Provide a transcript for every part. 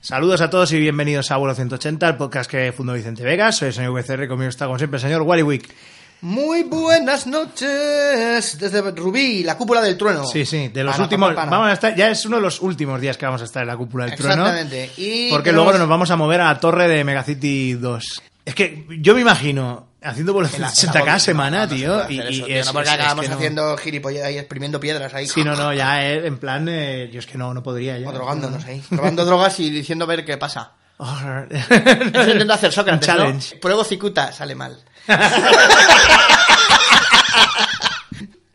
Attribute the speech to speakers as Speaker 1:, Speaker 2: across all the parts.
Speaker 1: Saludos a todos y bienvenidos a Vuelo 180, el podcast que fundó Vicente Vegas. Soy el señor VCR, conmigo está como siempre el señor Warwick.
Speaker 2: Muy buenas noches desde Rubí, la cúpula del trueno.
Speaker 1: Sí, sí, de los
Speaker 2: Para,
Speaker 1: últimos.
Speaker 2: para, para.
Speaker 1: Vamos a estar, ya es uno de los últimos días que vamos a estar en la cúpula del trueno.
Speaker 2: Exactamente. Y
Speaker 1: porque
Speaker 2: tenemos-
Speaker 1: luego nos vamos a mover a la torre de Megacity 2. Es que yo me imagino haciendo vuelo
Speaker 2: En la- en la
Speaker 1: 180 cada
Speaker 2: boca,
Speaker 1: semana,
Speaker 2: no, no se
Speaker 1: tío. y,
Speaker 2: puede hacer
Speaker 1: y
Speaker 2: eso, tío,
Speaker 1: es-
Speaker 2: no, porque
Speaker 1: es- es
Speaker 2: acabamos
Speaker 1: que no.
Speaker 2: haciendo gilipollas y exprimiendo piedras ahí.
Speaker 1: Sí, no, no, ya es en plan, eh, yo es que no, no podría ya.
Speaker 2: O drogándonos ahí. Probando drogas y diciendo ver qué pasa.
Speaker 1: Oh,
Speaker 2: Eso intento hacer Sócrates,
Speaker 1: Un
Speaker 2: ¿no?
Speaker 1: challenge.
Speaker 2: Pruebo cicuta, sale mal.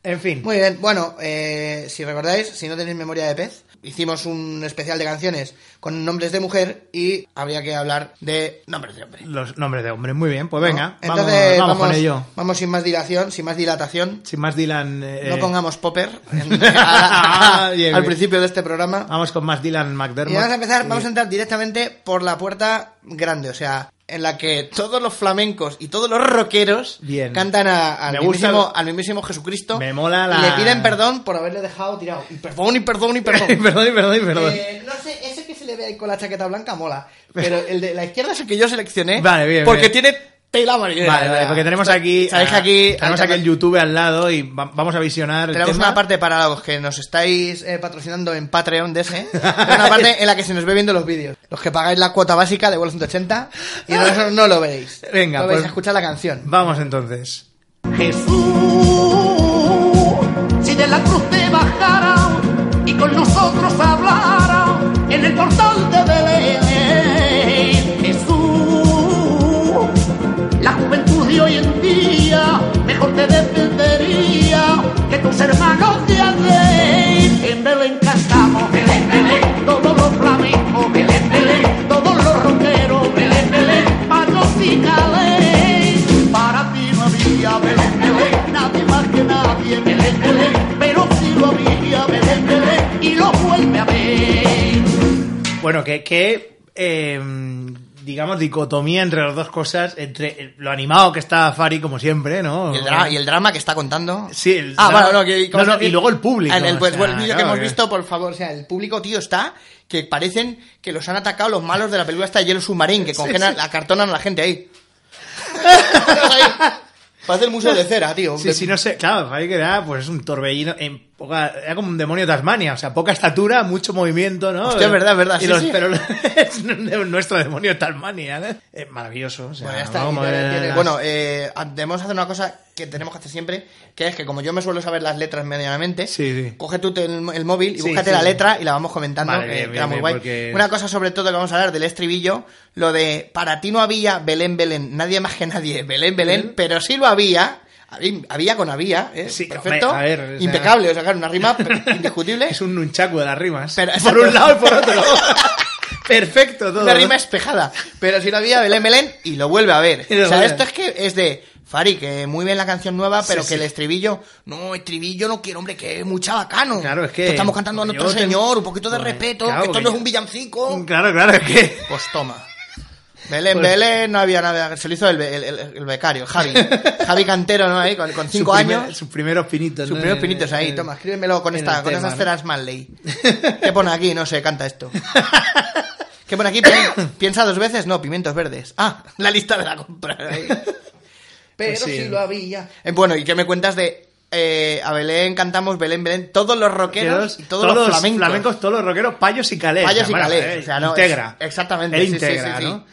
Speaker 1: En fin.
Speaker 2: Muy bien, bueno, eh, si recordáis, si no tenéis memoria de pez, hicimos un especial de canciones con nombres de mujer y habría que hablar de nombres de hombre.
Speaker 1: Los nombres de hombres, muy bien, pues
Speaker 2: ¿no?
Speaker 1: venga, vamos-
Speaker 2: Entonces,
Speaker 1: vamos,
Speaker 2: vamos,
Speaker 1: con ello.
Speaker 2: vamos sin más dilación, sin más dilatación.
Speaker 1: Sin más Dylan. eh, Ah,
Speaker 2: No pongamos popper en- a- a-
Speaker 1: Bien,
Speaker 2: al
Speaker 1: bien.
Speaker 2: principio de este programa.
Speaker 1: Vamos con más Dylan McDermott. Eh,
Speaker 2: Y vamos a empezar,
Speaker 1: Y-
Speaker 2: vamos a entrar directamente por la puerta grande, o sea, en la que todos los flamencos y todos los rockeros
Speaker 1: Bien.
Speaker 2: cantan a- al,
Speaker 1: Me gusta
Speaker 2: mismísimo,
Speaker 1: el-
Speaker 2: al mismísimo Jesucristo.
Speaker 1: Me mola la-
Speaker 2: Y le piden perdón por haberle dejado tirado. Y perdón, y perdón, y perdón.
Speaker 1: perdón, y perdón, y perdón.
Speaker 2: Eh, no sé, ese que se le ve ahí con la chaqueta blanca mola. Pero el de la izquierda es el que yo seleccioné.
Speaker 1: Vale, bien,
Speaker 2: Porque
Speaker 1: bien.
Speaker 2: tiene tela amarilla.
Speaker 1: Vale, vale, porque tenemos aquí.
Speaker 2: Sabéis que
Speaker 1: ah,
Speaker 2: aquí.
Speaker 1: Tenemos aquí el YouTube al lado y va- vamos a visionar. el
Speaker 2: Tenemos
Speaker 1: tema.
Speaker 2: una parte para los que nos estáis eh, patrocinando en Patreon de ese. Una parte en la que se nos ve viendo los vídeos. Los que pagáis la cuota básica de Vuelo 180 y nosotros no lo veis.
Speaker 1: Venga,
Speaker 2: No vais
Speaker 1: pues-
Speaker 2: a escuchar la canción.
Speaker 1: Vamos entonces.
Speaker 3: Jesús, si de la cruz te bajara y con nosotros hablara en el portal de Belén, Jesús, la juventud de hoy en día mejor te defendería que tus hermanos de Andrés. En Belén cantamos, Belén, Belén, todos los flamencos, Belén, Belén, todos los rockeros, Belén, Belén, panos y calés. Para ti no había Belén, Belén, nadie más que nadie, Belén, Belén, pero sí lo había Belén, Belén, y lo vuelve a ver.
Speaker 1: Bueno, que, que, eh, digamos, dicotomía entre las dos cosas, entre el- lo animado que está Fari, como siempre, ¿no?
Speaker 2: Y el, dra- y el drama que está contando.
Speaker 1: Sí, el
Speaker 2: ah,
Speaker 1: drama-
Speaker 2: bueno, no, que- ¿cómo
Speaker 1: No, no,
Speaker 2: se dice?
Speaker 1: y luego el público,
Speaker 2: En el, pues,
Speaker 1: o sea,
Speaker 2: bueno, el vídeo que
Speaker 1: claro
Speaker 2: hemos
Speaker 1: que-
Speaker 2: visto, por favor, o sea, el público, tío, está que parecen que los han atacado los malos de la película esta de Yellow Submarine, que congelan, acartonan a la gente ahí. Ahí. Parece el museo de cera, tío.
Speaker 1: Sí, sí, no sé, claro, Fari que era, pues es un torbellino, en poca- era como un demonio de Tasmania, o sea, poca estatura, mucho movimiento, ¿no?
Speaker 2: Hostia, es verdad, es verdad,
Speaker 1: Y
Speaker 2: sí,
Speaker 1: los-
Speaker 2: sí.
Speaker 1: Pero es nuestro demonio de Tasmania, ¿eh? Eh, maravilloso, o sea,
Speaker 2: Bueno, ya está.
Speaker 1: vamos a
Speaker 2: Tiene-
Speaker 1: ver
Speaker 2: tiene-
Speaker 1: las-
Speaker 2: bueno, eh, debemos hacer una cosa que tenemos que hacer siempre, que es que como yo me suelo saber las letras medianamente,
Speaker 1: Sí, sí.
Speaker 2: coge tú te- el, el móvil y
Speaker 1: Sí,
Speaker 2: búscate
Speaker 1: sí,
Speaker 2: la
Speaker 1: sí.
Speaker 2: letra y la vamos comentando,
Speaker 1: Vale,
Speaker 2: que
Speaker 1: bien,
Speaker 2: queda
Speaker 1: bien,
Speaker 2: muy
Speaker 1: bien,
Speaker 2: guay.
Speaker 1: porque-
Speaker 2: Una cosa sobre todo que vamos a hablar del estribillo, lo de para ti no había Belén, Belén, nadie más que nadie, Belén, Belén, pero sí lo había. Habí- Había con había, ¿eh?
Speaker 1: Sí,
Speaker 2: perfecto.
Speaker 1: hombre, a ver, o sea-
Speaker 2: Impecable, o sea, claro, una rima indiscutible.
Speaker 1: Es un nunchaku de las rimas.
Speaker 2: Pero-
Speaker 1: por un lado y por otro. Perfecto todo.
Speaker 2: Una rima espejada. Pero si lo había Belén Belén y lo vuelve a ver.
Speaker 1: Y lo
Speaker 2: O sea,
Speaker 1: vuelve.
Speaker 2: esto es que es de Fari, que muy bien la canción nueva, pero
Speaker 1: Sí,
Speaker 2: que
Speaker 1: sí.
Speaker 2: el estribillo. No, estribillo no quiero, hombre, que es mucha bacano.
Speaker 1: Claro, es que-
Speaker 2: Esto Estamos cantando a
Speaker 1: porque
Speaker 2: nuestro
Speaker 1: yo tengo-
Speaker 2: señor, un poquito de
Speaker 1: Joder,
Speaker 2: respeto,
Speaker 1: claro,
Speaker 2: que esto
Speaker 1: porque
Speaker 2: no es
Speaker 1: yo-
Speaker 2: un villancico.
Speaker 1: Claro, claro, es que...
Speaker 2: Pues toma. Belén,
Speaker 1: Pues-
Speaker 2: Belén, no había nada. Se lo hizo el, be- el- el- el becario, Javi. Javi Cantero, ¿no? Ahí, con, con cinco
Speaker 1: Sus primer-
Speaker 2: años.
Speaker 1: Sus primeros pinitos.
Speaker 2: Sus
Speaker 1: ¿no?
Speaker 2: primeros
Speaker 1: En-
Speaker 2: pinitos ahí,
Speaker 1: en-
Speaker 2: toma, escríbemelo con,
Speaker 1: en
Speaker 2: esta,
Speaker 1: el
Speaker 2: con
Speaker 1: tema,
Speaker 2: esas
Speaker 1: ¿no?
Speaker 2: ceras Manley. ¿Qué pone aquí? No sé, canta esto. ¿Qué pone aquí? Pi- Piensa dos veces, no, pimientos verdes. Ah, la lista de la compra. ahí. Pero
Speaker 1: Pues sí.
Speaker 2: si lo había. Eh, bueno, ¿y qué me cuentas de eh, a Belén cantamos Belén, Belén? Todos los rockeros y todos, los flamencos.
Speaker 1: todos los rockeros, payos y calés.
Speaker 2: Payos y
Speaker 1: Bueno,
Speaker 2: calés,
Speaker 1: eh,
Speaker 2: o sea, no,
Speaker 1: integra.
Speaker 2: es- exactamente,
Speaker 1: Él
Speaker 2: sí, sí,
Speaker 1: integra,
Speaker 2: sí, sí.
Speaker 1: ¿no?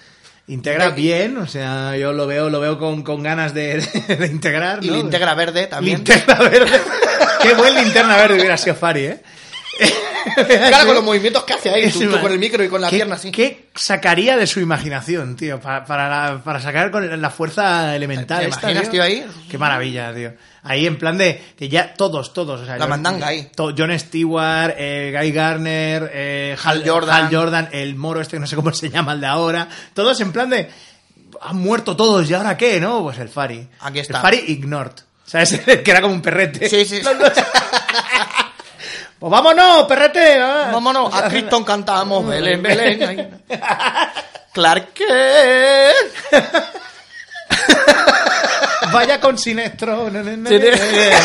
Speaker 1: Integra
Speaker 2: Integra-
Speaker 1: bien, o sea, yo lo veo, lo veo con, con ganas de, de integrar.
Speaker 2: Y
Speaker 1: ¿no?
Speaker 2: Integra Verde también.
Speaker 1: Linterna verde. Qué buen linterna verde hubiera sido Fari, ¿eh?
Speaker 2: Claro, con los movimientos que hace ahí, tú,
Speaker 1: Sí,
Speaker 2: tú
Speaker 1: man.
Speaker 2: con el micro y con la
Speaker 1: ¿Qué-
Speaker 2: pierna así.
Speaker 1: ¿Qué sacaría de su imaginación, tío? Para, para, la- para sacar con la fuerza elemental.
Speaker 2: ¿Te
Speaker 1: esta,
Speaker 2: imaginas, tío, ahí?
Speaker 1: Qué maravilla, tío. Ahí en plan de que ya todos, todos. O sea,
Speaker 2: La mandanga ahí.
Speaker 1: to- John Stewart, eh, Guy Garner, eh,
Speaker 2: Hal Jordan.
Speaker 1: Hal Jordan, el moro este que no sé cómo se llama, el de ahora. Todos en plan de. Han muerto todos, ¿y ahora qué? ¿No? Pues el Fari.
Speaker 2: Aquí está.
Speaker 1: El Fari ignored. ¿Sabes? que era como un perrete.
Speaker 2: Sí, sí.
Speaker 1: Pues vámonos, perrete. va.
Speaker 2: Vámonos, a Krypton cantamos Belén, Belén. Ahí. Clark Kent.
Speaker 1: Vaya con siniestro. na, na, na,
Speaker 4: Sí,
Speaker 1: na, na.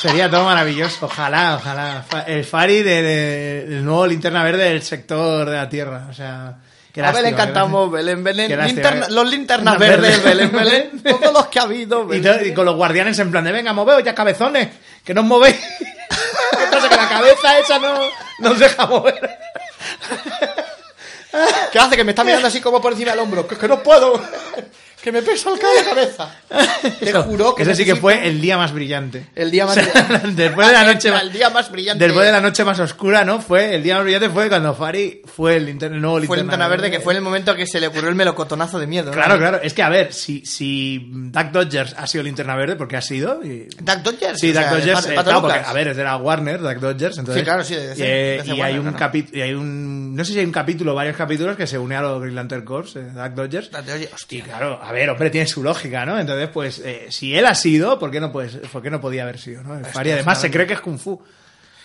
Speaker 1: Sería todo maravilloso. Ojalá, ojalá. Fa- El Fari de- de- del nuevo linterna verde del sector de la Tierra. O sea, qué
Speaker 4: A Belén
Speaker 1: lástima,
Speaker 4: cantamos, Belén, Belén.
Speaker 1: Qué lástima,
Speaker 4: linterna-
Speaker 1: eh.
Speaker 4: los linternas
Speaker 1: Linterna
Speaker 4: verdes,
Speaker 1: verde.
Speaker 4: Belén, Belén. Todos los que ha habido,
Speaker 1: Y,
Speaker 4: Belén.
Speaker 1: to- y con los guardianes en plan de venga, moveos ya cabezones, que no os movéis. Entonces que la cabeza esa no nos deja mover.
Speaker 2: ¿Qué hace? Que me está mirando así como por encima del hombro. Que, que no puedo. Que me pesa el cae de cabeza. Te juro que.
Speaker 1: Ese sí que
Speaker 2: necesito
Speaker 1: fue el día más brillante.
Speaker 2: El día más. Ah,
Speaker 1: O sea, después de la noche
Speaker 2: El
Speaker 1: más-
Speaker 2: día más brillante.
Speaker 1: Después de la noche más oscura, ¿no? Fue el día más brillante fue cuando Fari fue el, linter- el nuevo
Speaker 2: Fue
Speaker 1: linterna
Speaker 2: Linterna Verde, que fue en el momento que se le ocurrió el melocotonazo de miedo. ¿no?
Speaker 1: Claro, claro. Es que a ver, si, si Duck Dodgers ha sido linterna verde, porque ha sido. Y...
Speaker 2: Duck Dodgers.
Speaker 1: Sí,
Speaker 2: o
Speaker 1: Duck
Speaker 2: sea, de
Speaker 1: Dodgers.
Speaker 2: Pat-
Speaker 1: eh,
Speaker 2: Pato
Speaker 1: claro, porque,
Speaker 2: Lucas.
Speaker 1: a ver, es de la Warner, Duck Dodgers. Entonces,
Speaker 2: Sí, claro, sí, de DC,
Speaker 1: y, eh,
Speaker 2: de DC
Speaker 1: y hay
Speaker 2: Warner,
Speaker 1: un
Speaker 2: claro.
Speaker 1: capítulo. Y hay un. No sé si hay un capítulo, varios capítulos que se une a los Green Lantern Corps, eh, Duck Dodgers.
Speaker 2: Duck Dodgers, hostia.
Speaker 1: Y claro, a ver, hombre, tiene su lógica, ¿no? Entonces, pues, eh, si él ha sido, ¿por qué no, puedes, por qué no podía haber sido, ¿no? El Fari, además, se cree que es Kung Fu.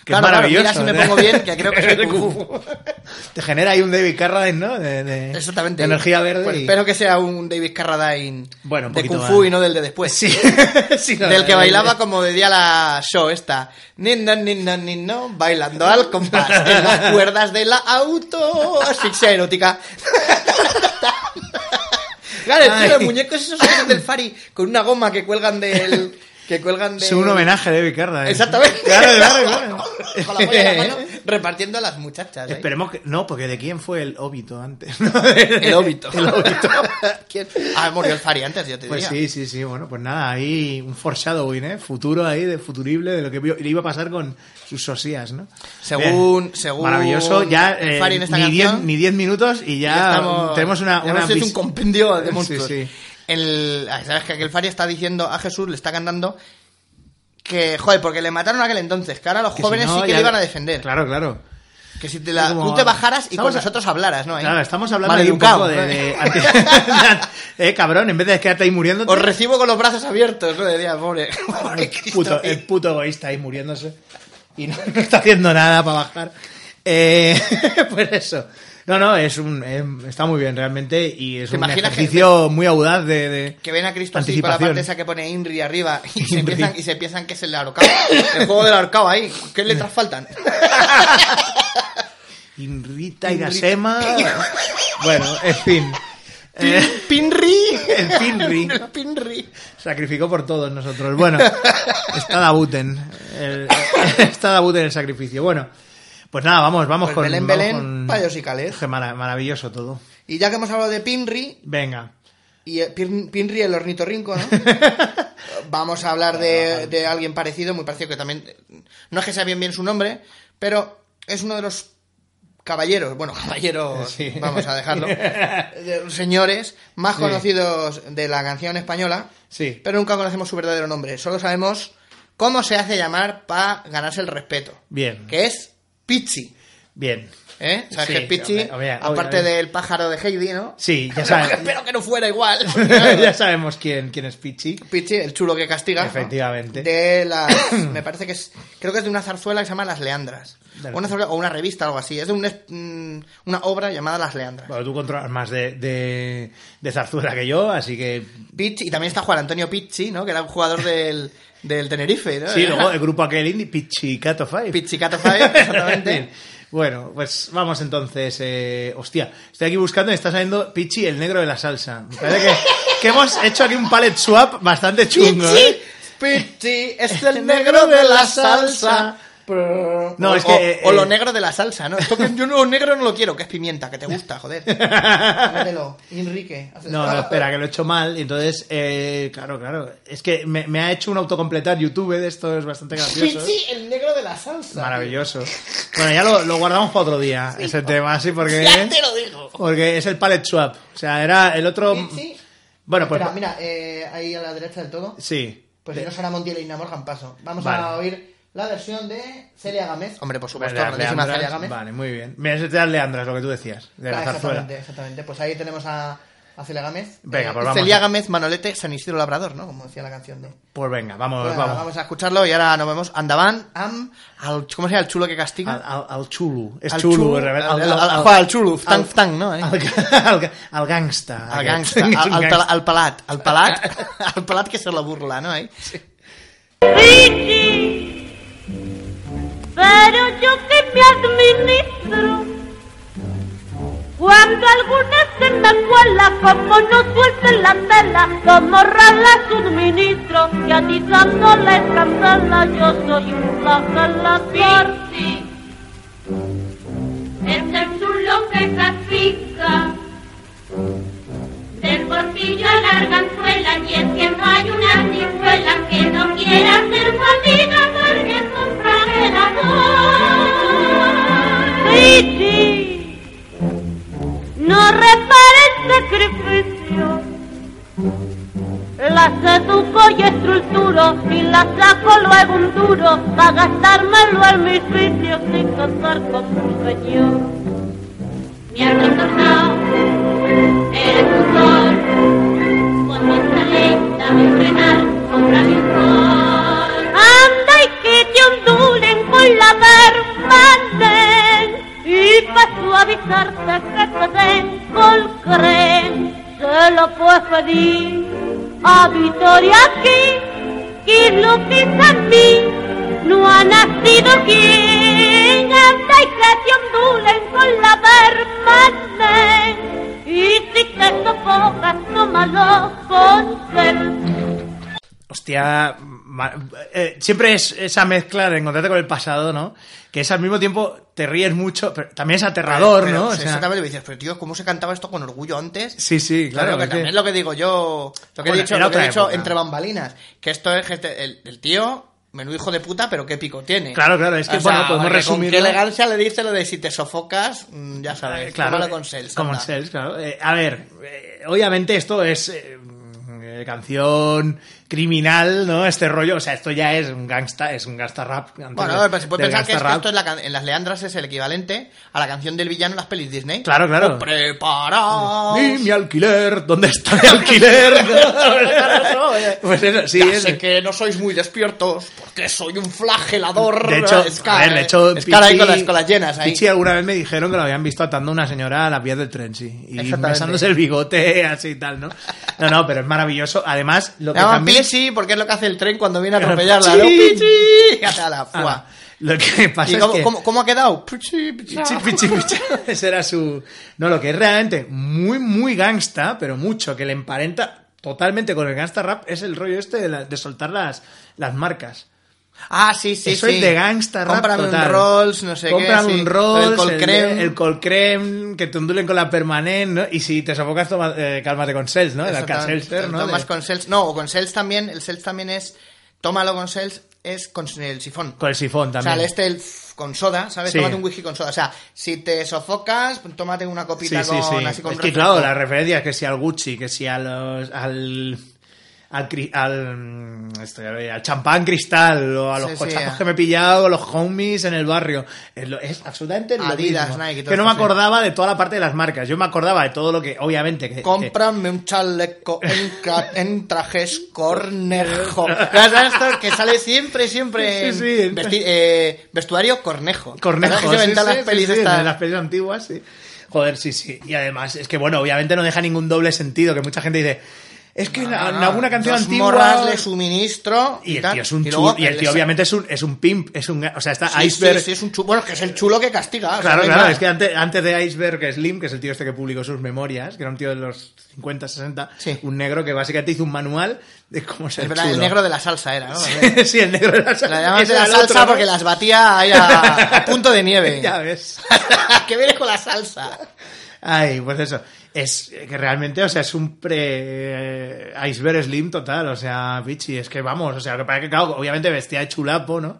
Speaker 1: Que
Speaker 2: Claro,
Speaker 1: es
Speaker 2: claro,
Speaker 1: maravilloso.
Speaker 2: mira si me
Speaker 1: ¿no?
Speaker 2: pongo bien, que creo que soy
Speaker 1: De
Speaker 2: Kung
Speaker 1: Te genera ahí un David Carradine, ¿no? De, de-
Speaker 2: Exactamente.
Speaker 1: de energía verde.
Speaker 2: Pues
Speaker 1: y-
Speaker 2: espero que sea un David Carradine
Speaker 1: Bueno, un
Speaker 2: de
Speaker 1: poquito
Speaker 2: Kung Fu
Speaker 1: más.
Speaker 2: y no del de después.
Speaker 1: Sí. Sí, no, eh,
Speaker 2: del que
Speaker 1: no,
Speaker 2: bailaba
Speaker 1: no.
Speaker 2: como de día la show esta. Ni no, ni no, ni no, bailando al compás en las cuerdas de la auto. Asfixia erótica. claro, tío,
Speaker 1: Ay.
Speaker 2: los muñecos esos que hacen del Fari con una goma que cuelgan del... Que cuelgan de...
Speaker 1: Es un homenaje a David Carradine.
Speaker 2: Exactamente.
Speaker 1: Claro, claro, claro.
Speaker 2: Con la polla en la mano, repartiendo a las muchachas. ¿eh?
Speaker 1: Esperemos que. No, porque ¿de quién fue el óbito antes?
Speaker 2: El óbito.
Speaker 1: El óbito.
Speaker 2: ¿Quién? Ah, murió el Fari antes, yo te
Speaker 1: Pues
Speaker 2: diría.
Speaker 1: sí, sí, sí. Bueno, pues nada, ahí un foreshadowing, ¿eh? Futuro ahí, de futurible, de lo que le iba a pasar con sus sosías, ¿no?
Speaker 2: Según-
Speaker 1: Bien.
Speaker 2: según
Speaker 1: Maravilloso. Ya, eh,
Speaker 2: Fari en esta
Speaker 1: ni, diez,
Speaker 2: canción,
Speaker 1: ni diez minutos y ya,
Speaker 2: Ya estamos-
Speaker 1: tenemos una.
Speaker 2: ya
Speaker 1: una
Speaker 2: hemos hecho
Speaker 1: vis-
Speaker 2: un compendio de
Speaker 1: Sí,
Speaker 2: monstruos.
Speaker 1: sí.
Speaker 2: El, ah, Sabes que aquel Fari está diciendo a Jesús, le está cantando que, joder, porque le mataron a aquel entonces, que ahora los
Speaker 1: Que si
Speaker 2: jóvenes
Speaker 1: no,
Speaker 2: sí que
Speaker 1: ya-
Speaker 2: le iban a defender.
Speaker 1: Claro, claro.
Speaker 2: Que si te la-
Speaker 1: Es como-
Speaker 2: tú te bajaras y
Speaker 1: Estamos
Speaker 2: con
Speaker 1: a-
Speaker 2: nosotros hablaras, ¿no? ¿Eh? Ahí.
Speaker 1: Claro, estamos hablando de un
Speaker 2: Maleducado, ¿eh?
Speaker 1: poco de.
Speaker 2: ¿no?
Speaker 1: de- anti- eh, cabrón, en vez de quedarte ahí muriendo.
Speaker 2: Os recibo con los brazos abiertos, ¿no? Decía, pobre, pobre
Speaker 1: el
Speaker 2: Cristo.
Speaker 1: puto, el puto egoísta ahí muriéndose y no, no está haciendo nada para bajar. Eh, pues eso. No, no, es un, em, está muy bien realmente y es
Speaker 2: ¿Te
Speaker 1: un
Speaker 2: imaginas que-
Speaker 1: ejercicio muy audaz de... de-
Speaker 2: Que ven a Cristo así para la
Speaker 1: Anticipación.
Speaker 2: parte esa que pone Inri arriba y se,
Speaker 1: Inri.
Speaker 2: piensan, y se piensan que es el ahorcado. El juego del ahorcado ahí. ¿Qué letras faltan?
Speaker 1: Inrita y
Speaker 2: Inrita.
Speaker 1: Gasema. bueno, en fin. Eh,
Speaker 2: Pinri.
Speaker 1: El Pinri.
Speaker 2: El Pinri.
Speaker 1: sacrificó por todos nosotros. Bueno, está Dabuten. El, está Dabuten el sacrificio. Bueno, pues nada, vamos, vamos
Speaker 2: Pues
Speaker 1: con...
Speaker 2: Belén,
Speaker 1: vamos
Speaker 2: Belén,
Speaker 1: con-
Speaker 2: payos y calés.
Speaker 1: Qué mara- maravilloso todo.
Speaker 2: Y ya que hemos hablado de Pinri,
Speaker 1: Venga.
Speaker 2: y eh, Pin- Pinri el ornitorrinco, ¿no? Vamos a
Speaker 1: Ah,
Speaker 2: hablar de, de alguien parecido, muy parecido, que también... No es que sea bien bien su nombre, pero es uno de los caballeros, bueno, caballeros,
Speaker 1: Sí.
Speaker 2: vamos a dejarlo, de los señores más
Speaker 1: Sí.
Speaker 2: conocidos de la canción española,
Speaker 1: Sí.
Speaker 2: pero nunca conocemos su verdadero nombre, solo sabemos cómo se hace llamar para ganarse el respeto,
Speaker 1: Bien.
Speaker 2: que es Pichi.
Speaker 1: Bien.
Speaker 2: ¿Eh? ¿Sabes
Speaker 1: Sí,
Speaker 2: que Pichi,
Speaker 1: hombre, hombre,
Speaker 2: aparte
Speaker 1: obviamente.
Speaker 2: del pájaro de Heidi, ¿no?
Speaker 1: Sí, ya
Speaker 2: Pero
Speaker 1: sabes.
Speaker 2: espero que no fuera igual.
Speaker 1: ya sabemos quién, quién es Pichi.
Speaker 2: Pichi, el chulo que castiga. ¿no?
Speaker 1: Efectivamente.
Speaker 2: De las. Me parece que es. Creo que es de una zarzuela que se llama Las Leandras.
Speaker 1: Dale.
Speaker 2: O una, zarzuela- o una revista, algo así. Es de un es- mm, una obra llamada Las Leandras.
Speaker 1: Bueno, tú controlas más de, de, de zarzuela que yo, así que...
Speaker 2: Pichi, y también está Juan Antonio Pichi, ¿no? Que era un jugador del, del Tenerife, ¿no?
Speaker 1: Sí, luego el grupo aquel indie, Pichicato Five.
Speaker 2: Pichicato
Speaker 1: En
Speaker 2: Five, exactamente.
Speaker 1: fin. Bueno, pues vamos entonces. eh, hostia, estoy aquí buscando y está saliendo Pichi, el negro de la salsa. Me parece que, que hemos hecho aquí un palette swap bastante chungo.
Speaker 2: Pichi,
Speaker 1: ¿eh?
Speaker 2: Pichi es el negro de la salsa.
Speaker 1: No,
Speaker 2: o,
Speaker 1: es que,
Speaker 2: o-
Speaker 1: eh,
Speaker 2: o lo
Speaker 1: eh,
Speaker 2: negro de la salsa, ¿no? Esto que yo no negro no lo quiero, que es pimienta, que te gusta, joder. Tómatelo, Enrique.
Speaker 1: No, no, espera, que lo he hecho mal. Y entonces, eh, claro, claro. Es que me, me ha hecho un autocompletar YouTube de esto, es bastante gracioso.
Speaker 2: Pichi, el negro de la salsa.
Speaker 1: Maravilloso. Bueno, ya lo, lo guardamos para otro día, ese tema, sí, porque,
Speaker 2: Ya te lo digo.
Speaker 1: porque es el palette swap. O sea, era el otro.
Speaker 2: Pichi.
Speaker 1: Bueno, pues.
Speaker 2: Espera, mira, eh, ahí a la derecha del todo.
Speaker 1: Sí.
Speaker 2: Pues si no será Montiel y Namor Gampaso. Vamos a
Speaker 1: Vale.
Speaker 2: oír la versión de Celia Gámez. Hombre, por supuesto,
Speaker 1: Las
Speaker 2: grandísima
Speaker 1: Leandras,
Speaker 2: Celia Gámez.
Speaker 1: Vale, muy bien. Mira, es de las Leandras, lo que tú decías, de la
Speaker 2: Ah,
Speaker 1: zarzuela.
Speaker 2: exactamente, exactamente. Pues ahí tenemos a, a Celia Gámez.
Speaker 1: Venga,
Speaker 2: Eh,
Speaker 1: pues vamos.
Speaker 2: Celia Gámez, Manolete, San Isidro Labrador, ¿no? Como decía la canción de...
Speaker 1: Pues venga, vamos,
Speaker 2: Bueno,
Speaker 1: vamos.
Speaker 2: a escucharlo y ahora nos vemos. Andaban, am, al, ¿cómo se llama? Al chulo que castiga.
Speaker 1: Al, al, al chulu. Es
Speaker 2: Al
Speaker 1: chulu,
Speaker 2: chulu,
Speaker 1: en realidad.
Speaker 2: al- al- al- al chulu, ftang, ftang, ¿no? Eh.
Speaker 1: Al, al, al gangsta.
Speaker 2: al
Speaker 1: aquest.
Speaker 2: gangsta,
Speaker 1: És
Speaker 2: al,
Speaker 1: un
Speaker 2: al,
Speaker 1: gangsta.
Speaker 2: pala- al palat, al palat, al palat que se la burla, ¿no? Eh?
Speaker 5: Piti, pero yo que me administro. Cuando alguna se me cuela, como no suelte la tela, como rala suministro, y a ti no les cancela, yo soy un flagelador.
Speaker 6: Es el chulo que castiga. Del portillo a la arganzuela, y es que no hay una cizuela que no quiera ser su amiga porque es un fragelador.
Speaker 5: Piti, no repara el sacrificio. La seduco y estructuro y la saco luego un duro para gastármelo en mis vicios sin contar con su señor.
Speaker 6: Mi arganzuela, eres un sol. Con mi ley, dame frenar, compra mi sol.
Speaker 5: Anda y que te ondulen con la vermanden y para suavizarte que te den col creen. Se lo puedes pedir a Vitoria aquí, que lo pisa a mí, no ha nacido quien. Anda y que te ondulen con la vermanden y si te sofocas, tómalo con sed.
Speaker 1: Hostia, ma- eh, siempre es esa mezcla de encontrarte con el pasado, ¿no? Que es al mismo tiempo te ríes mucho, pero también es aterrador,
Speaker 2: Pero,
Speaker 1: ¿no?
Speaker 2: o
Speaker 1: O
Speaker 2: sea,
Speaker 1: sea,
Speaker 2: exactamente, dices, pero tío, ¿cómo se cantaba esto con orgullo antes?
Speaker 1: sí, sí,
Speaker 2: Claro,
Speaker 1: claro.
Speaker 2: que
Speaker 1: es que-
Speaker 2: también es lo que digo yo, lo que he
Speaker 1: Bueno,
Speaker 2: dicho,
Speaker 1: era
Speaker 2: lo que he
Speaker 1: otra
Speaker 2: dicho
Speaker 1: época.
Speaker 2: entre bambalinas, que esto es que este- el, el tío, menudo hijo de puta, pero qué pico tiene.
Speaker 1: Claro, claro, es que, bueno, podemos
Speaker 2: porque con
Speaker 1: resumirlo.
Speaker 2: Qué elegancia le dice lo de si te sofocas, mm, ya sabes,
Speaker 1: Eh, claro,
Speaker 2: tómalo con Sels.
Speaker 1: Como
Speaker 2: anda.
Speaker 1: Sels, claro. Eh, a ver, eh, obviamente esto es eh, eh, canción criminal, ¿no? Este rollo, o sea, esto ya es un gangsta, es un gangsta rap. antes
Speaker 2: Bueno,
Speaker 1: de-
Speaker 2: a ver, pero se puede
Speaker 1: del
Speaker 2: pensar
Speaker 1: gangsta
Speaker 2: que, es que
Speaker 1: rap.
Speaker 2: esto es la can- en las Leandras es el equivalente a la canción del villano en las pelis Disney.
Speaker 1: Claro, claro.
Speaker 2: Preparaos.
Speaker 1: Ni mi alquiler, ¿dónde está mi alquiler? pues eso, sí,
Speaker 2: Ya
Speaker 1: es-
Speaker 2: sé que no sois muy despiertos porque soy un flagelador.
Speaker 1: De hecho,
Speaker 2: es cara,
Speaker 1: a ver, de hecho,
Speaker 2: es cara eh, ahí con
Speaker 1: Pichi-
Speaker 2: las, con las llenas ahí.
Speaker 1: Pichi alguna vez me dijeron que lo habían visto atando a una señora a las vías del tren, sí. Y
Speaker 2: Exactamente.
Speaker 1: besándose el bigote, así y tal, ¿no? No, no, pero es maravilloso. Además, lo que
Speaker 2: Le llaman
Speaker 1: también...
Speaker 2: Pichi porque es lo que hace el tren cuando viene a
Speaker 1: Claro,
Speaker 2: atropellarla.
Speaker 1: Pichi.
Speaker 2: ¿no? Pichi. A la
Speaker 1: Ah,
Speaker 2: fuá.
Speaker 1: lo que pasa
Speaker 2: ¿Y
Speaker 1: es
Speaker 2: cómo,
Speaker 1: que...
Speaker 2: cómo- cómo ha quedado? Pichi, pichi.
Speaker 1: Pichi, pichi, pichi. Ese era su... No, lo que es realmente muy, muy gangsta, pero mucho, que le emparenta totalmente con el gangsta rap, es el rollo este de, la- de soltar las, las marcas.
Speaker 2: Ah, sí, sí,
Speaker 1: Eso
Speaker 2: sí.
Speaker 1: es de gangsta rap
Speaker 2: Cómprame
Speaker 1: total.
Speaker 2: un Rolls, no sé
Speaker 1: Cómprame
Speaker 2: qué. sí.
Speaker 1: un Rolls,
Speaker 2: El Colcrem.
Speaker 1: el, el Colcrem, que te ondulen con la permanente, ¿no? Y si te sofocas, toma, eh, cálmate con Sels, ¿no? El Alka-Seltzer, ¿no?
Speaker 2: Tomas
Speaker 1: De-
Speaker 2: con Sels. No, o con Sels también. El Sels también es... Tómalo con Sels, es con el sifón.
Speaker 1: Con el sifón
Speaker 2: O sea,
Speaker 1: también.
Speaker 2: el este el f- con soda, ¿sabes?
Speaker 1: Sí.
Speaker 2: Tómate un whisky con soda. O sea, si te sofocas, tómate una copita con, así con
Speaker 1: es que
Speaker 2: refresco.
Speaker 1: claro, las referencias que si al Gucci, que si a los, al al, cri- al, mm, esto ya lo diré, al champán cristal o a los
Speaker 2: Sí, sí,
Speaker 1: cochazos
Speaker 2: a-
Speaker 1: que me he pillado, los homies en el barrio. Es, lo- es absolutamente lo
Speaker 2: Adidas,
Speaker 1: mismo.
Speaker 2: Nike y todo
Speaker 1: que no me
Speaker 2: esto, sí.
Speaker 1: acordaba de toda la parte de las marcas. Yo me acordaba de todo lo que, obviamente, que, que-
Speaker 2: Cómprame un chaleco en, ca- en trajes cornejo. Claro, ¿sabes esto? Que sale siempre, siempre en
Speaker 1: Sí, sí, en-
Speaker 2: vesti- eh, vestuario cornejo. ¿Verdad?
Speaker 1: Cornejo,
Speaker 2: Que se
Speaker 1: sí,
Speaker 2: inventan
Speaker 1: sí,
Speaker 2: las
Speaker 1: sí,
Speaker 2: pelis
Speaker 1: sí,
Speaker 2: estas.
Speaker 1: de las pelis antiguas, sí. Joder, sí, sí. Y además, es que bueno, obviamente no deja ningún doble sentido, que mucha gente dice, es que en, en
Speaker 2: No,
Speaker 1: alguna canción
Speaker 2: Ah, dos
Speaker 1: antigua...
Speaker 2: morras le suministro
Speaker 1: Y el
Speaker 2: tal.
Speaker 1: tío es un
Speaker 2: luego
Speaker 1: chulo. Y el
Speaker 2: le
Speaker 1: tío,
Speaker 2: sa-
Speaker 1: obviamente, es un, es un pimp. Es un, o sea, está
Speaker 2: Sí,
Speaker 1: Iceberg.
Speaker 2: sí, sí, es un chulo. Bueno, que es el chulo que castiga. o sea,
Speaker 1: Claro,
Speaker 2: no hay
Speaker 1: claro,
Speaker 2: más.
Speaker 1: es que antes, antes de Iceberg Slim, que es el tío este que publicó sus memorias, que era un tío de los 50, 60,
Speaker 2: Sí.
Speaker 1: un negro que básicamente hizo un manual de cómo ser
Speaker 2: Es verdad, el
Speaker 1: chulo.
Speaker 2: negro de la salsa era, ¿no?
Speaker 1: sí, el negro de la salsa.
Speaker 2: La llaman
Speaker 1: Ese
Speaker 2: de la
Speaker 1: era el
Speaker 2: salsa
Speaker 1: otro, ¿no?
Speaker 2: porque las batía ahí a, a punto de nieve.
Speaker 1: Ya ves.
Speaker 2: que viene con la salsa.
Speaker 1: Ay, pues eso. Es que realmente, o sea, es un pre eh, iceberg slim total. O sea, bichi, es que vamos, o sea, que para que claro, obviamente vestía de chulapo, ¿no?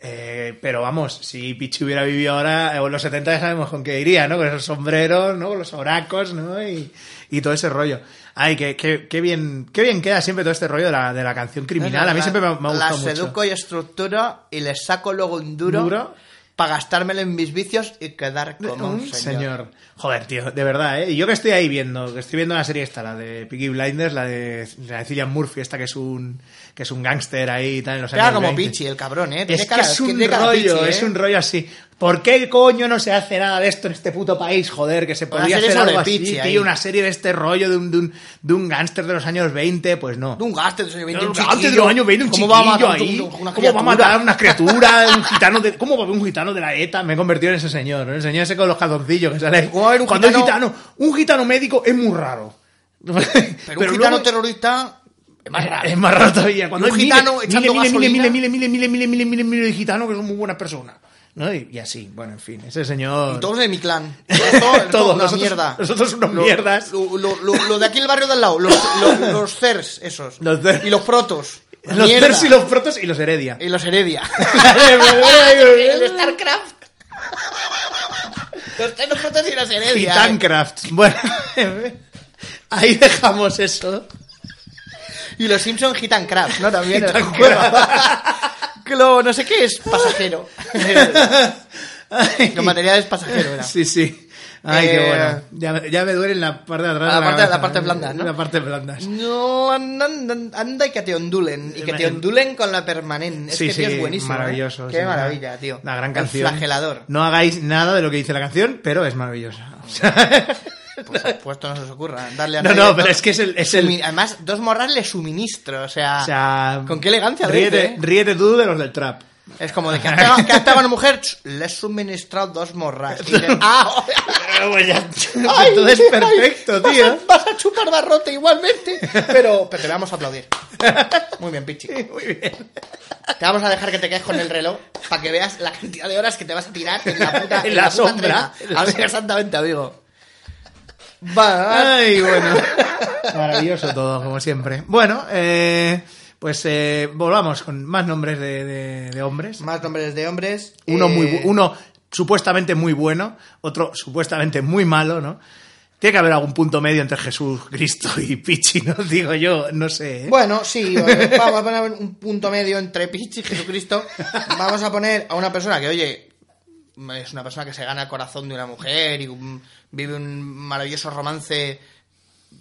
Speaker 1: Eh, pero vamos, si Pichi hubiera vivido ahora, eh, o en los 70 ya sabemos con qué iría, ¿no? Con esos sombreros, ¿no? Con los oracos, ¿no? Y, y todo ese rollo. Ay, que, que- que bien, qué bien queda siempre todo este rollo de la, de la canción criminal. A mí siempre me, ha- me ha gustado
Speaker 2: Las
Speaker 1: mucho.
Speaker 2: seduco y estructuro y les saco luego un duro.
Speaker 1: Duro.
Speaker 2: para gastármelo en mis vicios y quedar como un
Speaker 1: Un
Speaker 2: señor.
Speaker 1: señor. Joder, tío, de verdad, ¿eh? Y yo que estoy ahí viendo, que estoy viendo la serie esta, la de Peaky Blinders, la de, la de Cillian Murphy, esta que es un que es un gángster ahí y tal. en los
Speaker 2: Pega
Speaker 1: años
Speaker 2: como
Speaker 1: 20.
Speaker 2: Pichi, el cabrón, ¿eh? Tiene
Speaker 1: Es que
Speaker 2: cara-
Speaker 1: es un
Speaker 2: tiene cara
Speaker 1: rollo,
Speaker 2: Pichi, ¿eh?
Speaker 1: es un rollo así. ¿Por qué coño no se hace nada de esto en este puto país, joder? Que se
Speaker 2: Una
Speaker 1: podría
Speaker 2: serie
Speaker 1: hacer
Speaker 2: sobre
Speaker 1: algo así,
Speaker 2: Pichi
Speaker 1: tío,
Speaker 2: ahí.
Speaker 1: una serie de este rollo de un, de un, de un gángster de los años 20, pues no.
Speaker 2: De un gaste de los años 20, un
Speaker 1: Antes de
Speaker 2: chiquillo.
Speaker 1: los años 20, un
Speaker 2: ¿Cómo va a
Speaker 1: chiquillo
Speaker 2: matar un-
Speaker 1: ahí?
Speaker 2: un- una
Speaker 1: ¿Cómo va a
Speaker 2: criatura?
Speaker 1: matar a una criatura? Un gitano de, ¿Cómo va a haber un gitano de la ETA? Me he convertido en ese señor, ¿no? el señor ese con los calzoncillos que sale.
Speaker 2: ¿Cómo va a haber un
Speaker 1: Cuando
Speaker 2: gitano-
Speaker 1: es gitano, un gitano médico es muy raro. Pero,
Speaker 2: Pero, un gitano
Speaker 1: luego-
Speaker 2: terrorista es más raro.
Speaker 1: es más raro todavía. Cuando
Speaker 2: Un
Speaker 1: hay
Speaker 2: gitano
Speaker 1: miles,
Speaker 2: echando
Speaker 1: miles, miles,
Speaker 2: gasolina.
Speaker 1: miles, miles, miles, miles, miles, miles, miles, miles de gitanos que son muy buenas personas. ¿no? Y, y así, bueno, en fin, ese señor...
Speaker 2: Y todos de mi clan. Todos,
Speaker 1: Todos,
Speaker 2: una
Speaker 1: nosotros-
Speaker 2: mierda.
Speaker 1: nosotros unos
Speaker 2: Lo-
Speaker 1: mierdas.
Speaker 2: Lo, lo- lo- lo de aquí el barrio de al lado. Los, los, los CERS, esos.
Speaker 1: Los CERS.
Speaker 2: Y los protos.
Speaker 1: Los
Speaker 2: Mierda.
Speaker 1: Terci, los Protos y los Heredia.
Speaker 2: Y los Heredia.
Speaker 1: El
Speaker 2: StarCraft. los CERS, los protos y los Heredia. eh.
Speaker 1: Titancraft. Bueno, ahí dejamos eso.
Speaker 2: Y los Simpson Gitancraft, ¿no? También.
Speaker 1: Gitancraft.
Speaker 2: Clo, no sé qué es. Pasajero. los materiales pasajeros, era.
Speaker 1: Sí, sí. Ay, qué
Speaker 2: Eh,
Speaker 1: bueno. Ya, ya me duele en la parte de atrás.
Speaker 2: La
Speaker 1: de
Speaker 2: parte- la
Speaker 1: cabeza.
Speaker 2: parte blanda, ¿no?
Speaker 1: La parte blanda.
Speaker 2: No, anda, anda- anda y que te ondulen. Y que te ondulen con la permanente. Es
Speaker 1: Eh, sí,
Speaker 2: que
Speaker 1: sí,
Speaker 2: tío, es buenísimo. ¿eh?
Speaker 1: Maravilloso.
Speaker 2: Qué
Speaker 1: sí,
Speaker 2: maravilla,
Speaker 1: una-
Speaker 2: tío.
Speaker 1: Una gran
Speaker 2: El
Speaker 1: canción.
Speaker 2: flagelador. Ah.
Speaker 1: No hagáis nada de lo que dice la canción, pero es maravillosa. O sea,
Speaker 2: Por supuesto, no se os ocurra. Darle a
Speaker 1: no,
Speaker 2: nadie
Speaker 1: no,
Speaker 2: otro.
Speaker 1: pero es que es el. Es
Speaker 2: Sumi-
Speaker 1: el
Speaker 2: Además, dos morras le suministro. O sea,
Speaker 1: o sea,
Speaker 2: con qué elegancia lo
Speaker 1: ríete,
Speaker 2: dice, ¿eh?
Speaker 1: ríete tú de los del trap.
Speaker 2: Es como de que estaba, que estaba una mujer. ch, Le he suministrado dos morras. Y dices, ¡Ah!
Speaker 1: Pero bueno, ya-
Speaker 2: ay,
Speaker 1: Entonces,
Speaker 2: ay,
Speaker 1: perfecto,
Speaker 2: vas a-
Speaker 1: tío.
Speaker 2: Vas a chupar barrote igualmente. Pero, pero te vamos a aplaudir. Muy bien, Pichi.
Speaker 1: Muy bien.
Speaker 2: Te vamos a dejar que te quedes con el reloj para que veas la cantidad de horas que te vas a tirar en la puta,
Speaker 1: En
Speaker 2: en
Speaker 1: la
Speaker 2: la puta
Speaker 1: sombra.
Speaker 2: trena. A ver, exactamente, amigo. Va.
Speaker 1: Ay, bueno. Maravilloso todo, como siempre. Bueno, eh, pues eh, volvamos con más nombres de, de- de hombres.
Speaker 2: Más nombres de hombres.
Speaker 1: Uno,
Speaker 2: Eh,
Speaker 1: muy, bu- uno supuestamente muy bueno, otro supuestamente muy malo, ¿no? Tiene que haber algún punto medio entre Jesús, Cristo y Pichi, ¿no? Digo yo, no sé. ¿eh?
Speaker 2: Bueno, sí, eh, vamos a poner un punto medio entre Pichi y Jesucristo. Vamos a poner a una persona que, oye, es una persona que se gana el corazón de una mujer y un- vive un maravilloso romance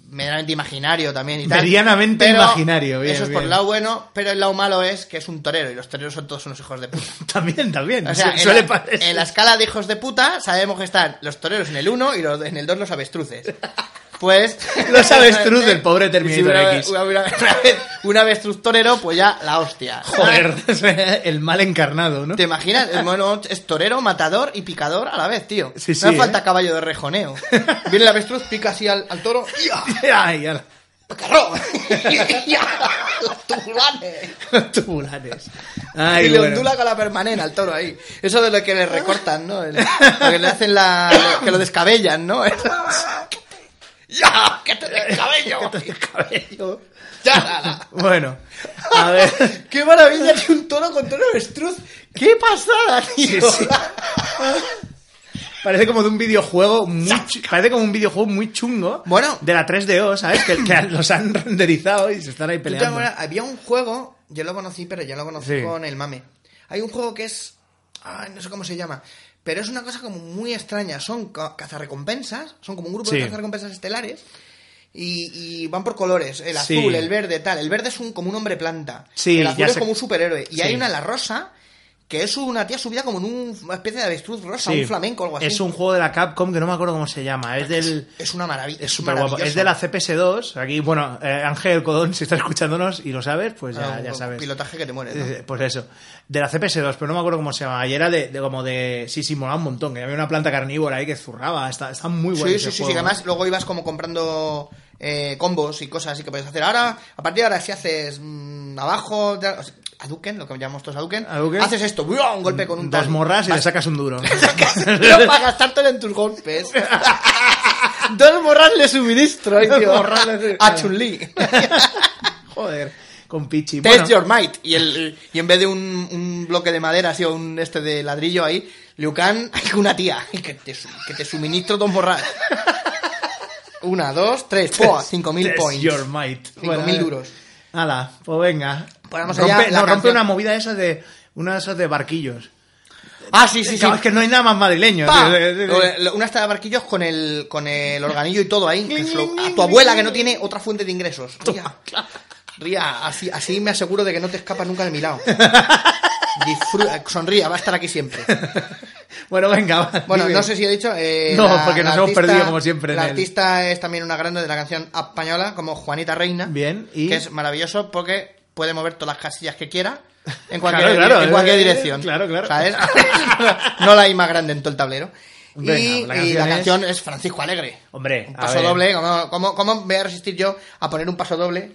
Speaker 2: medianamente imaginario también y tal.
Speaker 1: Medianamente imaginario, bien,
Speaker 2: Eso es por
Speaker 1: bien.
Speaker 2: el lado bueno, pero el lado malo es que es un torero y los toreros son todos unos hijos de puta.
Speaker 1: También, también.
Speaker 2: O sea,
Speaker 1: Su-
Speaker 2: en,
Speaker 1: suele
Speaker 2: la,
Speaker 1: parecer.
Speaker 2: en la escala de hijos de puta sabemos que están los toreros en el 1 y los, en el 2 los avestruces. Pues...
Speaker 1: Los avestruces, el pobre Terminator
Speaker 2: una,
Speaker 1: X.
Speaker 2: Una, una- una vez un avestruz torero, pues ya la hostia.
Speaker 1: Joder, el mal encarnado, ¿no?
Speaker 2: ¿Te imaginas? El mono es torero, matador y picador a la vez, tío.
Speaker 1: Sí, sí,
Speaker 2: no
Speaker 1: ¿eh?
Speaker 2: hace falta caballo de rejoneo. Viene el avestruz, pica así al, al toro. ¡Ya!
Speaker 1: Ay, ala.
Speaker 2: ¡Pacarro! ¡Ya! ¡Los tubulanes!
Speaker 1: Los tubulares. Ay,
Speaker 2: y le
Speaker 1: bueno.
Speaker 2: ondula con la permanente al toro ahí. Eso de lo que le recortan, ¿no? El- lo que le hacen la. lo- que lo descabellan, ¿no? Eso. ¡Ya! ¡Que te descabello!
Speaker 1: El cabello.
Speaker 2: ¡Ya! ala.
Speaker 1: Bueno, a ver.
Speaker 2: ¡Qué maravilla que un toro con toro avestruz! ¡Qué pasada, tío!
Speaker 1: Sí, sí. Parece como de un videojuego muy, chu- parece como un videojuego muy chungo
Speaker 2: Bueno.
Speaker 1: de la 3DO, ¿sabes? Que, que los han renderizado y se están ahí
Speaker 2: Tú te
Speaker 1: peleando.
Speaker 2: acuerdas, había un juego, yo lo conocí, pero ya lo conocí
Speaker 1: Sí.
Speaker 2: con el mame. Hay un juego que es. Ay, no sé cómo se llama. Pero es una cosa como muy extraña. Son ca- cazarrecompensas, son como un grupo
Speaker 1: Sí.
Speaker 2: de cazarrecompensas estelares. Y, y van por colores, el
Speaker 1: Sí.
Speaker 2: azul, el verde, tal. El verde es un, como un hombre planta.
Speaker 1: Sí,
Speaker 2: el azul
Speaker 1: ya
Speaker 2: es
Speaker 1: sé-
Speaker 2: como un superhéroe. Y
Speaker 1: Sí.
Speaker 2: hay una, la rosa, que es una tía subida como en un- una especie de avestruz rosa,
Speaker 1: Sí.
Speaker 2: un flamenco o algo así. Ah,
Speaker 1: Es un juego de la Capcom que no me acuerdo cómo se llama. Es del.
Speaker 2: Es una maravilla.
Speaker 1: Es súper guapo. Es de la CPS2. Aquí, bueno, eh, Ángel Codón, si estás escuchándonos y lo sabes, pues ya, ya sabes.
Speaker 2: Pilotaje que te mueres. Ah, ¿no?
Speaker 1: Eh, Pues eso, de la CPS2, pero no me acuerdo cómo se llama. Y era de, de como de. Sí, sí, molaba un montón. Que había una planta carnívora ahí que zurraba. Está, está muy bueno.
Speaker 2: Sí,
Speaker 1: ese
Speaker 2: sí, sí, sí,
Speaker 1: juego.
Speaker 2: que además luego ibas como comprando eh, combos y cosas así que puedes hacer. Ahora, a partir de ahora, si haces mm, abajo, te- o sea, Hadouken, lo que llamamos todos Hadouken,
Speaker 1: Hadouken.
Speaker 2: haces esto, ¡buah! un golpe con un
Speaker 1: Dos
Speaker 2: tal.
Speaker 1: morras y le sacas un duro.
Speaker 2: Pero para gastártelo en tus golpes. Dos morras le suministro, ahí,
Speaker 1: Dos
Speaker 2: tío.
Speaker 1: morras le suministro.
Speaker 2: A Chun-Li.
Speaker 1: Joder, con Pichi.
Speaker 2: Test
Speaker 1: Bueno,
Speaker 2: your might. Y, el, y en vez de un, un bloque de madera, así o un este de ladrillo ahí, Liu Kang, una tía, que te, su- que te suministro dos morras. Una, dos, tres, ¡pua!
Speaker 1: test-
Speaker 2: 5.000
Speaker 1: test
Speaker 2: points.
Speaker 1: your might. eh,
Speaker 2: 5.000 duros.
Speaker 1: Hala, pues venga.
Speaker 2: Ponemos
Speaker 1: rompe,
Speaker 2: allá
Speaker 1: no,
Speaker 2: la
Speaker 1: rompe
Speaker 2: canción.
Speaker 1: una movida esa de. Una de esas de barquillos.
Speaker 2: Ah, sí, sí, sí.
Speaker 1: Claro, Es que no hay nada más madrileño.
Speaker 2: ¡Pa!
Speaker 1: tío. Eh, eh,
Speaker 2: Lo- lo- Una está de barquillos con el, con el organillo y todo ahí. que se lo- a tu abuela que no tiene otra fuente de ingresos. Ría, ría así, así me aseguro de que no te escapas nunca de mi lado. Disfru- eh, sonría, va a estar aquí siempre.
Speaker 1: Bueno, venga, va,
Speaker 2: Bueno,
Speaker 1: dime.
Speaker 2: no sé si he dicho. eh,
Speaker 1: No, porque nos hemos perdido, como siempre, en
Speaker 2: La
Speaker 1: el-
Speaker 2: artista es también una grande de la canción española, como Juanita Reina.
Speaker 1: Bien, y-
Speaker 2: Que es maravilloso porque puede mover todas las casillas que quiera en
Speaker 1: Claro,
Speaker 2: cualquier,
Speaker 1: claro,
Speaker 2: en cualquier
Speaker 1: eh,
Speaker 2: dirección.
Speaker 1: claro, claro.
Speaker 2: ¿Sabes? no la hay más grande en todo el tablero.
Speaker 1: Venga, pues
Speaker 2: y,
Speaker 1: la canción
Speaker 2: y la
Speaker 1: es-
Speaker 2: canción es Francisco Alegre.
Speaker 1: Hombre,
Speaker 2: un
Speaker 1: a
Speaker 2: paso
Speaker 1: ver.
Speaker 2: doble. ¿cómo, cómo, cómo me voy a resistir yo a poner un paso doble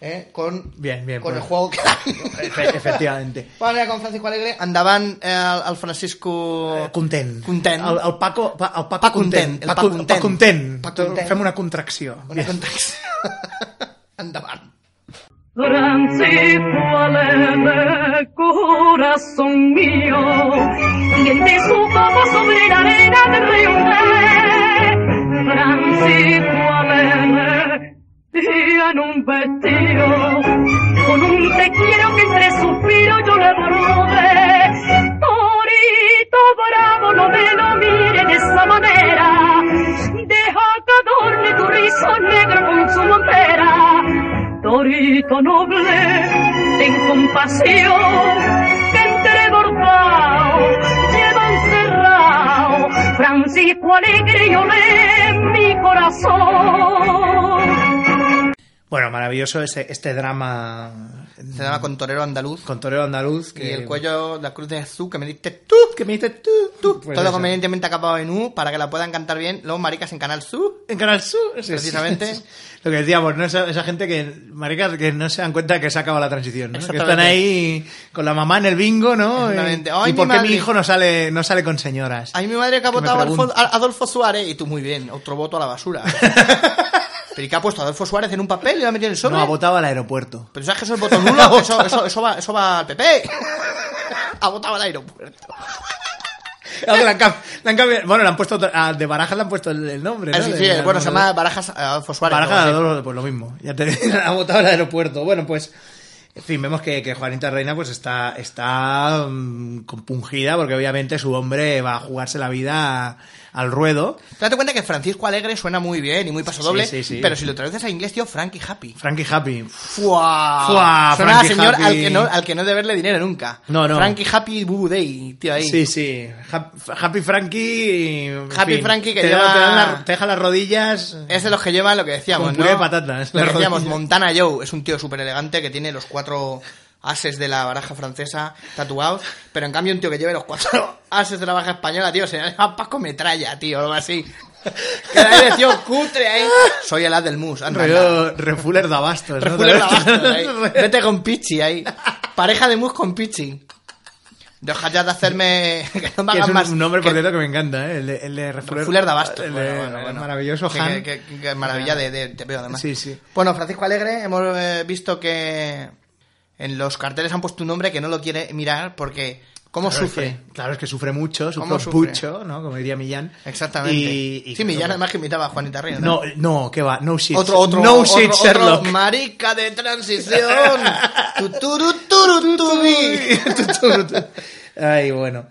Speaker 2: eh, con,
Speaker 1: Bien, bien,
Speaker 2: con
Speaker 1: pues.
Speaker 2: el juego que
Speaker 1: Efe- efectivamente.
Speaker 2: Bueno, con Francisco Alegre endavant eh, el, el Francisco...
Speaker 1: Eh, Content.
Speaker 2: Content.
Speaker 1: El, el Paco, pa, el Paco Content.
Speaker 2: Pa content,
Speaker 1: El
Speaker 2: el pa
Speaker 1: Paco,
Speaker 2: content.
Speaker 1: pa content.
Speaker 2: Pa content.
Speaker 1: Fem una contracció.
Speaker 2: Una contracció. Endavant.
Speaker 7: Francisco Alegre, corazón mío, tiende su copa sobre la arena del río Grande. Francisco Alegre, tira en un vestido, con un te quiero que entre suspiros yo le borré. Torito bravo, no me lo mire de esa manera, deja que adorne tu rizo negro con su montera. Torito noble, ten compasión, que entre Borbao lleva encerrado Francisco Alegre y olé en mi corazón.
Speaker 1: Bueno, maravilloso este, este drama
Speaker 2: Se llama con torero andaluz.
Speaker 1: con torero andaluz. Que,
Speaker 2: Y el cuello, la cruz de Jesús, que me diste tú.
Speaker 1: Tú, que me dices tú, tú. Pues
Speaker 2: Todo
Speaker 1: eso.
Speaker 2: convenientemente acabado en U para que la puedan cantar bien los maricas en Canal Sur.
Speaker 1: En Canal Sur, sí, sí,
Speaker 2: Precisamente.
Speaker 1: sí. Lo que decíamos, ¿no? Esa, esa gente que, maricas, que no se dan cuenta que se acaba la transición, ¿no? Que
Speaker 2: Exactamente.
Speaker 1: están ahí con la mamá en el bingo, ¿no?
Speaker 2: Exactamente.
Speaker 1: Eh,
Speaker 2: Ay,
Speaker 1: ¿Y
Speaker 2: mi
Speaker 1: por qué
Speaker 2: madre.
Speaker 1: mi hijo no sale, no sale con señoras?
Speaker 2: Hay mi madre que ha
Speaker 1: me
Speaker 2: votado a Alfo-
Speaker 1: pregunto.
Speaker 2: a Adolfo Suárez y tú muy bien, otro voto a la basura. Pero ¿y qué ha puesto a Adolfo Suárez en un papel y lo ha metido en el sobre?
Speaker 1: no, ha votado al aeropuerto.
Speaker 2: Pero ¿sabes que eso es voto nulo? eso, eso, eso va, eso va al PP. ha votado al aeropuerto.
Speaker 1: Ah, que le han cam- le han cambiado- bueno, le han puesto, a, de Barajas le han puesto el, el nombre, ¿no?
Speaker 2: Ah, sí,
Speaker 1: De-
Speaker 2: sí,
Speaker 1: de-
Speaker 2: bueno, se
Speaker 1: de-
Speaker 2: llama Barajas eh, Adolfo Suárez.
Speaker 1: Barajas,
Speaker 2: algo así.
Speaker 1: Adolfo, pues lo mismo. Ya te ha votado el aeropuerto. Bueno, pues. En fin, vemos que, que Juanita Reina pues está, está mm, compungida porque obviamente su hombre va a jugarse la vida al ruedo.
Speaker 2: Date cuenta que Francisco Alegre suena muy bien y muy paso doble,
Speaker 1: sí, sí.
Speaker 2: pero si lo traduces a inglés, tío, Frankie Happy.
Speaker 1: Frankie Happy.
Speaker 2: ¡Fua!
Speaker 1: ¡Fua,
Speaker 2: Suena a
Speaker 1: Frankie
Speaker 2: señor al
Speaker 1: Happy!
Speaker 2: que, no, al que no deberle dinero nunca.
Speaker 1: No, no.
Speaker 2: Frankie Happy Boo Day, tío, ahí.
Speaker 1: Sí, sí. Hap- Happy Frankie. en
Speaker 2: Happy Frankie que
Speaker 1: te, da-
Speaker 2: lleva-
Speaker 1: te, dan la- te deja las rodillas.
Speaker 2: Es de los que llevan lo que decíamos,
Speaker 1: Con puré
Speaker 2: ¿no?
Speaker 1: de patatas,
Speaker 2: Lo
Speaker 1: la
Speaker 2: que decíamos,
Speaker 1: rodilla.
Speaker 2: Montana Joe es un tío súper elegante que tiene los cuatro ases de la baraja francesa tatuados, pero en cambio un tío que lleve los cuatro ases de la baraja española, tío, se llama Paco Metralla, tío, algo así. Que la dirección cutre ahí. Soy el as del mus, anda, anda.
Speaker 1: Rollo refuler de abastos. ¿no?
Speaker 2: Refuler la basta, ahí. Vete con Pichi ahí. Pareja de mus con Pichi. Deja ya de hacerme... Que no me
Speaker 1: Que
Speaker 2: hagas
Speaker 1: es un,
Speaker 2: más...
Speaker 1: un nombre, por
Speaker 2: que-
Speaker 1: cierto, que me encanta, ¿eh? El de, el de refuler,
Speaker 2: Fuller de Abasto.
Speaker 1: el de-
Speaker 2: Bueno, bueno, bueno.
Speaker 1: Maravilloso
Speaker 2: Qué-
Speaker 1: Han.
Speaker 2: qué- qué- qué maravilla de, de- te veo, además.
Speaker 1: Sí, sí.
Speaker 2: Bueno, Francisco Alegre, hemos eh, visto que en los carteles han puesto un nombre que no lo quiere mirar porque cómo
Speaker 1: Claro, es
Speaker 2: sufre.
Speaker 1: que- claro, es que sufre mucho,
Speaker 2: ¿Cómo
Speaker 1: sufre
Speaker 2: sufre?
Speaker 1: mucho, ¿no? Como diría Millán.
Speaker 2: Exactamente.
Speaker 1: Y, y-
Speaker 2: sí, Millán
Speaker 1: claro.
Speaker 2: además que imitaba a Juanita Reina.
Speaker 1: No, no, que va, no shit.
Speaker 2: Otro, otro,
Speaker 1: no
Speaker 2: otro-
Speaker 1: shit,
Speaker 2: otro
Speaker 1: Sherlock.
Speaker 2: marica de transición. Tu, turu, turu, tubi.
Speaker 1: Ay, bueno.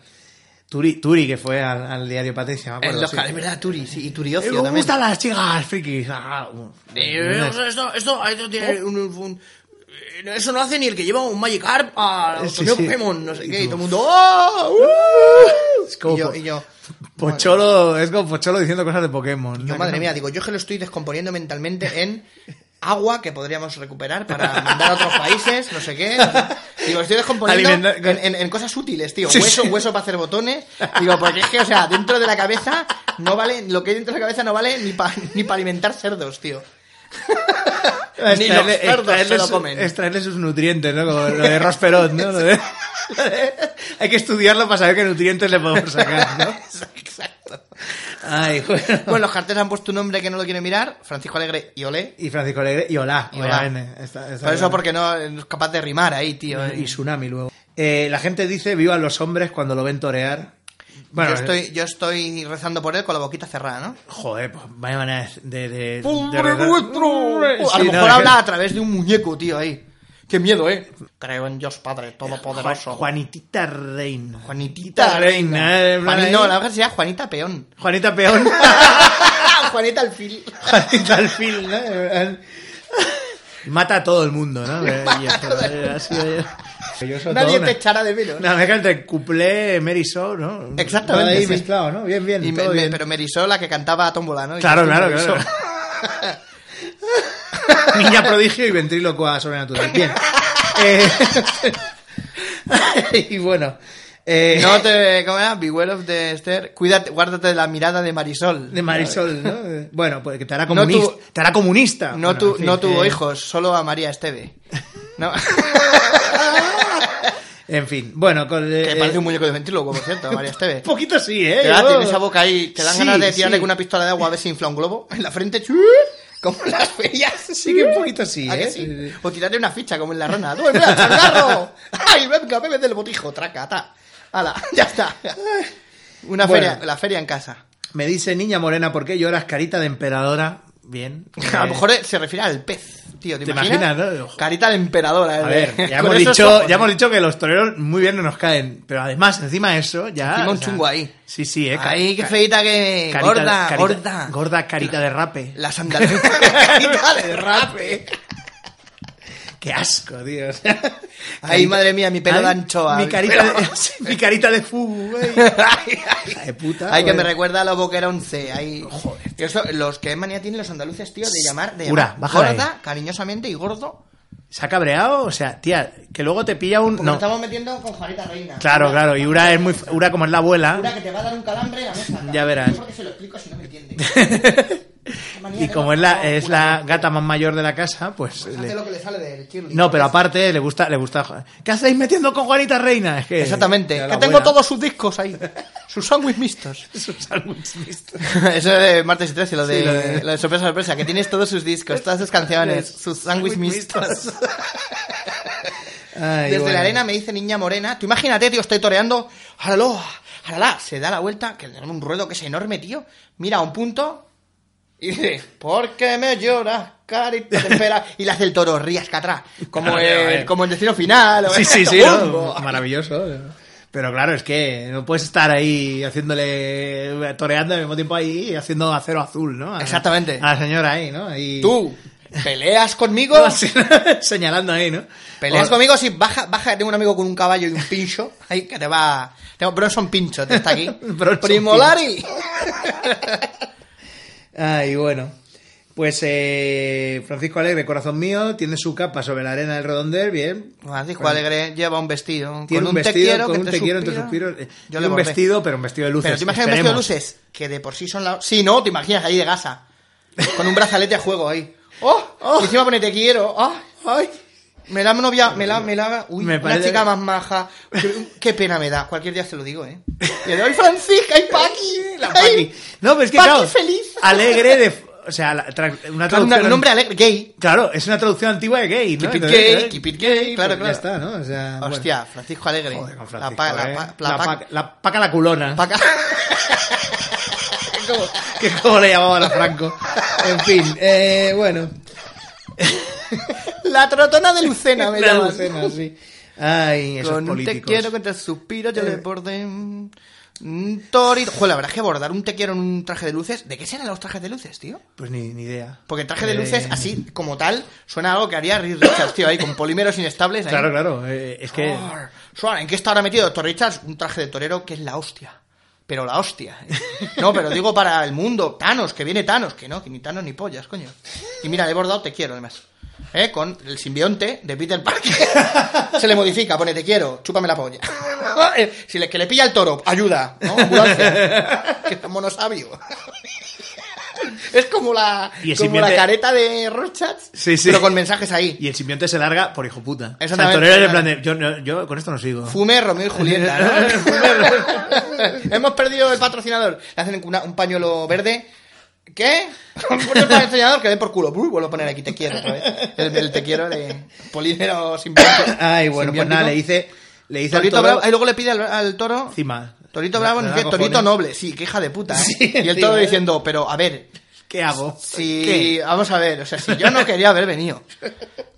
Speaker 1: Turi, Turi, que fue al, al diario Patricia, me
Speaker 2: En
Speaker 1: acuerdo.
Speaker 2: Eh, los
Speaker 1: sí.
Speaker 2: car- es verdad, Turi, sí, y
Speaker 1: Eh,
Speaker 2: Turiocio
Speaker 1: me
Speaker 2: también.
Speaker 1: gustan las chicas, frikis. Ah, uh,
Speaker 2: Eh,
Speaker 1: no,
Speaker 2: esto, esto, esto tiene un, un- eh, Eso no hace ni el que lleva un Magikarp a los
Speaker 1: Sí,
Speaker 2: torneos
Speaker 1: sí.
Speaker 2: Pokémon, no sé qué, y todo el mundo. ¡ah! ¡Uh!
Speaker 1: Es como
Speaker 2: y yo,
Speaker 1: po-
Speaker 2: y yo,
Speaker 1: Pocholo, es como Pocholo diciendo cosas de Pokémon.
Speaker 2: yo,
Speaker 1: ¿no?
Speaker 2: madre mía, digo, yo que lo estoy descomponiendo mentalmente en agua que podríamos recuperar para mandar a otros países, no sé qué. Digo, estoy descomponiendo
Speaker 1: Alimenta-
Speaker 2: en, en- en cosas útiles, tío.
Speaker 1: Sí,
Speaker 2: Hueso,
Speaker 1: sí.
Speaker 2: hueso para hacer botones. Digo, porque es que, o sea, dentro de la cabeza no vale, lo que hay dentro de la cabeza no vale ni para ni pa alimentar cerdos, tío. Ni los
Speaker 1: Extraerle-
Speaker 2: cerdos se
Speaker 1: extraerle
Speaker 2: lo
Speaker 1: su-
Speaker 2: comen.
Speaker 1: Extraerle sus nutrientes, ¿no? Como lo de Rosperot, ¿no? Lo de- lo de- Hay que estudiarlo para saber qué nutrientes le podemos sacar, ¿no?
Speaker 2: Exacto.
Speaker 1: Ay, bueno.
Speaker 2: Bueno, los carteles han puesto un nombre que no lo quiere mirar, Francisco Alegre y Olé.
Speaker 1: Y Francisco Alegre, y hola.
Speaker 2: Y hola.
Speaker 1: obviamente. Está- está
Speaker 2: Por eso
Speaker 1: bien.
Speaker 2: porque no es capaz de rimar ahí, tío.
Speaker 1: Y Tsunami luego. Eh, la gente dice, viva los hombres cuando lo ven torear. Bueno, eh.
Speaker 2: yo, estoy, yo estoy rezando por él con la boquita cerrada, ¿no?
Speaker 1: Joder, pues vaya manera de... de, de- de
Speaker 2: ¡Hombre
Speaker 1: rezar.
Speaker 2: nuestro!
Speaker 1: Sí,
Speaker 2: Uh, a lo
Speaker 1: no, es
Speaker 2: mejor
Speaker 1: que-
Speaker 2: habla a través de un muñeco, tío, ahí. Qué miedo, ¿eh? Creo en Dios Padre Todopoderoso.
Speaker 1: Juanitita Reina.
Speaker 2: Juanitita
Speaker 1: Reina. eh, en plan
Speaker 2: Juani-
Speaker 1: ahí.
Speaker 2: no, la verdad sería Juanita Peón.
Speaker 1: Juanita Peón.
Speaker 2: Juanita Alfil.
Speaker 1: Juanita Alfil, ¿no? En plan, Mata a todo el mundo, ¿no? Y esto, eh, ha sido- yo soy
Speaker 2: Nadie
Speaker 1: todo
Speaker 2: te
Speaker 1: una-
Speaker 2: echará de menos.
Speaker 1: Una mezcla entre cuplé, Mary Shaw, ¿no?
Speaker 2: Exactamente,
Speaker 1: Todo Ahí
Speaker 2: sí.
Speaker 1: mezclado, ¿no? Bien, bien,
Speaker 2: Y me-
Speaker 1: todo
Speaker 2: me-
Speaker 1: bien.
Speaker 2: pero me erizó la que cantaba a Tómbola, ¿no? Y
Speaker 1: Claro,
Speaker 2: yo,
Speaker 1: claro,
Speaker 2: me
Speaker 1: claro.
Speaker 2: erizó.
Speaker 1: Niña prodigio y ventrílocua sobrenatural. Bien. Eh, y bueno. eh,
Speaker 2: No te... ¿Cómo era? Beware of the Esther. Cuídate, guárdate de la mirada de Marisol.
Speaker 1: De Marisol, ¿no? Bueno, pues que te hará
Speaker 2: No
Speaker 1: comunista.
Speaker 2: tuvo-
Speaker 1: Te hará comunista.
Speaker 2: No,
Speaker 1: Bueno,
Speaker 2: tu-
Speaker 1: en fin,
Speaker 2: no tuvo
Speaker 1: eh,
Speaker 2: hijos, solo a María Esteve. No.
Speaker 1: En fin, bueno, con.
Speaker 2: que
Speaker 1: eh,
Speaker 2: parece un muñeco de ventríloco, por cierto, a María Esteve.
Speaker 1: Un poquito sí, ¿eh?
Speaker 2: Te da-
Speaker 1: Yo-
Speaker 2: tiene esa boca ahí, te dan
Speaker 1: Sí,
Speaker 2: ganas de tirarle
Speaker 1: sí.
Speaker 2: con una pistola de agua a ver si infla un globo en la frente, ¡chu! como en las ferias.
Speaker 1: Sí, que un poquito sí,
Speaker 2: ¿A que
Speaker 1: ¿eh?
Speaker 2: sí? O tirarle una ficha como en la rana. ¡Duerme, changarro! ¡Ay, venga, bebe del botijo! ¡Traca, ta! ¡Hala! ¡Ya está! Una
Speaker 1: Bueno.
Speaker 2: feria, la feria en casa.
Speaker 1: Me dice niña morena, ¿por qué lloras carita de emperadora? Bien.
Speaker 2: A
Speaker 1: Eh,
Speaker 2: lo mejor se refiere al pez, tío. ¿Te,
Speaker 1: ¿Te
Speaker 2: imaginas?
Speaker 1: imaginas, no?
Speaker 2: Carita de emperadora. eh.
Speaker 1: A ver, ya
Speaker 2: Con
Speaker 1: hemos,
Speaker 2: esos
Speaker 1: dicho,
Speaker 2: ojos. ¿eh?
Speaker 1: ya hemos dicho que los toreros muy bien no nos caen, pero además, encima de eso, ya...
Speaker 2: Encima un
Speaker 1: o sea,
Speaker 2: chungo ahí.
Speaker 1: Sí, sí, eh. ca-
Speaker 2: Ay, qué
Speaker 1: ca-
Speaker 2: feita que...
Speaker 1: carita-
Speaker 2: gorda,
Speaker 1: carita-
Speaker 2: gorda.
Speaker 1: Gorda carita de rape.
Speaker 2: La sandalia. carita de rape.
Speaker 1: Qué asco, tío.
Speaker 2: Ay, madre mía, mi pelo de anchoa.
Speaker 1: Mi
Speaker 2: Mi
Speaker 1: carita de,
Speaker 2: pelo-
Speaker 1: mi carita de fugu, güey.
Speaker 2: ay,
Speaker 1: Hija
Speaker 2: ay.
Speaker 1: de puta.
Speaker 2: Ay, que
Speaker 1: güey.
Speaker 2: me recuerda a la boquera 11. Ay. Joder. Eso, los que manía tienen los andaluces, tío, de llamar, de
Speaker 1: Ura,
Speaker 2: llamar
Speaker 1: bájala ahí.
Speaker 2: gorda, cariñosamente y gordo.
Speaker 1: ¿Se ha cabreado? O sea, tía, que luego te pilla un...
Speaker 2: Porque nos
Speaker 1: No.
Speaker 2: estamos metiendo con Juanita Reina.
Speaker 1: Claro, claro. Y Ura es muy... Ura como es la abuela...
Speaker 2: Ura, que te va a dar un calambre en la mesa. cabrón.
Speaker 1: Ya verás.
Speaker 2: Yo porque se lo explico si no me entiende. Qué manía
Speaker 1: y
Speaker 2: tengo.
Speaker 1: como es la,
Speaker 2: No,
Speaker 1: es
Speaker 2: Ura,
Speaker 1: la gata más mayor de la casa, pues...
Speaker 2: pues
Speaker 1: le-
Speaker 2: hace lo que le sale del cheerleader.
Speaker 1: No, pero aparte le gusta, le gusta. ¿Qué hacéis metiendo con Juanita Reina?
Speaker 2: Eh,
Speaker 1: Es que,
Speaker 2: Exactamente.
Speaker 1: Ya la
Speaker 2: Que tengo
Speaker 1: abuela.
Speaker 2: todos sus discos ahí. Sus sándwiches mixtos.
Speaker 1: Sus sándwiches listos.
Speaker 2: Eso de martes y 13, lo de,
Speaker 1: Sí, lo de-
Speaker 2: lo de sorpresa, sorpresa, que tienes todos sus discos, todas sus canciones, sus sándwiches
Speaker 1: Sándwich
Speaker 2: mixtos.
Speaker 1: Ay,
Speaker 2: Desde
Speaker 1: bueno.
Speaker 2: la arena me dice niña morena. Tú imagínate, tío, estoy toreando. ¡Jalalo! ¡Jalala! Se da la vuelta, que le dan un ruedo que es enorme, tío. Mira a un punto y dice: ¿Por qué me lloras, carita? de espera?" Y le hace el toro, rías que atrás. Como,
Speaker 1: Claro,
Speaker 2: el,
Speaker 1: eh.
Speaker 2: como el destino final. o
Speaker 1: Sí, sí,
Speaker 2: esto,
Speaker 1: sí. ¿no?
Speaker 2: ¡bumbo!
Speaker 1: Maravilloso. Pero claro, es que no puedes estar ahí haciéndole, toreando al mismo tiempo ahí, haciendo acero azul, ¿no? A-
Speaker 2: Exactamente.
Speaker 1: A la señora ahí, ¿no? Ahí-
Speaker 2: Tú, ¿peleas conmigo?
Speaker 1: No, sí, señalando ahí, ¿no?
Speaker 2: Peleas
Speaker 1: O-
Speaker 2: conmigo si baja, baja, tengo un amigo con un caballo y un pincho, ahí que te va. Tengo Bronson Pincho, te está aquí.
Speaker 1: Bronson
Speaker 2: Primo
Speaker 1: Pincho.
Speaker 2: Lari.
Speaker 1: Ay, Ah, bueno. Pues eh, Francisco Alegre, corazón mío, tiene su capa sobre la arena del redondel, bien.
Speaker 2: Francisco
Speaker 1: Bueno.
Speaker 2: Alegre lleva un vestido.
Speaker 1: Tiene
Speaker 2: con
Speaker 1: un,
Speaker 2: un, te
Speaker 1: vestido
Speaker 2: quiero,
Speaker 1: con
Speaker 2: que
Speaker 1: un te quiero entre suspiros. Eh,
Speaker 2: Yo
Speaker 1: y
Speaker 2: le
Speaker 1: un
Speaker 2: borré.
Speaker 1: vestido, pero un vestido de luces.
Speaker 2: Pero te imaginas un vestido de
Speaker 1: Esperemos.
Speaker 2: luces que de por sí son la. Sí, no, te imaginas ahí de gasa. Con un brazalete a juego ahí. ¡Oh! oh. Y encima pone te quiero. ¡Ah! ¡Ay! Me la novia, me la, me la, uy,
Speaker 1: Me
Speaker 2: una
Speaker 1: parece-
Speaker 2: chica más maja. Qué, qué pena me da. Cualquier día se lo digo, ¿eh? Y le doy Francisca y Paqui.
Speaker 1: La
Speaker 2: ay,
Speaker 1: Paqui. No, pero es que
Speaker 2: Paqui
Speaker 1: claro.
Speaker 2: feliz.
Speaker 1: Alegre de. O sea, la tra- una
Speaker 2: Claro,
Speaker 1: traducción.
Speaker 2: una- un hombre alegre, gay.
Speaker 1: Claro, es una traducción antigua de gay. ¿no?
Speaker 2: Keep it
Speaker 1: Entonces,
Speaker 2: gay,
Speaker 1: ¿eh?
Speaker 2: keep it gay. Claro,
Speaker 1: Pues Ya está,
Speaker 2: claro.
Speaker 1: ¿no? O sea, bueno.
Speaker 2: Hostia, Francisco Alegre.
Speaker 1: Joder, con
Speaker 2: la,
Speaker 1: Francisco,
Speaker 2: pa- la
Speaker 1: ¿eh?
Speaker 2: pa-
Speaker 1: La
Speaker 2: la pa-
Speaker 1: paca- la paca la culona.
Speaker 2: paca. ¿Cómo?
Speaker 1: que es como le llamaban a Franco. En fin, eh, bueno.
Speaker 2: La trotona de Lucena me
Speaker 1: La
Speaker 2: llaman.
Speaker 1: Lucena, sí. Ay, esos
Speaker 2: Con un te
Speaker 1: políticos. Eh.
Speaker 2: quiero contra suspiros yo le bordé un un torito. Joder, la verdad es que bordar un te quiero en un traje de luces. ¿De qué serán los trajes de luces, tío?
Speaker 1: Pues ni, ni idea.
Speaker 2: Porque el traje de
Speaker 1: Eh,
Speaker 2: luces, así como tal, suena a algo que haría Reed Richards, tío, ahí con polímeros inestables. Ahí.
Speaker 1: Claro, claro. eh, es que.
Speaker 2: Arr. Suena, ¿En qué está ahora metido Doctor Richards? Un traje de torero que es la hostia. Pero la hostia. ¿eh? No, pero digo para el mundo. Thanos, que viene Thanos, que no, que ni Thanos ni pollas, coño. Y mira, le he bordado te quiero, además. ¿Eh? Con el simbionte de Peter Parker. Se le modifica, pone te quiero, chúpame la polla. Eh, Si le, que le pilla el toro, ayuda, ¿no? Ambulancia. Que es mono sabio. Es como la,
Speaker 1: Y el
Speaker 2: como la
Speaker 1: simbionte-
Speaker 2: careta de Rorschach,
Speaker 1: Sí, sí.
Speaker 2: pero con mensajes ahí.
Speaker 1: Y el simbionte se larga por hijo puta. O sea, el
Speaker 2: Exactamente,
Speaker 1: torero es en plan
Speaker 2: claro.
Speaker 1: de. Yo, no- yo con esto no sigo.
Speaker 2: Fume Romeo y Julieta. ¿no? Hemos perdido el patrocinador. Le hacen una- un pañuelo verde. ¿Qué? Un patrocinador que den por culo. Uy, vuelvo a poner aquí te quiero otra vez. El, el te quiero de polímero simbiótico.
Speaker 1: Ay, bueno, pues nada, le dice. Le dice al
Speaker 2: Torito
Speaker 1: toro-
Speaker 2: Bravo. Ahí luego le pide al, al toro.
Speaker 1: Encima.
Speaker 2: Torito
Speaker 1: Le-
Speaker 2: Bravo,
Speaker 1: le
Speaker 2: no
Speaker 1: da
Speaker 2: sé qué, Torito
Speaker 1: cojones.
Speaker 2: Noble. Sí, qué hija de puta. ¿eh?
Speaker 1: Sí,
Speaker 2: y el
Speaker 1: sí,
Speaker 2: toro
Speaker 1: ¿eh?
Speaker 2: diciendo, pero a ver,
Speaker 1: ¿Qué hago?
Speaker 2: si.
Speaker 1: ¿Qué?
Speaker 2: Vamos a ver, o sea, si yo no quería haber venido.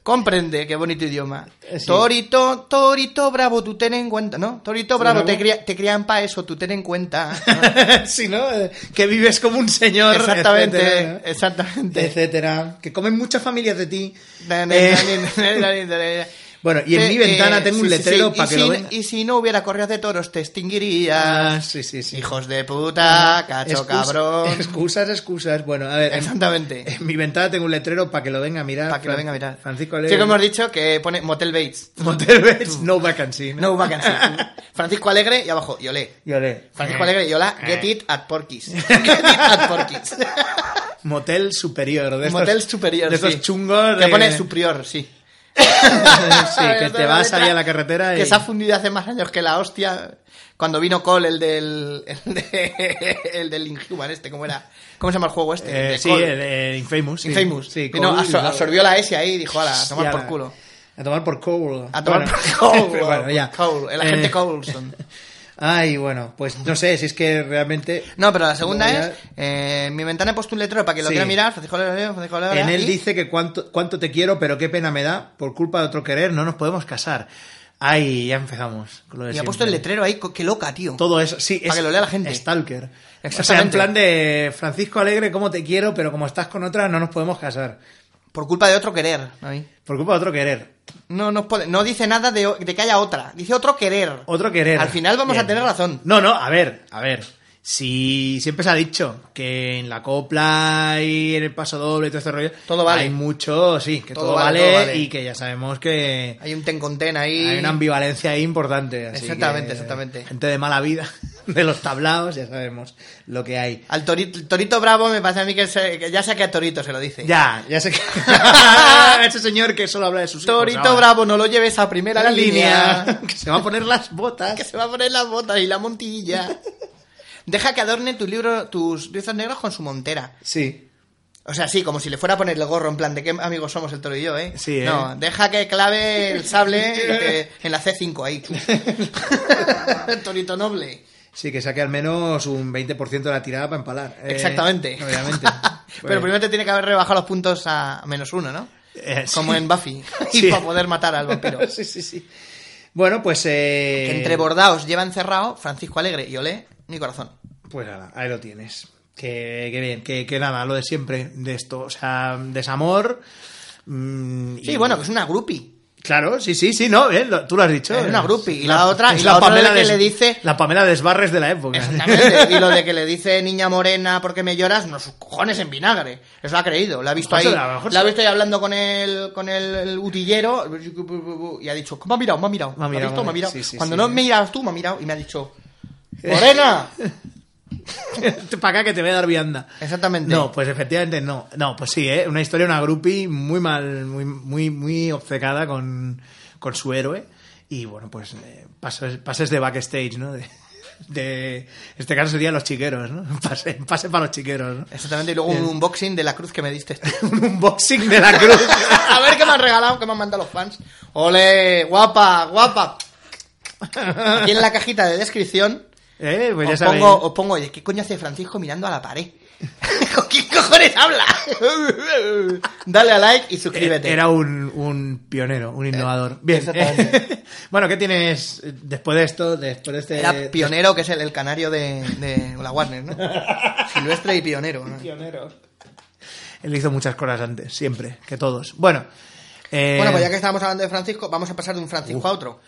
Speaker 2: Comprende, qué bonito idioma.
Speaker 1: Eh, sí.
Speaker 2: Torito, torito bravo, tú ten en cuenta, ¿no? Torito bravo,
Speaker 1: Bravo.
Speaker 2: te, cría- te crían para eso, tú ten en cuenta.
Speaker 1: sí, ¿no? Eh, Que vives como un señor.
Speaker 2: exactamente,
Speaker 1: etcétera, ¿no?
Speaker 2: exactamente.
Speaker 1: Etcétera. Que comen muchas familias de ti. Eh,
Speaker 2: bueno,
Speaker 1: bueno, y en mi
Speaker 2: eh,
Speaker 1: ventana tengo un letrero para que
Speaker 2: si,
Speaker 1: lo vean.
Speaker 2: Y si no hubiera correas de toros, te extinguirías.
Speaker 1: Ah, sí, sí, sí. Ah,
Speaker 2: Hijos de puta, cacho
Speaker 1: Excusa-
Speaker 2: cabrón.
Speaker 1: Excusas, excusas. Bueno, a ver. en-
Speaker 2: Exactamente.
Speaker 1: En mi ventana tengo un letrero para que lo venga a mirar.
Speaker 2: Para que lo venga a mirar.
Speaker 1: Francisco
Speaker 2: Sí,
Speaker 1: Alegre.
Speaker 2: como hemos dicho, que pone Motel Bates.
Speaker 1: Motel Bates, no vacancy.
Speaker 2: No vacancy. Francisco Alegre y abajo, y olé.
Speaker 1: Yo le.
Speaker 2: Francisco Alegre y hola,
Speaker 1: Eh,
Speaker 2: get it at Porky's. Get it at Porky's.
Speaker 1: Motel superior. De estos-
Speaker 2: Motel superior,
Speaker 1: De esos
Speaker 2: sí.
Speaker 1: chungos.
Speaker 2: Que
Speaker 1: de-
Speaker 2: pone superior, sí.
Speaker 1: sí, que te vas ahí a la carretera y...
Speaker 2: Que se ha fundido hace más años que la hostia. Cuando vino Cole, el del. El, de- el del Inhuman, este, ¿cómo era? ¿Cómo se llama el juego este? El
Speaker 1: Eh,
Speaker 2: de
Speaker 1: sí,
Speaker 2: Cole.
Speaker 1: el, eh, Infamous. sí.
Speaker 2: Infamous.
Speaker 1: Sí,
Speaker 2: Vino,
Speaker 1: Cole,
Speaker 2: absor-
Speaker 1: y-
Speaker 2: absorbió la S ahí y dijo, ala, a
Speaker 1: y
Speaker 2: tomar
Speaker 1: a-
Speaker 2: por culo.
Speaker 1: A tomar por Cole.
Speaker 2: A tomar
Speaker 1: Bueno.
Speaker 2: por culo.
Speaker 1: Pero bueno, ya.
Speaker 2: Cole, el agente
Speaker 1: Eh,
Speaker 2: Coulson.
Speaker 1: Ay, bueno, pues no sé, si es que realmente...
Speaker 2: No, pero la segunda
Speaker 1: Luego ya-
Speaker 2: es. eh, en mi ventana he puesto un letrero para que lo
Speaker 1: Sí.
Speaker 2: quiera mirar. Francisco Alegre, Francisco Alegre,
Speaker 1: En él
Speaker 2: y-
Speaker 1: dice que cuánto, cuánto te quiero, pero qué pena me da. Por culpa de otro querer no nos podemos casar. Ay, ya empezamos. con lo de
Speaker 2: Y ha puesto el
Speaker 1: siempre.
Speaker 2: letrero ahí, co- qué loca, tío.
Speaker 1: Todo eso, sí.
Speaker 2: Para que lo lea la gente.
Speaker 1: Stalker. O sea, en
Speaker 2: Exactamente.
Speaker 1: plan de Francisco Alegre, cómo te quiero, pero como estás con otra, no nos podemos casar.
Speaker 2: Por culpa de otro querer. ahí.
Speaker 1: Por culpa de otro querer.
Speaker 2: No, no, puede- no dice nada de, o- de que haya otra. Dice otro querer.
Speaker 1: Otro querer.
Speaker 2: Al final vamos
Speaker 1: Bien.
Speaker 2: a tener razón.
Speaker 1: No, no, a ver, a ver. Si siempre se ha dicho que en la copla y en el paso doble y todo este rollo.
Speaker 2: Todo vale.
Speaker 1: Hay mucho, sí, que todo,
Speaker 2: Todo
Speaker 1: vale,
Speaker 2: vale, todo vale.
Speaker 1: y que ya sabemos que
Speaker 2: Hay un ten con ten ahí.
Speaker 1: hay una ambivalencia ahí importante. así
Speaker 2: Exactamente,
Speaker 1: que
Speaker 2: exactamente.
Speaker 1: Gente de mala vida, de los tablaos, ya sabemos lo que hay.
Speaker 2: Al torito, el torito bravo me parece a mí que, se- que ya sé que a torito se lo dice.
Speaker 1: Ya, ya sé que. Ese señor que solo habla de sus hijos
Speaker 2: Torito
Speaker 1: ahora.
Speaker 2: bravo, no lo lleves a primera
Speaker 1: la
Speaker 2: línea.
Speaker 1: línea. que se va a poner las botas.
Speaker 2: que se va a poner las botas y la montilla. Deja que adorne tu libro, tus rizos negros con su montera.
Speaker 1: Sí.
Speaker 2: O sea, sí, como si le fuera a poner el gorro, en plan, ¿de qué amigos somos el toro y yo, eh?
Speaker 1: Sí, ¿eh?
Speaker 2: No, deja que clave el sable y te- en la C5 ahí. Torito noble.
Speaker 1: Sí, que saque al menos un 20% de la tirada para empalar. Eh,
Speaker 2: Exactamente.
Speaker 1: Obviamente.
Speaker 2: Pero
Speaker 1: Pues,
Speaker 2: primero te tiene que haber rebajado los puntos a menos uno, ¿no?
Speaker 1: eh, sí.
Speaker 2: Como en Buffy. Y
Speaker 1: Sí.
Speaker 2: para poder matar al vampiro.
Speaker 1: sí, sí, sí. Bueno, pues... Eh,
Speaker 2: Que entre bordaos lleva encerrado Francisco Alegre y Olé, mi corazón.
Speaker 1: Pues nada, ahí lo tienes. Que, que bien, que, que nada, lo de siempre de esto. O sea, desamor... mm,
Speaker 2: Sí,
Speaker 1: y-
Speaker 2: bueno, que es una groupie.
Speaker 1: Claro, sí, sí, sí, no, eh, lo- tú lo has dicho.
Speaker 2: Es una groupie. Y la
Speaker 1: Es
Speaker 2: otra- y la otra es la que
Speaker 1: Des-
Speaker 2: le dice-
Speaker 1: La Pamela Desbarres de la época.
Speaker 2: Exactamente. Y lo de que le dice niña morena porque me lloras, no sus cojones en vinagre. Eso lo ha creído. Lo ha visto
Speaker 1: A lo
Speaker 2: ahí.
Speaker 1: mejor se- a lo mejor
Speaker 2: La ha
Speaker 1: se-
Speaker 2: visto ahí hablando con el, con el, el utillero. Y ha dicho, me ha mirado, me ha mirado. Me ha mirado, me ha mirado.
Speaker 1: sí, sí,
Speaker 2: Cuando
Speaker 1: sí.
Speaker 2: no me mirabas tú, me ha mirado. Y me ha dicho, Morena.
Speaker 1: Para acá que te voy a dar vianda.
Speaker 2: Exactamente.
Speaker 1: No, pues efectivamente no. No, pues sí, ¿eh? una historia, una groupie muy mal, muy, muy, muy obcecada con, con su héroe. Y bueno, pues eh, pases, pases de backstage, ¿no? De, de- en este caso serían los chiqueros, ¿no? Pase, pase para los chiqueros, ¿no?
Speaker 2: Exactamente. Y luego un unboxing de la cruz que me diste. tú.
Speaker 1: Un unboxing de la cruz.
Speaker 2: A ver qué me han regalado, qué me han mandado los fans. Ole, guapa, guapa. Aquí en la cajita de descripción
Speaker 1: Eh, Pues ya
Speaker 2: os,
Speaker 1: sabéis.
Speaker 2: pongo, os pongo, oye, ¿qué coño hace Francisco mirando a la pared? ¿Con quién cojones habla? Dale a like y suscríbete.
Speaker 1: Era un, un pionero, un innovador. Bien.
Speaker 2: Eh, exactamente.
Speaker 1: bueno, ¿qué tienes eh, después de esto? Después de este.
Speaker 2: Era Eh, pionero, que es el, el canario de, de la Warner, ¿no? Silvestre y pionero. ¿no?
Speaker 1: Eh. Él hizo muchas cosas antes, siempre, que todos. Bueno. eh,
Speaker 2: Bueno, pues ya que estábamos hablando de Francisco, vamos a pasar de un Francisco a otro.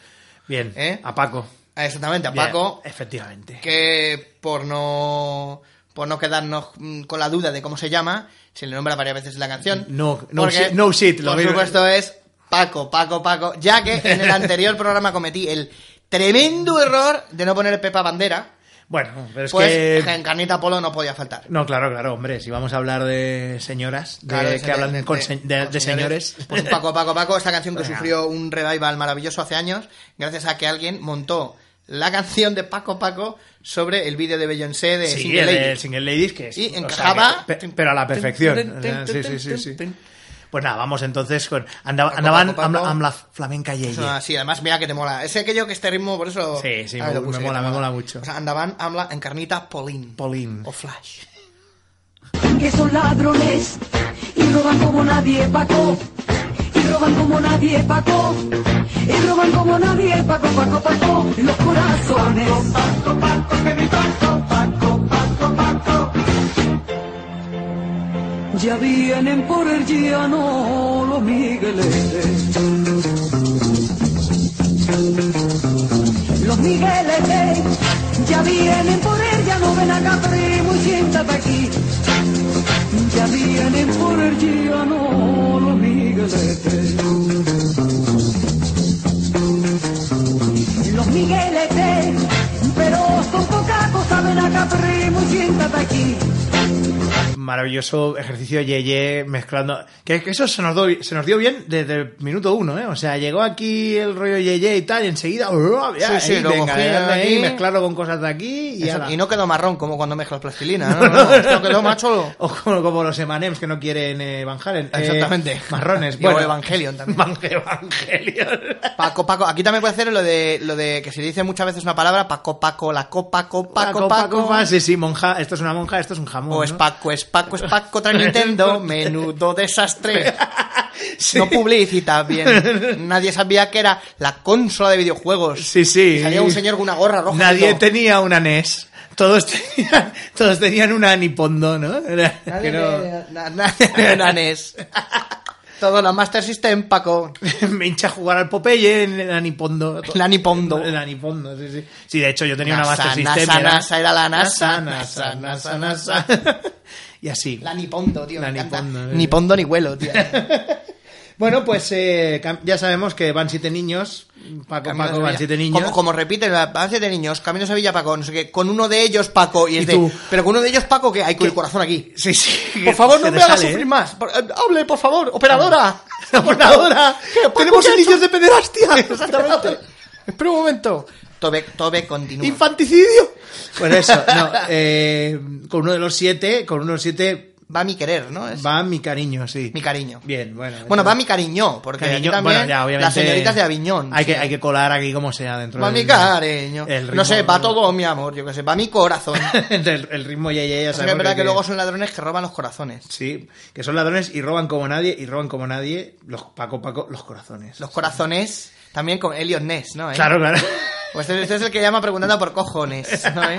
Speaker 1: Bien,
Speaker 2: ¿Eh?
Speaker 1: a Paco.
Speaker 2: Ah, Exactamente, a Paco.
Speaker 1: Bien, efectivamente.
Speaker 2: que por no por no quedarnos mm, con la duda de cómo se llama, se le nombra varias veces la canción.
Speaker 1: No- no
Speaker 2: Porque,
Speaker 1: shit- no shit, lo
Speaker 2: por
Speaker 1: mismo.
Speaker 2: supuesto es Paco, Paco, Paco, ya que en el anterior programa cometí el tremendo error de no poner Pepa Bandera,
Speaker 1: Bueno, pero es
Speaker 2: pues
Speaker 1: que.
Speaker 2: en Carnita Polo no podía faltar.
Speaker 1: No, claro, claro, hombre, si vamos a hablar de señoras, de-
Speaker 2: Claro,
Speaker 1: que hablan con se- de,
Speaker 2: con
Speaker 1: de señores.
Speaker 2: Pues Paco, Paco, Paco, esta canción que
Speaker 1: Venga.
Speaker 2: sufrió un revival maravilloso hace años, gracias a que alguien montó la canción de Paco, Paco sobre el vídeo de Beyoncé de
Speaker 1: sí,
Speaker 2: Single
Speaker 1: el
Speaker 2: Ladies.
Speaker 1: de Single Ladies, que es.
Speaker 2: Y
Speaker 1: o sea,
Speaker 2: encajaba-
Speaker 1: que- pe- pero a la perfección. O sea, sí, sí, sí, sí. Pues nada, vamos entonces con. andaba-
Speaker 2: Paco,
Speaker 1: andaban
Speaker 2: Paco, Paco.
Speaker 1: am- am la flamenca y
Speaker 2: Es una- sí, además, mira que te mola. Es aquello que este ritmo, por eso.
Speaker 1: Sí, sí,
Speaker 2: Ah,
Speaker 1: me-
Speaker 2: lo puse,
Speaker 1: me
Speaker 2: que
Speaker 1: mola,
Speaker 2: te
Speaker 1: me mola mucho.
Speaker 2: O sea, andaban, habla en carnita Pauline.
Speaker 1: Pauline.
Speaker 2: O Flash.
Speaker 8: que son ladrones y roban como nadie, Paco. Y roban roban como nadie, Paco. Y roban como nadie, Paco, Paco, Paco, los corazones. Ya vienen por el llano los migueletes. Los migueletes ya vienen por el llano, ven acá, primo, y siéntate aquí. Ya vienen por el llano los migueletes. Los migueletes, pero son poca cosa, ven acá, primo, y siéntate aquí.
Speaker 1: Maravilloso ejercicio Yeye mezclando. Que, que eso se nos, do- se nos dio bien desde el minuto uno, ¿eh? O sea, llegó aquí el rollo Yeye y tal, y enseguida. ¡oh! ya,
Speaker 2: Sí, sí,
Speaker 1: ahí,
Speaker 2: lo
Speaker 1: venga,
Speaker 2: cogí
Speaker 1: eh,
Speaker 2: de
Speaker 1: ahí,
Speaker 2: aquí.
Speaker 1: mezclarlo con cosas de aquí y,
Speaker 2: Eso-
Speaker 1: ala.
Speaker 2: y no quedó marrón como cuando mezclas plastilina. No, no, no, esto quedó macho.
Speaker 1: O como, como los Emanems que no quieren eh, Van Halen. Eh,
Speaker 2: Exactamente.
Speaker 1: marrones.
Speaker 2: Y o Evangelion también.
Speaker 1: Van- Evangelion.
Speaker 2: Paco, Paco, aquí también puede hacer lo de, lo de que se dice muchas veces una palabra, Paco, Paco, la copa, copa,
Speaker 1: Paco,
Speaker 2: Paco, Paco.
Speaker 1: Paco. Sí, sí, monja. Esto es una monja, esto es un jamón.
Speaker 2: O es
Speaker 1: ¿no?
Speaker 2: Paco, es Paco, es Paco, trae Nintendo, menudo desastre.
Speaker 1: Sí.
Speaker 2: No publicita bien. Nadie sabía que era la consola de videojuegos.
Speaker 1: Sí, sí.
Speaker 2: Y salía un señor con una gorra roja.
Speaker 1: Nadie
Speaker 2: diciendo,
Speaker 1: tenía una NES. Todos tenían, todos tenían una Nipondo, ¿no? Era-
Speaker 2: Nadie
Speaker 1: que no-
Speaker 2: de- na- nadie de nanes. Todo la Master System, Paco.
Speaker 1: Me hincha jugar al Popeye en la Nipondo.
Speaker 2: La Nipondo.
Speaker 1: En la Nipondo, sí, sí. Sí, de hecho yo tenía una
Speaker 2: NASA,
Speaker 1: Master
Speaker 2: NASA,
Speaker 1: System.
Speaker 2: NASA, era la NASA,
Speaker 1: NASA, NASA,
Speaker 2: NASA,
Speaker 1: NASA. Y así.
Speaker 2: La Nipondo, tío.
Speaker 1: La
Speaker 2: me encanta.
Speaker 1: Nipondo, eh.
Speaker 2: Ni pondo ni vuelo, tío.
Speaker 1: Bueno, pues eh, cam- ya sabemos que van siete niños. Paco,
Speaker 2: Camino
Speaker 1: Paco,
Speaker 2: de
Speaker 1: van
Speaker 2: Sevilla.
Speaker 1: siete niños.
Speaker 2: Como, como repite, van siete niños, camino a Sevilla, Paco, no sé qué, con uno de ellos, Paco, y es
Speaker 1: Y
Speaker 2: de,
Speaker 1: tú.
Speaker 2: pero con uno de ellos, Paco, que hay con el corazón aquí.
Speaker 1: Sí, sí.
Speaker 2: Por favor,
Speaker 1: Se
Speaker 2: no
Speaker 1: te
Speaker 2: me hagas
Speaker 1: sale,
Speaker 2: sufrir
Speaker 1: ¿eh?
Speaker 2: más. Por- eh, hable, por favor, operadora.
Speaker 1: Operadora.
Speaker 2: ¿Qué, Paco,
Speaker 1: Tenemos
Speaker 2: qué ha
Speaker 1: indicios
Speaker 2: hecho?
Speaker 1: de pederastia.
Speaker 2: Exactamente. Espera un momento. Tobe, Tobe continúa.
Speaker 1: Infanticidio. Pues eso, no, eh, con uno de los siete, con uno de los siete
Speaker 2: va mi querer, ¿no? Es
Speaker 1: va mi cariño, sí.
Speaker 2: Pues mi cariño.
Speaker 1: Bien, bueno.
Speaker 2: Bueno,
Speaker 1: eso-
Speaker 2: va mi cariño, porque aquí
Speaker 1: Cariño,
Speaker 2: también
Speaker 1: bueno, ya, obviamente.
Speaker 2: las señoritas de Aviñón.
Speaker 1: Hay,
Speaker 2: sí.
Speaker 1: que, hay que colar aquí como sea dentro
Speaker 2: Va
Speaker 1: del-
Speaker 2: mi cariño.
Speaker 1: el ritmo-
Speaker 2: No sé, va todo mi amor, yo qué sé, va mi corazón.
Speaker 1: el, el ritmo ya, ya, ya
Speaker 2: Es
Speaker 1: sabemos
Speaker 2: verdad que
Speaker 1: tiene-
Speaker 2: luego son ladrones que roban los corazones.
Speaker 1: Sí, que son ladrones y roban como nadie, y roban como nadie, los Paco Paco, los corazones.
Speaker 2: Los corazones, también con Elliot Ness, ¿no? eh?
Speaker 1: Claro, claro.
Speaker 2: Pues este, este es el que llama preguntando por cojones, ¿no? eh?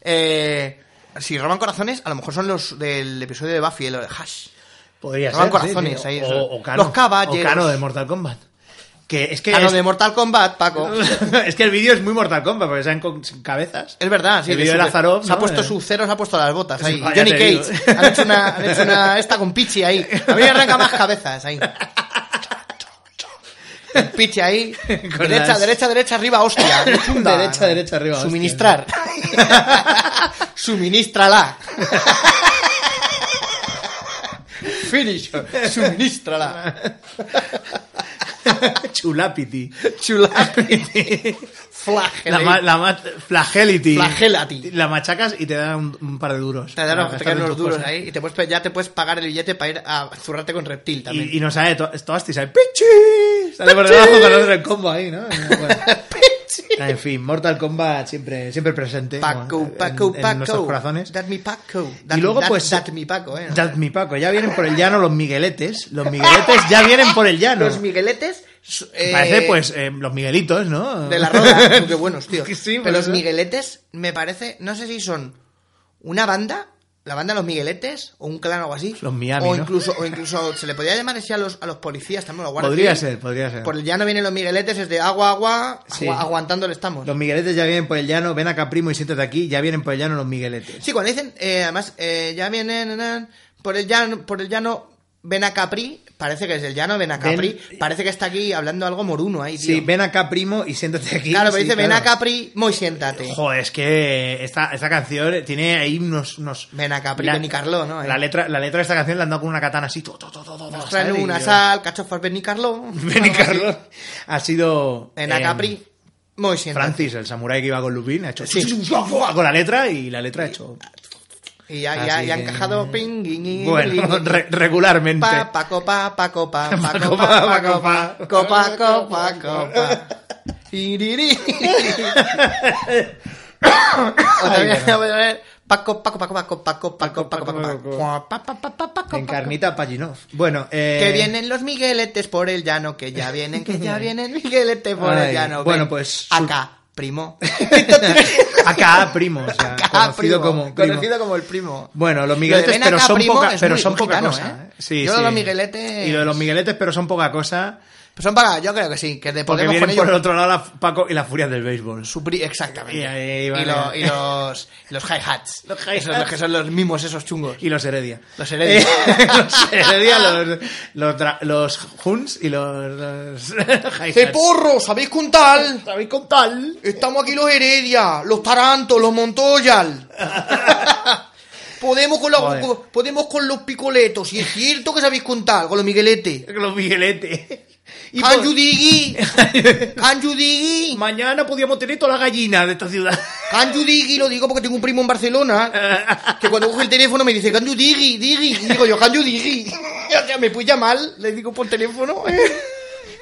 Speaker 2: Eh, si roban corazones, a lo mejor son los del episodio de Buffy, el hash.
Speaker 1: Podría
Speaker 2: Roban
Speaker 1: ser. sí,
Speaker 2: corazones,
Speaker 1: sí.
Speaker 2: ahí,
Speaker 1: o,
Speaker 2: eso.
Speaker 1: o Cano.
Speaker 2: Los caballeros.
Speaker 1: O Cano de Mortal Kombat. Que es que.
Speaker 2: A lo
Speaker 1: es-
Speaker 2: Ah, de Mortal Kombat, Paco.
Speaker 1: es que el vídeo es muy Mortal Kombat, porque salen con sin cabezas.
Speaker 2: Es verdad, sí.
Speaker 1: El
Speaker 2: que
Speaker 1: vídeo de
Speaker 2: sube.
Speaker 1: Lazarov,
Speaker 2: Se ha
Speaker 1: ¿no?
Speaker 2: puesto
Speaker 1: Eh.
Speaker 2: su cero, se ha puesto las botas ahí.
Speaker 1: Sí, ya
Speaker 2: Johnny
Speaker 1: te digo.
Speaker 2: Cage. Han hecho, una, han hecho una esta con Pichi ahí. A mí me arranca más cabezas ahí. El Pichi ahí.
Speaker 1: Con
Speaker 2: derecha,
Speaker 1: las-
Speaker 2: derecha, derecha, arriba, hostia. Qué chunda,
Speaker 1: Derecha, derecha, arriba, hostia.
Speaker 2: Suministrar. Suministrala. Finish. her. Suministrala.
Speaker 1: Chulapiti.
Speaker 2: Chula. Flagel.
Speaker 1: La, ma-
Speaker 2: eh.
Speaker 1: la ma- flagelity.
Speaker 2: Flagelati.
Speaker 1: La machacas y te dan un, un par de duros.
Speaker 2: Te dan
Speaker 1: para
Speaker 2: los- te
Speaker 1: Ah, gastar
Speaker 2: quedan
Speaker 1: en
Speaker 2: los
Speaker 1: tus
Speaker 2: duros
Speaker 1: cosas.
Speaker 2: ahí y te puedes, pe- ya te puedes pagar el billete para ir a zurrarte con reptil también.
Speaker 1: Y, y no sale to Toasti, sale ¡Pichi! Sale por debajo con otro el combo ahí, ¿no? Bueno. en fin, Mortal Kombat siempre, siempre presente. como
Speaker 2: Paco,
Speaker 1: en-
Speaker 2: Paco,
Speaker 1: en,
Speaker 2: Paco.
Speaker 1: nuestros corazones.
Speaker 2: That me Paco.
Speaker 1: y luego, pues.
Speaker 2: That me Paco, eh.
Speaker 1: Dad mi Paco. Ya vienen por el llano los migueletes. Los migueletes ya vienen por el llano.
Speaker 2: Los migueletes. su- eh,
Speaker 1: Parece, pues, eh, los miguelitos, ¿no?
Speaker 2: De la roda. Tú, Qué buenos, tío.
Speaker 1: Que sí, por
Speaker 2: Pero los
Speaker 1: eso.
Speaker 2: migueletes, me parece. No sé si son una banda. La banda Los Migueletes, o un clan o algo así.
Speaker 1: Los Miami,
Speaker 2: o
Speaker 1: ¿no?
Speaker 2: incluso, o incluso se le podía llamar así a los, a los policías también, a los guardias
Speaker 1: Podría
Speaker 2: civiles.
Speaker 1: ser, podría ser.
Speaker 2: Por el llano vienen los Migueletes, es de agua, agua,
Speaker 1: Sí.
Speaker 2: agua- aguantando le estamos.
Speaker 1: Los migueletes ya vienen por el llano. Ven acá, primo, y siéntate aquí. Ya vienen por el llano los migueletes.
Speaker 2: Sí, cuando dicen, eh, además, eh, ya vienen nan, por el llano, por el llano ven a Capri, parece que es el llano ven a Capri,
Speaker 1: Ven-
Speaker 2: parece que está aquí hablando algo moruno ahí, tío.
Speaker 1: Sí, ven acá, primo, y siéntate aquí.
Speaker 2: claro, pero
Speaker 1: Sí,
Speaker 2: dice ven a
Speaker 1: claro.
Speaker 2: Capri, muy siéntate.
Speaker 1: Joder, es que esta, esta canción tiene ahí unos... unos
Speaker 2: Ven a Capri, ven y Carlo, ¿no? Eh.
Speaker 1: La letra, la letra de esta canción la han dado con una katana así. To, to, to, to, to, ¿sabes?
Speaker 2: Nos traen
Speaker 1: Y
Speaker 2: una
Speaker 1: yo-
Speaker 2: sal, cachofas, ven y Carlo.
Speaker 1: Ven y
Speaker 2: algo así.
Speaker 1: Carlo. Ha sido...
Speaker 2: Ven a
Speaker 1: eh,
Speaker 2: Capri, muy siéntate.
Speaker 1: Francis, el samurái que iba con Lupin, ha hecho...
Speaker 2: Sí.
Speaker 1: Con la letra y la letra ha hecho...
Speaker 2: Y ya, ya,
Speaker 1: Así
Speaker 2: ya ha
Speaker 1: que-
Speaker 2: encajado ping, guin, guin,
Speaker 1: Bueno,
Speaker 2: guin, guin.
Speaker 1: re- regularmente.
Speaker 2: Pa, pa, copa, pa, copa, pa,
Speaker 1: Pa,
Speaker 2: copa,
Speaker 1: copa,
Speaker 2: pa,
Speaker 1: pa,
Speaker 2: copa,
Speaker 1: copa.
Speaker 2: copa, copa, copa. Iriri. O también
Speaker 1: Ay,
Speaker 2: voy a poner Paco, Paco, Paco, Paco, Paco, Paco, Paco, Paco,
Speaker 1: Paco,
Speaker 2: Paco, Paco, Paco, Paco, Paco,
Speaker 1: En
Speaker 2: Paco.
Speaker 1: carnita Paginov. Bueno, eh...
Speaker 2: Que vienen los migueletes por el llano, que ya vienen, que ya vienen migueletes por
Speaker 1: Ay,
Speaker 2: el llano.
Speaker 1: bueno,
Speaker 2: Ven
Speaker 1: pues, su-
Speaker 2: Acá, primo.
Speaker 1: Acá, primo. O sea,
Speaker 2: Acá,
Speaker 1: conocido
Speaker 2: primo,
Speaker 1: como primo.
Speaker 2: Conocido como el primo.
Speaker 1: Bueno, los
Speaker 2: Lo de
Speaker 1: migueletes,
Speaker 2: ven
Speaker 1: pero
Speaker 2: acá,
Speaker 1: son
Speaker 2: primo,
Speaker 1: poca,
Speaker 2: es
Speaker 1: pero
Speaker 2: muy-
Speaker 1: son
Speaker 2: muy
Speaker 1: poca
Speaker 2: gitano,
Speaker 1: cosa.
Speaker 2: ¿eh?
Speaker 1: ¿eh? Sí,
Speaker 2: Yo de
Speaker 1: sí.
Speaker 2: los migueletes-
Speaker 1: Y lo de los migueletes, pero son poca cosa.
Speaker 2: Pues son para, yo creo que sí, que te
Speaker 1: Porque
Speaker 2: podemos
Speaker 1: vienen
Speaker 2: con
Speaker 1: por el
Speaker 2: ellos.
Speaker 1: otro lado la Paco y la furia del béisbol.
Speaker 2: su pri- Exactamente.
Speaker 1: Y ahí
Speaker 2: Y
Speaker 1: van
Speaker 2: lo-
Speaker 1: a-
Speaker 2: y los los hi-hats.
Speaker 1: Los hi-hats.
Speaker 2: Esos, Los que son los mimos, esos chungos.
Speaker 1: Y los Heredia.
Speaker 2: Los Heredia.
Speaker 1: Eh, los Heredia, los, los, dra- los Huns y los... los
Speaker 2: ¡Qué ¡Eh, porro! ¿Sabéis tal?
Speaker 1: ¿Sabéis con tal?
Speaker 2: Estamos aquí los Heredia, los Taranto, los Montoyal. podemos, con la-
Speaker 1: Joder.
Speaker 2: con- podemos con los picoletos. Y es cierto que sabéis contar, con los migueletes.
Speaker 1: Los Migueletes. Y por-
Speaker 2: Canjudigui. Canjudigui.
Speaker 1: Mañana podíamos tener toda la gallina de esta ciudad.
Speaker 2: Canju Digui, lo digo porque tengo un primo en Barcelona que cuando coge el teléfono me dice Canju Digui, Digui. Y digo yo, Canju Digui. O sea, me puya mal, le digo por teléfono.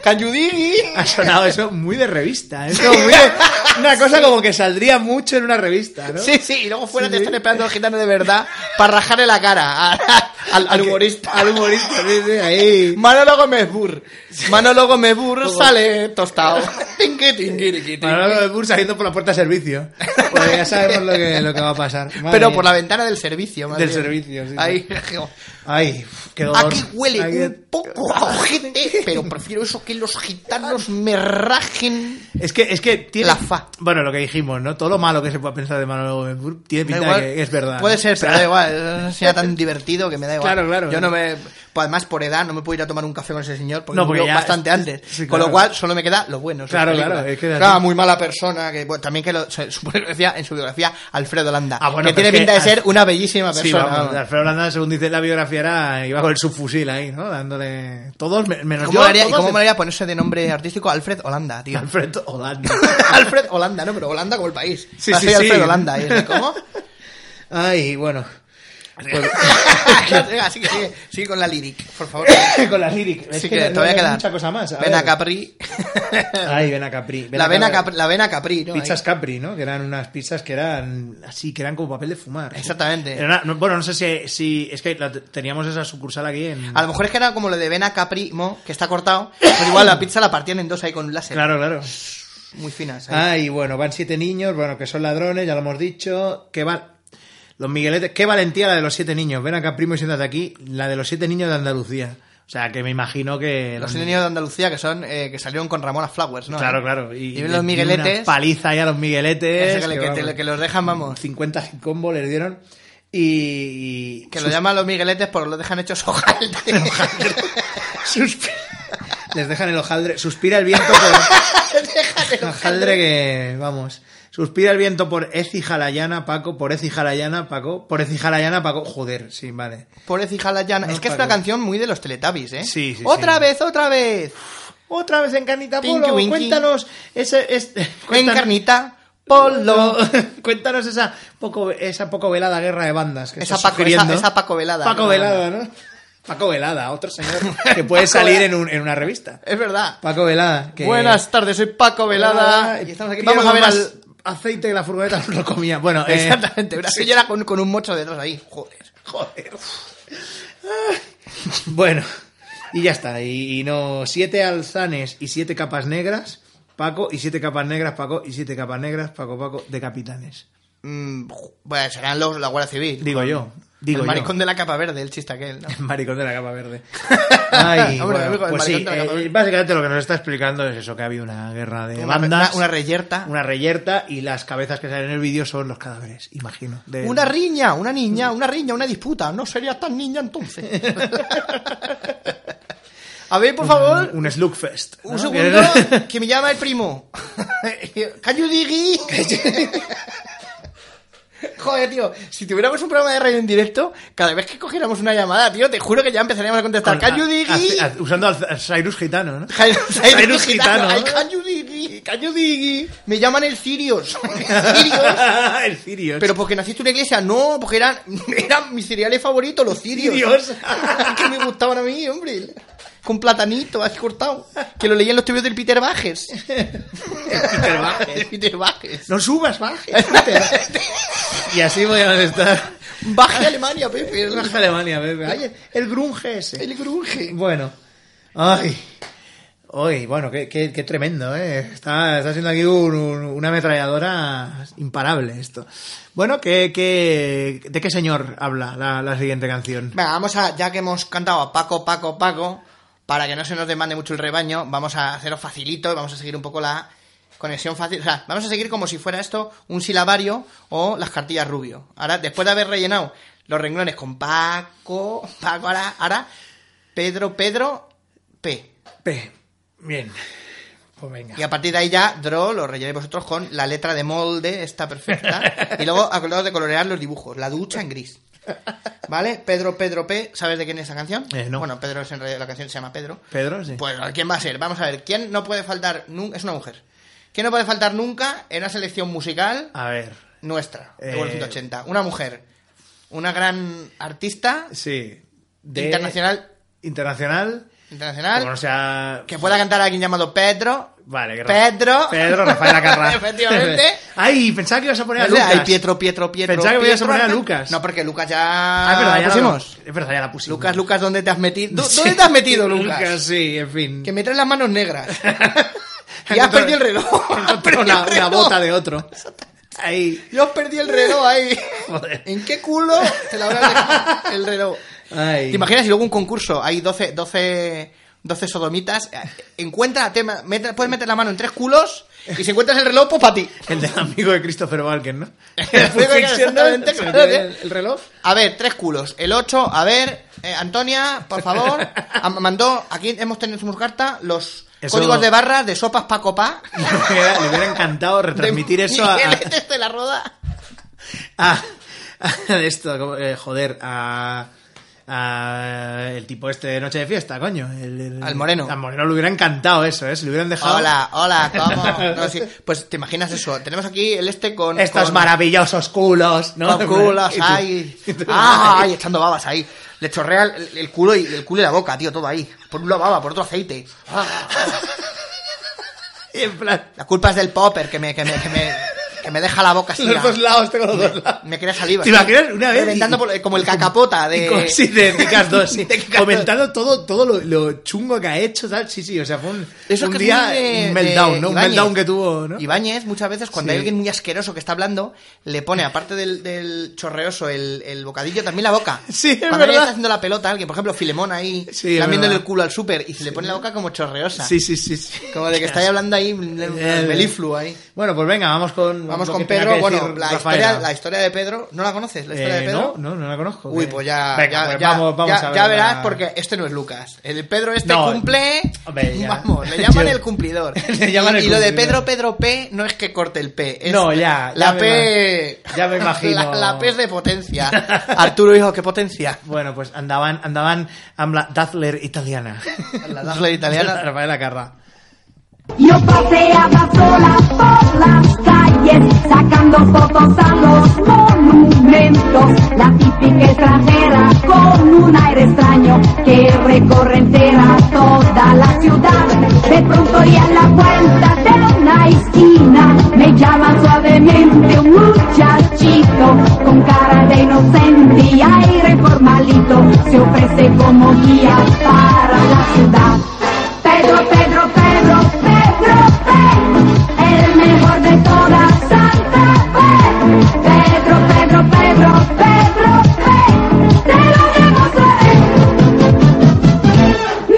Speaker 2: Canju Digui.
Speaker 1: Ha sonado eso muy de revista. Es como muy de- una cosa como que saldría mucho en una revista, ¿no?
Speaker 2: Sí, sí, y luego fuera
Speaker 1: Sí,
Speaker 2: te
Speaker 1: sí.
Speaker 2: están esperando los gitanos de verdad para rajarle la cara a- al, al
Speaker 1: Al que-
Speaker 2: humorista.
Speaker 1: Al humorista, sí, sí, ahí.
Speaker 2: Manolo Gómez Burr. Manolo Gómez Burr sale tostado. Tinqui, tinqui, tinqui, tinqui.
Speaker 1: Manolo de Burr saliendo por la puerta de servicio. Pues ya sabemos lo que, lo que va a pasar. Madre
Speaker 2: Pero
Speaker 1: mía.
Speaker 2: por la ventana del servicio, madre
Speaker 1: Del
Speaker 2: mía.
Speaker 1: servicio, sí, sí.
Speaker 2: Ahí,
Speaker 1: Ay, qué dolor.
Speaker 2: Aquí huele
Speaker 1: Ay, qué-
Speaker 2: un poco a ojete, pero prefiero eso que los gitanos me rajen.
Speaker 1: Es que, es que tiene...
Speaker 2: La fa.
Speaker 1: Bueno, lo que dijimos, ¿no? Todo lo malo que se pueda pensar de Manolo Gómez Burr tiene
Speaker 2: Da
Speaker 1: pinta
Speaker 2: igual.
Speaker 1: de que es verdad.
Speaker 2: Puede
Speaker 1: ¿no?
Speaker 2: ser,
Speaker 1: O sea,
Speaker 2: pero da igual. Sea tan divertido que me da igual.
Speaker 1: Claro, claro.
Speaker 2: Yo no me. pues además, por edad, no me puedo ir a tomar un café con ese señor porque
Speaker 1: No,
Speaker 2: no,
Speaker 1: porque ya-
Speaker 2: bastante antes.
Speaker 1: sí,
Speaker 2: Con
Speaker 1: claro.
Speaker 2: lo cual, solo me queda lo bueno. sus
Speaker 1: Claro,
Speaker 2: películas.
Speaker 1: claro, es que es
Speaker 2: Claro,
Speaker 1: así.
Speaker 2: muy mala persona. que bueno, También que lo, su- su biografía- en su biografía, Alfredo Landa.
Speaker 1: Ah, bueno,
Speaker 2: que
Speaker 1: pero
Speaker 2: tiene
Speaker 1: es que
Speaker 2: pinta de ser
Speaker 1: Al-
Speaker 2: una bellísima persona.
Speaker 1: Sí, vamos,
Speaker 2: vamos.
Speaker 1: Alfredo Landa, según dice la biografía, era, iba con el subfusil ahí, ¿no? Dándole todos, me- menos
Speaker 2: ¿Cómo
Speaker 1: yo.
Speaker 2: me haría,
Speaker 1: todos
Speaker 2: ¿Cómo
Speaker 1: en-
Speaker 2: me haría ponerse de nombre artístico Alfred Holanda, tío?
Speaker 1: Alfredo Holanda.
Speaker 2: Alfred Holanda, no, pero Holanda como el país.
Speaker 1: Sí,
Speaker 2: Ah,
Speaker 1: sí,
Speaker 2: soy
Speaker 1: sí.
Speaker 2: Alfred Holanda. Y es de, ¿Cómo?
Speaker 1: Ay, bueno. Pues-
Speaker 2: Así que sigue, sigue con la lyric, por favor.
Speaker 1: con las lyrics. Es
Speaker 2: Así
Speaker 1: no-
Speaker 2: que
Speaker 1: no
Speaker 2: todavía
Speaker 1: hay
Speaker 2: queda.
Speaker 1: mucha cosa más. A
Speaker 2: Ven
Speaker 1: ver.
Speaker 2: a Capri.
Speaker 1: Ay, ven a Capri.
Speaker 2: la, vena Capri la vena Capri, ¿no?
Speaker 1: Pizzas
Speaker 2: Ahí.
Speaker 1: Capri, ¿no? Que eran unas pizzas que eran así, que eran como papel de fumar.
Speaker 2: Exactamente.
Speaker 1: Era una- no- bueno, no sé si, si- es que la- teníamos esa sucursal aquí en...
Speaker 2: A lo mejor es que era como lo de vena Capri, mo, que está cortado. Pues igual la pizza la partían en dos ahí con un láser.
Speaker 1: Claro, Ah, claro.
Speaker 2: Muy finas. ahí.
Speaker 1: Ay, bueno, van siete niños, bueno, que son ladrones, ya lo hemos dicho. Que van... Los Migueletes, qué valentía la de los siete niños. Ven acá, primo, y siéntate aquí. La de los siete niños de Andalucía. O sea, que me imagino que...
Speaker 2: ¿eh? Los
Speaker 1: eran-
Speaker 2: niños de Andalucía que son eh, que salieron con Ramona Flowers, ¿no? ¿eh?
Speaker 1: Claro, claro.
Speaker 2: Y,
Speaker 1: le
Speaker 2: ven
Speaker 1: dio
Speaker 2: los migueletes.
Speaker 1: Una paliza ahí a los migueletes.
Speaker 2: ese que, le- que te-
Speaker 1: vamos,
Speaker 2: que los dejan, vamos.
Speaker 1: 50 combo les dieron. Y. y
Speaker 2: Que lo
Speaker 1: sus-
Speaker 2: llaman los migueletes porque los dejan hechos hojaldre.
Speaker 1: suspi- les dejan el hojaldre. Suspira el viento por. el hojaldre que. Vamos. Suspira el viento por Ezi Jalayana, Paco. Por Ezi Jalayana, Paco. Por Ezi Jalayana, Paco. Joder, sí, vale.
Speaker 2: Pobrecita la llana.
Speaker 1: No,
Speaker 2: es que es
Speaker 1: Paco.
Speaker 2: una canción muy de los Teletubbies, ¿eh?
Speaker 1: Sí, sí,
Speaker 2: ¡Otra
Speaker 1: sí.
Speaker 2: vez, otra vez!
Speaker 1: Otra vez en Carnita
Speaker 2: Tinky
Speaker 1: Polo.
Speaker 2: Winky.
Speaker 1: Cuéntanos. Ese, este,
Speaker 2: En
Speaker 1: cuéntanos-
Speaker 2: carnita, polo.
Speaker 1: Cuéntanos esa poco, esa poco velada guerra de bandas. Que
Speaker 2: Esa
Speaker 1: estás
Speaker 2: Paco-
Speaker 1: sugiriendo.
Speaker 2: esa- esa Paco velada,
Speaker 1: Paco
Speaker 2: ¿no?
Speaker 1: Velada, ¿no? Paco Velada, otro señor que puede
Speaker 2: Paco
Speaker 1: salir
Speaker 2: Velada.
Speaker 1: en, un- en una revista.
Speaker 2: Es verdad.
Speaker 1: Paco Velada. que-
Speaker 2: Buenas tardes, soy Paco Velada. Y estamos aquí. Vamos a ver
Speaker 1: más
Speaker 2: al.
Speaker 1: aceite que la furgoneta no lo comía. Bueno, eh,
Speaker 2: Exactamente, una señora con, con un mocho detrás ahí. Joder.
Speaker 1: Joder. bueno, y ya está. Y, y no, siete alzanes y siete capas negras, Paco, y siete capas negras, Paco, y siete capas negras, Paco, Paco, de capitanes.
Speaker 2: Mm, ju- bueno, serán los, la Guardia Civil.
Speaker 1: Digo yo. Digo
Speaker 2: el
Speaker 1: yo.
Speaker 2: maricón de la capa verde, el chiste aquel. ¿no?
Speaker 1: Maricón de la capa verde. Ay,
Speaker 2: Hombre,
Speaker 1: bueno,
Speaker 2: amigo, el
Speaker 1: pues sí,
Speaker 2: maricón de la capa
Speaker 1: eh,
Speaker 2: verde.
Speaker 1: básicamente lo que nos está explicando es eso, que ha habido una guerra de
Speaker 2: Una,
Speaker 1: bandas,
Speaker 2: una, una reyerta. Una,
Speaker 1: una reyerta y las cabezas que salen en el vídeo son los cadáveres, imagino. de-
Speaker 2: riña, una niña, una riña, una disputa. No sería tan niña entonces. a ver, por favor.
Speaker 1: un, un slugfest. ¿no?
Speaker 2: Un segundo, que me llama el primo. ¡Cayu Digui! Joder, tío, si tuviéramos un programa de radio en directo, cada vez que cogiéramos una llamada, tío, te juro que ya empezaríamos a contestar.
Speaker 1: Con-
Speaker 2: ¡Cayu
Speaker 1: a-
Speaker 2: Digui!
Speaker 1: a- a- usando al, al Cyrus gitano, ¿no?
Speaker 2: Jairo- Jairo
Speaker 1: Jairo Gitano.
Speaker 2: Gitano. ¡Ay, Cayu Digui! ¡Cayu Digui! Me llaman el Sirius. Sirios.
Speaker 1: el Sirius.
Speaker 2: Pero porque naciste en una iglesia, no, porque eran, eran mis cereales favoritos, los cirios.
Speaker 1: Cirios.
Speaker 2: que me gustaban a mí, hombre. con platanito, así cortado. Que lo leían los tuyos del Peter Bajes. Peter Bajes. Peter Bajes.
Speaker 1: No subas, baje. Twitter. y así voy a estar.
Speaker 2: Baje a Alemania, Pepe.
Speaker 1: Baja Alemania, bebé. Ay, el grunge ese.
Speaker 2: El grunge.
Speaker 1: Bueno. Ay. Ay, bueno, qué, qué- qué tremendo, ¿eh? Está, está siendo aquí un- un- una ametralladora imparable esto. Bueno, ¿qué, qué, de qué señor habla la, la siguiente canción?
Speaker 2: Venga, vamos a, ya que hemos cantado a Paco, Paco, Paco, para que no se nos demande mucho el rebaño, vamos a hacerlo facilito y vamos a seguir un poco la conexión fácil. O sea, vamos a seguir como si fuera esto un silabario o las cartillas rubio. Ahora, después de haber rellenado los renglones con Paco, Paco, ahora, ahora Pedro, Pedro, P.
Speaker 1: P. Bien. Pues venga.
Speaker 2: Y a partir de ahí ya, Draw, lo rellenéis vosotros con la letra de molde, está perfecta. Y luego acordaos de colorear los dibujos, la ducha en gris. ¿Vale? Pedro, Pedro P, ¿sabes de quién es esa canción?
Speaker 1: Eh, no.
Speaker 2: Bueno, Pedro es en realidad, la canción se llama Pedro.
Speaker 1: Pedro, sí.
Speaker 2: Pues, ¿quién va a ser? Vamos a ver, ¿quién no puede faltar nunca? Es una mujer. ¿Quién no puede faltar nunca en una selección musical
Speaker 1: A ver.
Speaker 2: nuestra, de
Speaker 1: Eh,
Speaker 2: Gol 180? Una mujer, una gran artista
Speaker 1: Sí.
Speaker 2: internacional,
Speaker 1: Internacional.
Speaker 2: internacional
Speaker 1: Bueno, o sea.
Speaker 2: que pueda cantar a alguien llamado Pedro.
Speaker 1: Vale, que-
Speaker 2: Pedro.
Speaker 1: Pedro Rafael Acarra.
Speaker 2: Efectivamente.
Speaker 1: Ay, pensaba que ibas a poner a
Speaker 2: O sea,
Speaker 1: Lucas.
Speaker 2: hay Pietro, Pietro, Pietro.
Speaker 1: Pensaba que me ibas a
Speaker 2: Pietro,
Speaker 1: poner a
Speaker 2: Arna-
Speaker 1: Lucas.
Speaker 2: No, porque Lucas
Speaker 1: Ah,
Speaker 2: ya.
Speaker 1: es verdad, ya
Speaker 2: la
Speaker 1: la-
Speaker 2: pusimos.
Speaker 1: Es verdad, ya la pusimos.
Speaker 2: Lucas, Lucas, ¿dónde te has metido? ¿Dó-
Speaker 1: Sí.
Speaker 2: ¿Dónde te has metido, Lucas?
Speaker 1: sí, en fin.
Speaker 2: Que me traes las manos negras. y has
Speaker 1: Encontró-
Speaker 2: perdido el reloj. Has
Speaker 1: Encontró
Speaker 2: perdido
Speaker 1: una,
Speaker 2: el
Speaker 1: una
Speaker 2: reloj.
Speaker 1: bota de otro. Ahí.
Speaker 2: Yo os perdí el reloj ahí.
Speaker 1: Joder.
Speaker 2: ¿En qué culo te la habrás dejado el reloj?
Speaker 1: Ay.
Speaker 2: ¿Te imaginas si luego un concurso hay 12, 12, 12 sodomitas? eh, Encuentra, tema, mete- puedes meter la mano en tres culos y si encuentras el reloj, pues para ti.
Speaker 1: El del amigo de Christopher Walken, ¿no?
Speaker 2: Exactamente,
Speaker 1: Se
Speaker 2: claro,
Speaker 1: metió en
Speaker 2: ¿eh?
Speaker 1: el, el reloj.
Speaker 2: A ver, tres culos. El 8, a ver, eh, Antonia, por favor, a- mandó, aquí hemos tenido en su carta los
Speaker 1: Eso-
Speaker 2: códigos de barra de sopas pa' copa.
Speaker 1: Le hubiera- le hubiera encantado retransmitir eso a, a-
Speaker 2: de la roda.
Speaker 1: a, a esto, como, eh, joder, a, a el tipo este de Noche de Fiesta, coño. el- el-
Speaker 2: Al Moreno.
Speaker 1: Al Moreno le hubiera encantado eso, ¿eh? Si le hubieran dejado...
Speaker 2: Hola, hola, ¿cómo? No, sí. Pues te imaginas eso. Tenemos aquí el este con...
Speaker 1: Estos
Speaker 2: con-
Speaker 1: maravillosos culos, ¿no?
Speaker 2: Con culos, ay. Ay, echando babas ahí. Le chorrea el, el culo y el culo y la boca, tío, todo ahí. Por un lado baba, por otro aceite. Ah.
Speaker 1: Y en plan,
Speaker 2: La culpa es del popper que me, que me, que me, que me deja la boca así.
Speaker 1: los
Speaker 2: ah.
Speaker 1: dos lados, tengo los dos lados.
Speaker 2: Me crea saliva.
Speaker 1: ¿Te imaginas una vez?
Speaker 2: Reventando por- como el cacapota de.
Speaker 1: Con- Sí, de Kikas 2, sí.
Speaker 2: De Kikas dos.
Speaker 1: Comentando todo, todo lo, lo chungo que ha hecho, tal. Sí, sí, o sea, fue un,
Speaker 2: Eso
Speaker 1: un
Speaker 2: que
Speaker 1: día
Speaker 2: es muy de-
Speaker 1: un meltdown,
Speaker 2: de
Speaker 1: ¿no? Un
Speaker 2: Ibáñez.
Speaker 1: meltdown que tuvo, ¿no?
Speaker 2: Ibáñez, muchas veces, cuando
Speaker 1: Sí.
Speaker 2: hay alguien muy asqueroso que está hablando, le pone, aparte del, del chorreoso, el, el bocadillo, también la boca.
Speaker 1: Sí, es
Speaker 2: cuando
Speaker 1: verdad.
Speaker 2: alguien está haciendo la pelota, a alguien, por ejemplo, Filemón ahí,
Speaker 1: Sí, es
Speaker 2: lamiéndole
Speaker 1: verdad.
Speaker 2: el culo al súper, y se le pone la boca como chorreosa.
Speaker 1: Sí, sí, sí. sí.
Speaker 2: Como de que está ahí hablando ahí, el,
Speaker 1: El-
Speaker 2: melifluo ahí.
Speaker 1: Bueno, pues venga, vamos con.
Speaker 2: Vamos
Speaker 1: lo
Speaker 2: con
Speaker 1: que tenga
Speaker 2: Pedro.
Speaker 1: que decir
Speaker 2: Bueno, la
Speaker 1: Rafaela.
Speaker 2: historia, la historia de Pedro, ¿no la conoces? La historia
Speaker 1: Eh,
Speaker 2: de Pedro.
Speaker 1: No, no, no la conozco.
Speaker 2: Uy,
Speaker 1: ¿qué?
Speaker 2: pues ya,
Speaker 1: Venga,
Speaker 2: ya,
Speaker 1: pues
Speaker 2: ya-
Speaker 1: vamos, vamos
Speaker 2: ya-
Speaker 1: a ver
Speaker 2: ya
Speaker 1: la-
Speaker 2: verás, porque este no es Lucas. El Pedro este
Speaker 1: No,
Speaker 2: cumple.
Speaker 1: hombre, ya.
Speaker 2: Vamos, le llaman
Speaker 1: Yo-
Speaker 2: el cumplidor.
Speaker 1: Le llaman
Speaker 2: y,
Speaker 1: el
Speaker 2: y lo de
Speaker 1: cumplidor.
Speaker 2: Pedro, Pedro P, no es que corte el P. es
Speaker 1: No, ya, ya
Speaker 2: La
Speaker 1: me
Speaker 2: P.
Speaker 1: ima- ya me imagino.
Speaker 2: La, la P es de potencia. Arturo, hijo, qué potencia.
Speaker 1: Bueno, pues andaban, andaban amb la Dazzler italiana.
Speaker 2: La Dazzler italiana.
Speaker 1: Rafaela Carra.
Speaker 9: Yo paseaba sola por las calles, sacando fotos a los monumentos. La típica extranjera con un aire extraño que recorre entera toda la ciudad. De pronto y a la vuelta de una esquina me llama suavemente un muchachito con cara de inocente y aire formalito. Se ofrece como guía para la ciudad. Pedro, Pedro, Pedro, Pedro, Pe, el mejor de toda Santa Fe. Pedro, Pedro, Pedro, Pedro, Pe, te lo demostraré.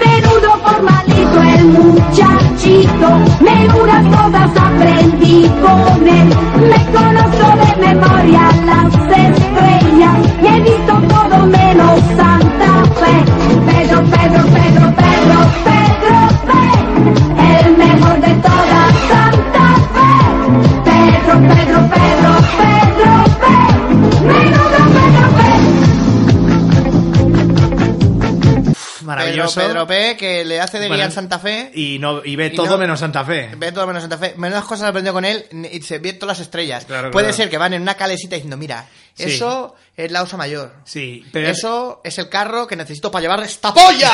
Speaker 9: Menudo formalito el muchachito, menudas cosas aprendí con él. Me conozco de memoria las estrellas y he visto todo menos Santa Fe. Pedro, Pedro, Pedro, Pedro, Pedro, Fe, el mejor de toda Santa Fe. Pedro, Pedro, Pedro, Pedro, Fe, menudo Pedro Fe.
Speaker 2: Pedro,
Speaker 1: Maravilloso.
Speaker 2: Pedro P, que le hace de
Speaker 1: Bueno,
Speaker 2: guía en Santa Fe.
Speaker 1: Y, no, y ve
Speaker 2: Y
Speaker 1: todo
Speaker 2: no-
Speaker 1: menos Santa Fe.
Speaker 2: Ve todo menos Santa Fe. Menudas cosas aprendió con él y se ve todas las estrellas.
Speaker 1: Claro,
Speaker 2: Puede
Speaker 1: claro.
Speaker 2: ser que van en una calesita diciendo, mira,
Speaker 1: Sí.
Speaker 2: eso es la osa mayor.
Speaker 1: Sí, pero
Speaker 2: Eso es el carro que necesito para llevar esta polla.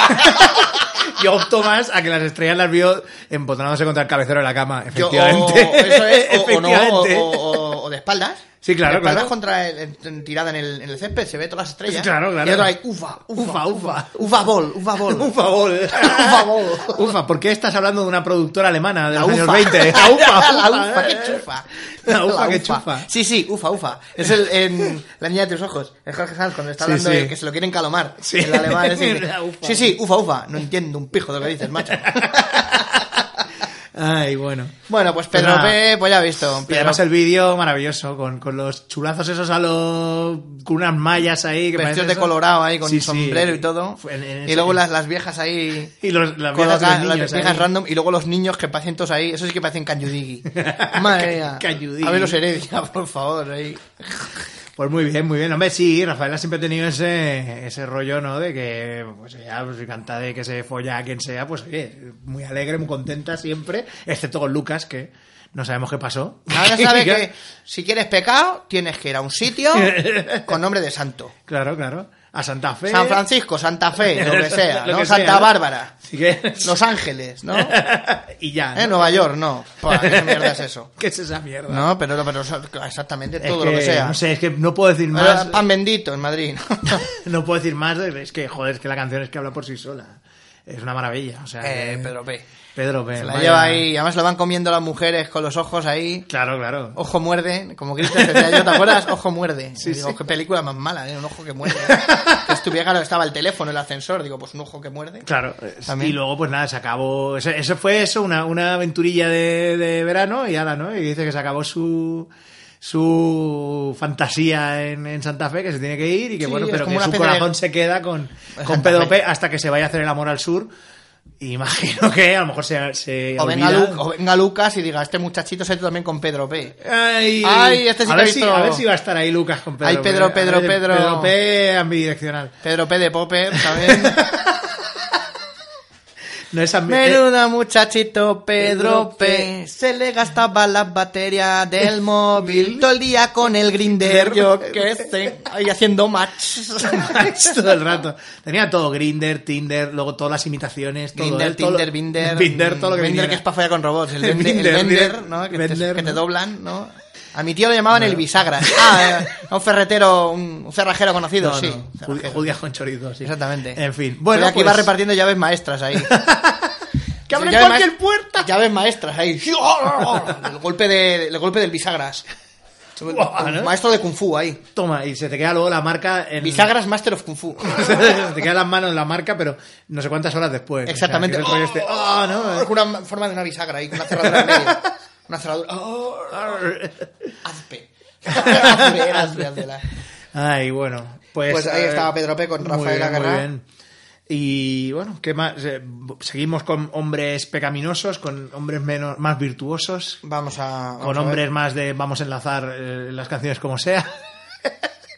Speaker 1: Yo opto más a que las estrellas las vio empotronándose contra el cabecero de la cama,
Speaker 2: Yo- o-
Speaker 1: efectivamente.
Speaker 2: o eso es, o, o no, o-
Speaker 1: Efectivamente.
Speaker 2: o, o- o de espaldas.
Speaker 1: Sí, claro,
Speaker 2: De espaldas
Speaker 1: claro.
Speaker 2: contra el- en- tirada en el, en el césped, se ve todas las estrellas.
Speaker 1: Claro, claro.
Speaker 2: Y otra ahí, ufa, ufa,
Speaker 1: Ufa, ufa.
Speaker 2: ufa bol, ufa bol.
Speaker 1: Ufa, bol.
Speaker 2: Ufa bol.
Speaker 1: Ufa, ¿por qué estás hablando de una productora alemana de
Speaker 2: La
Speaker 1: los
Speaker 2: ufa.
Speaker 1: años 20? La ufa,
Speaker 2: la
Speaker 1: ufa,
Speaker 2: ufa,
Speaker 1: eh.
Speaker 2: qué chufa.
Speaker 1: La ufa, qué chufa.
Speaker 2: Sí, sí, ufa, ufa. Es el, en La niña de tus ojos. Es Jorge Sanz cuando está
Speaker 1: Sí,
Speaker 2: hablando
Speaker 1: sí.
Speaker 2: de que se lo quieren calomar.
Speaker 1: Sí.
Speaker 2: El alemán ese dice,
Speaker 1: La ufa.
Speaker 2: sí, sí, ufa, ufa. No entiendo un pijo de lo que dices, macho.
Speaker 1: Ay, bueno.
Speaker 2: bueno, pues
Speaker 1: Pues
Speaker 2: Pedro
Speaker 1: nada.
Speaker 2: P, pues ya visto.
Speaker 1: Y
Speaker 2: Pedro
Speaker 1: además el vídeo maravilloso, con, con los chulazos esos a los... con unas mallas ahí. Que
Speaker 2: Vestidos
Speaker 1: parecen
Speaker 2: de
Speaker 1: eso.
Speaker 2: colorado ahí con
Speaker 1: Sí, sí.
Speaker 2: sombrero y todo.
Speaker 1: Fue en- en
Speaker 2: y
Speaker 1: ese-
Speaker 2: luego las, las viejas ahí.
Speaker 1: Y los, las
Speaker 2: con
Speaker 1: viejas, y
Speaker 2: las-
Speaker 1: los
Speaker 2: las
Speaker 1: niños
Speaker 2: viejas
Speaker 1: ahí.
Speaker 2: random. Y luego los niños que parecen todos ahí. Eso sí que parecen canyudigi. Madre mía.
Speaker 1: Canyudigi.
Speaker 2: A ver los heredia, por favor. Ahí.
Speaker 1: Pues muy bien, muy bien. Hombre, sí, Rafaela siempre ha tenido ese, ese rollo, ¿no? De que, pues ella pues, canta de que se folla a quien sea, pues oye, muy alegre, muy contenta siempre, excepto con Lucas, que no sabemos qué pasó.
Speaker 2: Ahora sabes que si quieres pecado, tienes que ir a un sitio con nombre de santo.
Speaker 1: Claro, claro. A Santa Fe.
Speaker 2: San Francisco, Santa Fe, lo que sea.
Speaker 1: Lo
Speaker 2: ¿no?
Speaker 1: que sea,
Speaker 2: Santa
Speaker 1: ¿no?
Speaker 2: Bárbara,
Speaker 1: Sí que-
Speaker 2: Los Ángeles, ¿no?
Speaker 1: y ya.
Speaker 2: ¿Eh? Nueva York, no. Pua, ¿Qué mierda es eso?
Speaker 1: ¿Qué es esa mierda?
Speaker 2: No, pero, pero exactamente
Speaker 1: Es
Speaker 2: todo lo que sea.
Speaker 1: No sé, es que no puedo decir
Speaker 2: Ahora,
Speaker 1: más.
Speaker 2: Pan bendito en Madrid.
Speaker 1: No puedo decir más, es que, joder, es que la canción es que habla por sí sola. Es una maravilla, o sea...
Speaker 2: eh,
Speaker 1: que-
Speaker 2: Pedro P.
Speaker 1: Pedro P.
Speaker 2: Se la
Speaker 1: vaya.
Speaker 2: lleva ahí, además lo van comiendo las mujeres con los ojos ahí.
Speaker 1: Claro, claro.
Speaker 2: Ojo muerde, como Cristian decía yo, ¿te acuerdas? Ojo muerde.
Speaker 1: Sí,
Speaker 2: digo,
Speaker 1: sí.
Speaker 2: qué película más mala, ¿eh? un ojo que muerde. que estuviera claro, estaba el teléfono, el ascensor, digo, pues un ojo que muerde.
Speaker 1: Claro,
Speaker 2: Eh, También.
Speaker 1: y luego pues nada, se acabó. Eso, eso fue eso, una, una aventurilla de, de verano y ala, ¿no? Y dice que se acabó su su fantasía en, en Santa Fe, que se tiene que ir y que
Speaker 2: Sí,
Speaker 1: bueno,
Speaker 2: es
Speaker 1: pero
Speaker 2: como
Speaker 1: que
Speaker 2: una
Speaker 1: su
Speaker 2: especie de-
Speaker 1: corazón se queda con, con
Speaker 2: Santa
Speaker 1: Pedro
Speaker 2: Fe.
Speaker 1: P hasta que se vaya a hacer el amor al sur. Imagino que a lo mejor se, se
Speaker 2: O venga,
Speaker 1: olvida.
Speaker 2: Lu- o venga Lucas y diga, este muchachito se ha ido también con Pedro P.
Speaker 1: Ay,
Speaker 2: Ay, este sí
Speaker 1: a,
Speaker 2: que
Speaker 1: ver
Speaker 2: he
Speaker 1: si,
Speaker 2: visto-
Speaker 1: a ver si va a estar ahí Lucas con Pedro
Speaker 2: Ay, Pedro,
Speaker 1: P. A
Speaker 2: Pedro,
Speaker 1: ver,
Speaker 2: Pedro.
Speaker 1: Pedro P ambidireccional.
Speaker 2: Pedro P de Popper, ¿sabes?
Speaker 1: No es ambi-
Speaker 2: Menuda muchachito Pedro P. Se le gastaba la batería del móvil todo el día con el grinder. Yo qué sé. Ahí haciendo match.
Speaker 1: Match todo el rato. Tenía todo, Grinder, Tinder, luego todas las imitaciones, todo.
Speaker 2: Grinder,
Speaker 1: ¿eh? Todo lo-
Speaker 2: Tinder, Binder. mm,
Speaker 1: Binder, todo lo que
Speaker 2: Binder
Speaker 1: viniera.
Speaker 2: que es para follar con robots. El Bender,
Speaker 1: Binder,
Speaker 2: el Bender,
Speaker 1: Binder,
Speaker 2: ¿no? Que, te,
Speaker 1: Bender,
Speaker 2: que te
Speaker 1: ¿no?
Speaker 2: doblan, ¿no? A mi tío lo llamaban el bisagra. Ah, eh, a un ferretero, un, un cerrajero conocido,
Speaker 1: No, no,
Speaker 2: sí.
Speaker 1: jud-
Speaker 2: Cerrajero.
Speaker 1: judías con chorizo, sí.
Speaker 2: Exactamente.
Speaker 1: En fin.
Speaker 2: Bueno,
Speaker 1: Bueno,
Speaker 2: aquí
Speaker 1: pues-
Speaker 2: va repartiendo llaves maestras ahí.
Speaker 1: ¡Que abren
Speaker 2: Llaves
Speaker 1: cualquier
Speaker 2: maest-
Speaker 1: puerta!
Speaker 2: Llaves maestras ahí. El golpe, de, el golpe del bisagras.
Speaker 1: Buah, ¿no?
Speaker 2: Maestro de Kung Fu ahí.
Speaker 1: Toma, y se te queda luego la marca en...
Speaker 2: Bisagras Master of Kung Fu.
Speaker 1: se te queda las manos en la marca, pero no sé cuántas horas después.
Speaker 2: Exactamente. Oh,
Speaker 1: O sea, que es el rollo este, ¡ah, no! eh!
Speaker 2: Con una forma de una bisagra ahí, con una cerradura en medio. Una cerradura. ¡Oh! Azpe. Azpe, azpe, azpela.
Speaker 1: Ay, bueno. Pues,
Speaker 2: Pues ahí
Speaker 1: eh,
Speaker 2: estaba Pedro P con
Speaker 1: muy
Speaker 2: Rafael
Speaker 1: bien, muy
Speaker 2: Agarrá.
Speaker 1: bien. Y bueno, ¿qué más? Eh, Seguimos con hombres pecaminosos, con hombres menos, más virtuosos,
Speaker 2: Vamos a. vamos
Speaker 1: con
Speaker 2: a ver.
Speaker 1: hombres más de vamos a enlazar eh, las canciones como sea.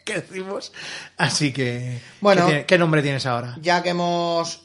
Speaker 1: que decimos. Así que.
Speaker 2: Bueno.
Speaker 1: ¿qué, tiene- qué nombre tienes ahora?
Speaker 2: Ya que hemos.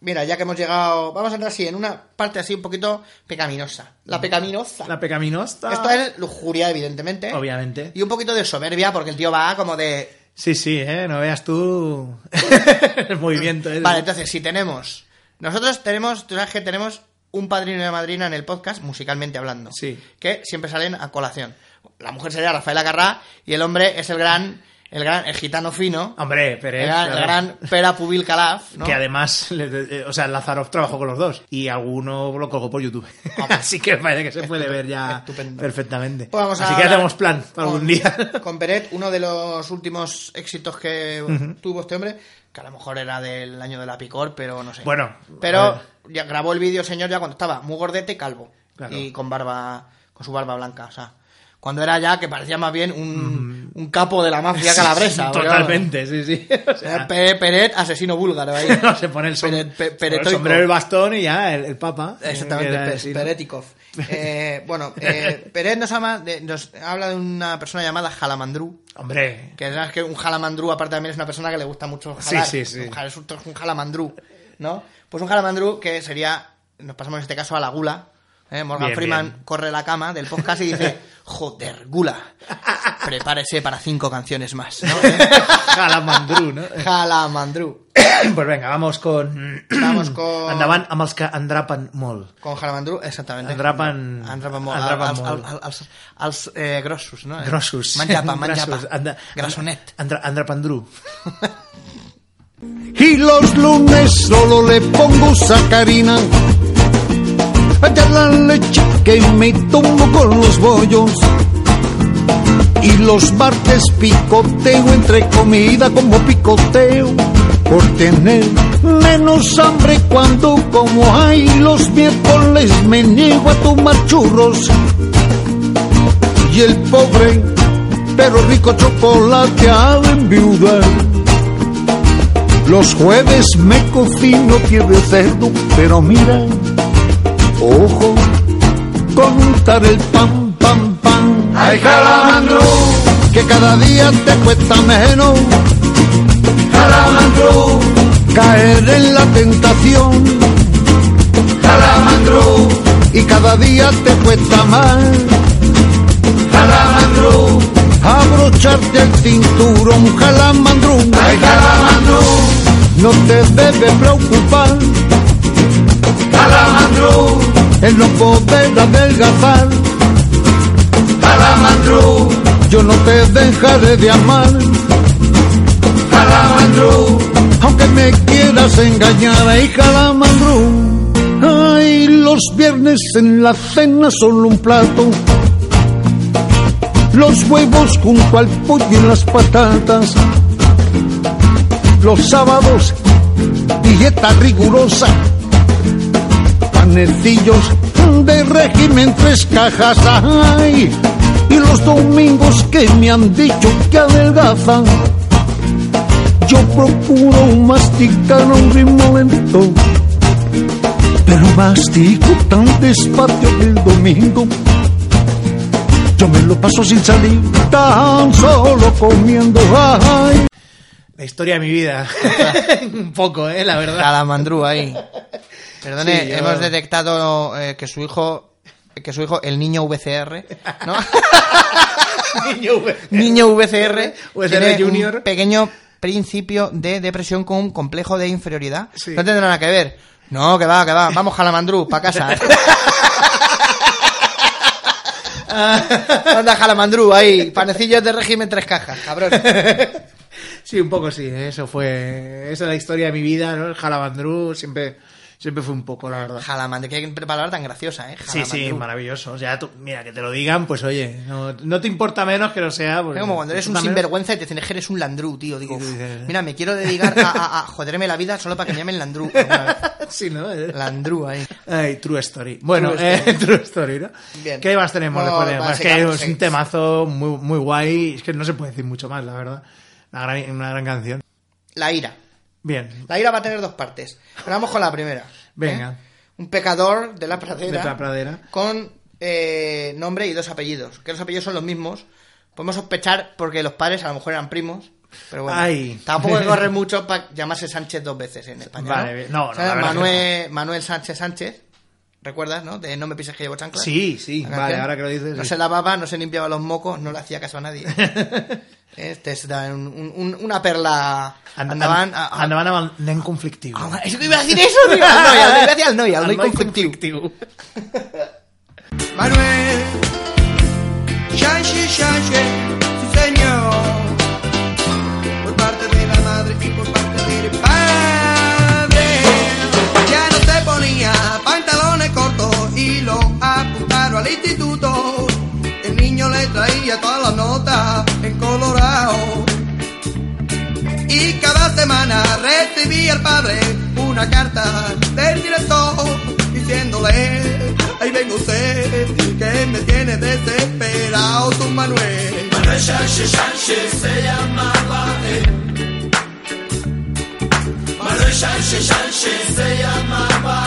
Speaker 2: Mira, ya que hemos llegado. Vamos a entrar así en una parte así un poquito pecaminosa. La pecaminosa.
Speaker 1: La pecaminosa.
Speaker 2: Esto es lujuria, evidentemente.
Speaker 1: Obviamente.
Speaker 2: Y un poquito de soberbia, porque el tío va como de.
Speaker 1: Sí, sí, ¿eh? No veas tú. el movimiento. ¿eh?
Speaker 2: Vale, entonces, si tenemos. Nosotros tenemos, tú sabes que tenemos un padrino y una madrina en el podcast, musicalmente hablando.
Speaker 1: Sí.
Speaker 2: Que siempre salen a colación. La mujer sería Rafael Agarrá y el hombre es el gran. El gran. El gitano fino.
Speaker 1: Hombre, pero.
Speaker 2: el, gran, el gran Pera Pubil Calaf. ¿no?
Speaker 1: Que además, le- eh, o sea, Lazarov trabajó con los dos y alguno lo colgó por YouTube.
Speaker 2: Ah, pues.
Speaker 1: Así que parece que se puede ver ya
Speaker 2: Estupendo.
Speaker 1: perfectamente.
Speaker 2: Pues vamos a
Speaker 1: Así que ya
Speaker 2: hablar
Speaker 1: tenemos plan para
Speaker 2: con-
Speaker 1: algún día.
Speaker 2: Con Peret, uno de los últimos éxitos que tuvo este hombre, que a lo mejor era del año de la picor, pero no sé.
Speaker 1: Bueno, a
Speaker 2: Pero
Speaker 1: ver.
Speaker 2: ya grabó el vídeo, señor, ya cuando estaba muy gordete y calvo.
Speaker 1: Claro.
Speaker 2: Y con barba, con su barba blanca, o sea. Cuando era ya que parecía más bien un, un capo de la mafia calabresa. bro.
Speaker 1: Totalmente, sí, sí. O sea,
Speaker 2: Pe- Peret, asesino búlgaro ahí.
Speaker 1: no se pone el, som-
Speaker 2: Pere- pe-
Speaker 1: se pone el
Speaker 2: peretoico.
Speaker 1: sombrero, el bastón y ya el, el papa.
Speaker 2: Exactamente,
Speaker 1: Que era
Speaker 2: Pe-
Speaker 1: así, ¿no?
Speaker 2: Peretikov. Eh, bueno, eh, Peret nos, ama de- nos habla de una persona llamada Jalamandrú.
Speaker 1: Hombre,
Speaker 2: Que es que un jalamandrú, aparte también es una persona que le gusta mucho jalar.
Speaker 1: Sí, sí, sí.
Speaker 2: Un jal- Es un, es un jalamandrú, ¿no? Pues un jalamandrú que sería, nos pasamos en este caso a la gula. ¿eh? Morgan
Speaker 1: Bien,
Speaker 2: Freeman
Speaker 1: bien.
Speaker 2: corre la cama del podcast y dice, joder, gula, prepárese para cinco canciones más, ¿no?
Speaker 1: Jalamandrú, ¿no?
Speaker 2: jalamandrú.
Speaker 1: pues venga, vamos con...
Speaker 2: Vamos con-
Speaker 1: Endavant amb els que endrapen molt.
Speaker 2: Con Jaramandrú, exactamente.
Speaker 1: Endrapen-
Speaker 2: Endrapen molt.
Speaker 1: endrapen
Speaker 2: als,
Speaker 1: molt.
Speaker 2: Als, als, als, eh, grossos, no?
Speaker 1: Grossos.
Speaker 2: Menjapa, menjapa.
Speaker 1: Grossos. Andra-
Speaker 2: Grassonet.
Speaker 1: Andra, andrapandrú.
Speaker 10: Y los lunes solo le pongo sacarina de la leche que me tomo con los bollos. Y los martes picoteo entre comida como picoteo por tener menos hambre cuando como hay los miércoles me niego a tomar churros. Y el pobre pero rico chocolate en viuda. Los jueves me cocino pie de cerdo, pero mira, ojo, contar el pan, pan, pan. ¡Ay, calamandro! Que cada día te cuesta menos. ¡Calamandro! Caer en la tentación. ¡Calamandro! Y cada día te cuesta más. ¡Calamandro! Abrocharte el cinturón, calamandro. ¡Ay, calamandro! no te debe preocupar. Calamandro, el no poder adelgazar. Calamandro, yo no te dejaré de amar. Calamandro, aunque me quieras engañar, ay calamandro. Ay, los viernes en la cena solo un plato. Los huevos junto al pollo y las patatas los sábados, dieta rigurosa, panecillos de régimen tres cajas, ay, y los domingos que me han dicho que adelgazan, yo procuro masticar a un ritmo lento, pero mastico tan despacio que el domingo. Yo me lo paso sin salir, tan solo comiendo, ay.
Speaker 1: La historia de mi vida. Un poco, eh, la verdad.
Speaker 2: Jaramandrú ahí. Perdone,
Speaker 1: Sí, yo-
Speaker 2: hemos detectado eh, que su hijo, que su hijo, el niño VCR, ¿no?
Speaker 1: Niño, güey.
Speaker 2: niño VCR,
Speaker 1: VCR
Speaker 2: tiene
Speaker 1: Junior.
Speaker 2: un pequeño principio de depresión con un complejo de inferioridad.
Speaker 1: Sí.
Speaker 2: No tendrá nada que ver. No, que va, que va. Vamos, Jalamandrú, pa' casa. Ah, Anda, Jalamandrú, ahí. Panecillos de régimen tres cajas, cabrón.
Speaker 1: Sí, un poco sí, ¿eh? eso fue. Esa es la historia de mi vida, ¿no? El Jalamandrú siempre, siempre fue un poco, la verdad.
Speaker 2: Jalamandrú, qué palabra tan graciosa, ¿eh?
Speaker 1: Sí, sí,
Speaker 2: Jalamandrú.
Speaker 1: maravilloso. O sea, tú- mira, que te lo digan, pues oye, no, no te importa menos que lo sea. porque-
Speaker 2: Es como cuando eres un
Speaker 1: te importa menos.
Speaker 2: sinvergüenza y te dicen que eres un landrú, tío. Digo,
Speaker 1: Sí, sí, sí.
Speaker 2: "Uf, mira, me quiero dedicar a, a- a joderme la vida solo para que me llamen landrú. alguna
Speaker 1: Sí, ¿no?
Speaker 2: vez. landrú ahí.
Speaker 1: Ay, true story. Bueno,
Speaker 2: True
Speaker 1: true story,
Speaker 2: story.
Speaker 1: true story ¿no?
Speaker 2: Bien.
Speaker 1: ¿Qué más tenemos
Speaker 2: No,
Speaker 1: después de-
Speaker 2: va,
Speaker 1: Es que
Speaker 2: sigamos,
Speaker 1: es un
Speaker 2: sigamos.
Speaker 1: temazo muy, muy guay. Es que no se puede decir mucho más, la verdad. Una gran, una gran canción.
Speaker 2: La ira.
Speaker 1: Bien,
Speaker 2: La ira va a tener dos partes. Pero vamos con la primera. ¿eh?
Speaker 1: venga.
Speaker 2: Un pecador de la pradera.
Speaker 1: De la pradera.
Speaker 2: Con eh, nombre y dos apellidos. Que los apellidos son los mismos. Podemos sospechar porque los padres a lo mejor eran primos. Pero bueno,
Speaker 1: Ay.
Speaker 2: tampoco hay que correr mucho para llamarse Sánchez dos veces en España.
Speaker 1: Vale, bien. No, no,
Speaker 2: O sea,
Speaker 1: la verdad
Speaker 2: Manuel, Manuel Sánchez Sánchez. ¿Recuerdas, no? De No me pises que llevo chanclas.
Speaker 1: Sí, sí,
Speaker 2: La
Speaker 1: vale,
Speaker 2: canción.
Speaker 1: ahora que lo dices.
Speaker 2: No
Speaker 1: sí.
Speaker 2: se lavaba, no se limpiaba los mocos, no le hacía caso a nadie. Este es da- un- un- una perla.
Speaker 1: And-
Speaker 2: Andaban.
Speaker 1: and-
Speaker 2: a- a-
Speaker 1: andaban a nen conflictiu.
Speaker 2: Ah, ¿Eso que iba a decir eso, tío? Al noi, al noi, gracias al noi, al noi conflictiu.
Speaker 11: Manuel, Sánchez, Sánchez, sí señor, por parte de la madre y por parte del padre, ya no se ponía pantalones cortos y lo apuntaron al instituto. El niño le traía todas las notas en Colorado y cada semana recibía al padre una carta del director diciéndole, ahí vengo usted, que me tiene desesperado tu Manuel. Manuel Sánchez Sánchez se llamaba Manuel Sánchez Sánchez se llamaba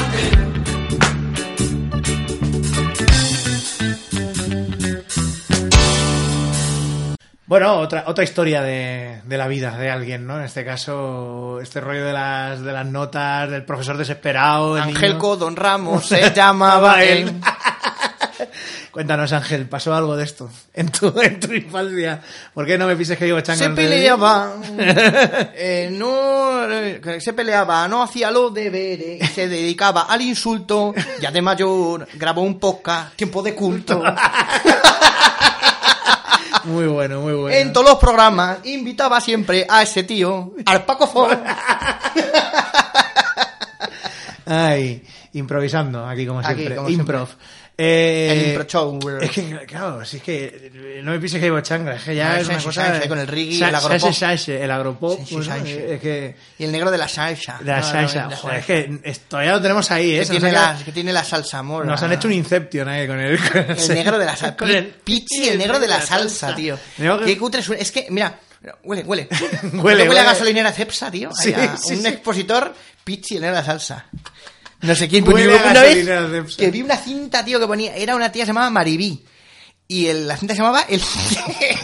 Speaker 1: Bueno, otra, otra historia de, de la vida de alguien, ¿no? En este caso, este rollo de las, de las notas, del profesor desesperado. el niño.
Speaker 2: Angelco Don Ramos se llamaba él.
Speaker 1: Cuéntanos, Ángel, ¿pasó algo de esto en tu, en tu infancia? ¿Por qué no me pises que digo changa
Speaker 2: Se
Speaker 1: en realidad?
Speaker 2: peleaba, eh, no, eh, se peleaba, no hacía los deberes, y se dedicaba al insulto, ya de mayor, grabó un podcast, tiempo de culto,
Speaker 1: Muy bueno, muy bueno.
Speaker 2: en todos los programas, invitaba siempre a ese tío, al Paco Ford,
Speaker 1: Ay, improvisando, aquí como
Speaker 2: Aquí,
Speaker 1: siempre.
Speaker 2: como
Speaker 1: Improv. Eh,
Speaker 2: el impro show.
Speaker 1: Es que, claro, si es que eh, no me pises que digo changa, es que ya
Speaker 2: No, el
Speaker 1: es una
Speaker 2: Sánchez,
Speaker 1: cosa...
Speaker 2: Sánchez, con el reggae,
Speaker 1: Sa-
Speaker 2: el agropop.
Speaker 1: Sánchez, Sánchez, el agropop,
Speaker 2: Sánchez,
Speaker 1: bueno,
Speaker 2: Sánchez.
Speaker 1: eh, es que...
Speaker 2: Y el negro de la salsa.
Speaker 1: La
Speaker 2: No, no,
Speaker 1: salsa,
Speaker 2: la
Speaker 1: joder, es que es- todavía lo tenemos ahí, ¿eh?
Speaker 2: Que
Speaker 1: Se nos
Speaker 2: tiene,
Speaker 1: ha
Speaker 2: la,
Speaker 1: quedado-
Speaker 2: que tiene la salsa mora.
Speaker 1: Nos han hecho un Inception ahí con el... con
Speaker 2: El negro de la salsa.
Speaker 1: con el-
Speaker 2: Pichi, el negro de la salsa, tío.
Speaker 1: Tengo que-
Speaker 2: Qué cutre suena. Es que, mira, huele, huele. huele,
Speaker 1: huele.
Speaker 2: a gasolinera Cepsa, tío. Ahí
Speaker 1: Sí,
Speaker 2: a
Speaker 1: sí,
Speaker 2: un
Speaker 1: sí.
Speaker 2: expositor, Pichi, el negro de la salsa. No sé quién
Speaker 1: Huele
Speaker 2: pero
Speaker 1: a
Speaker 2: una vez
Speaker 1: gasolinera Cepsa.
Speaker 2: que vi una cinta, tío, que ponía. Era una tía llamada Maribí. Y el- la cinta se llamaba El.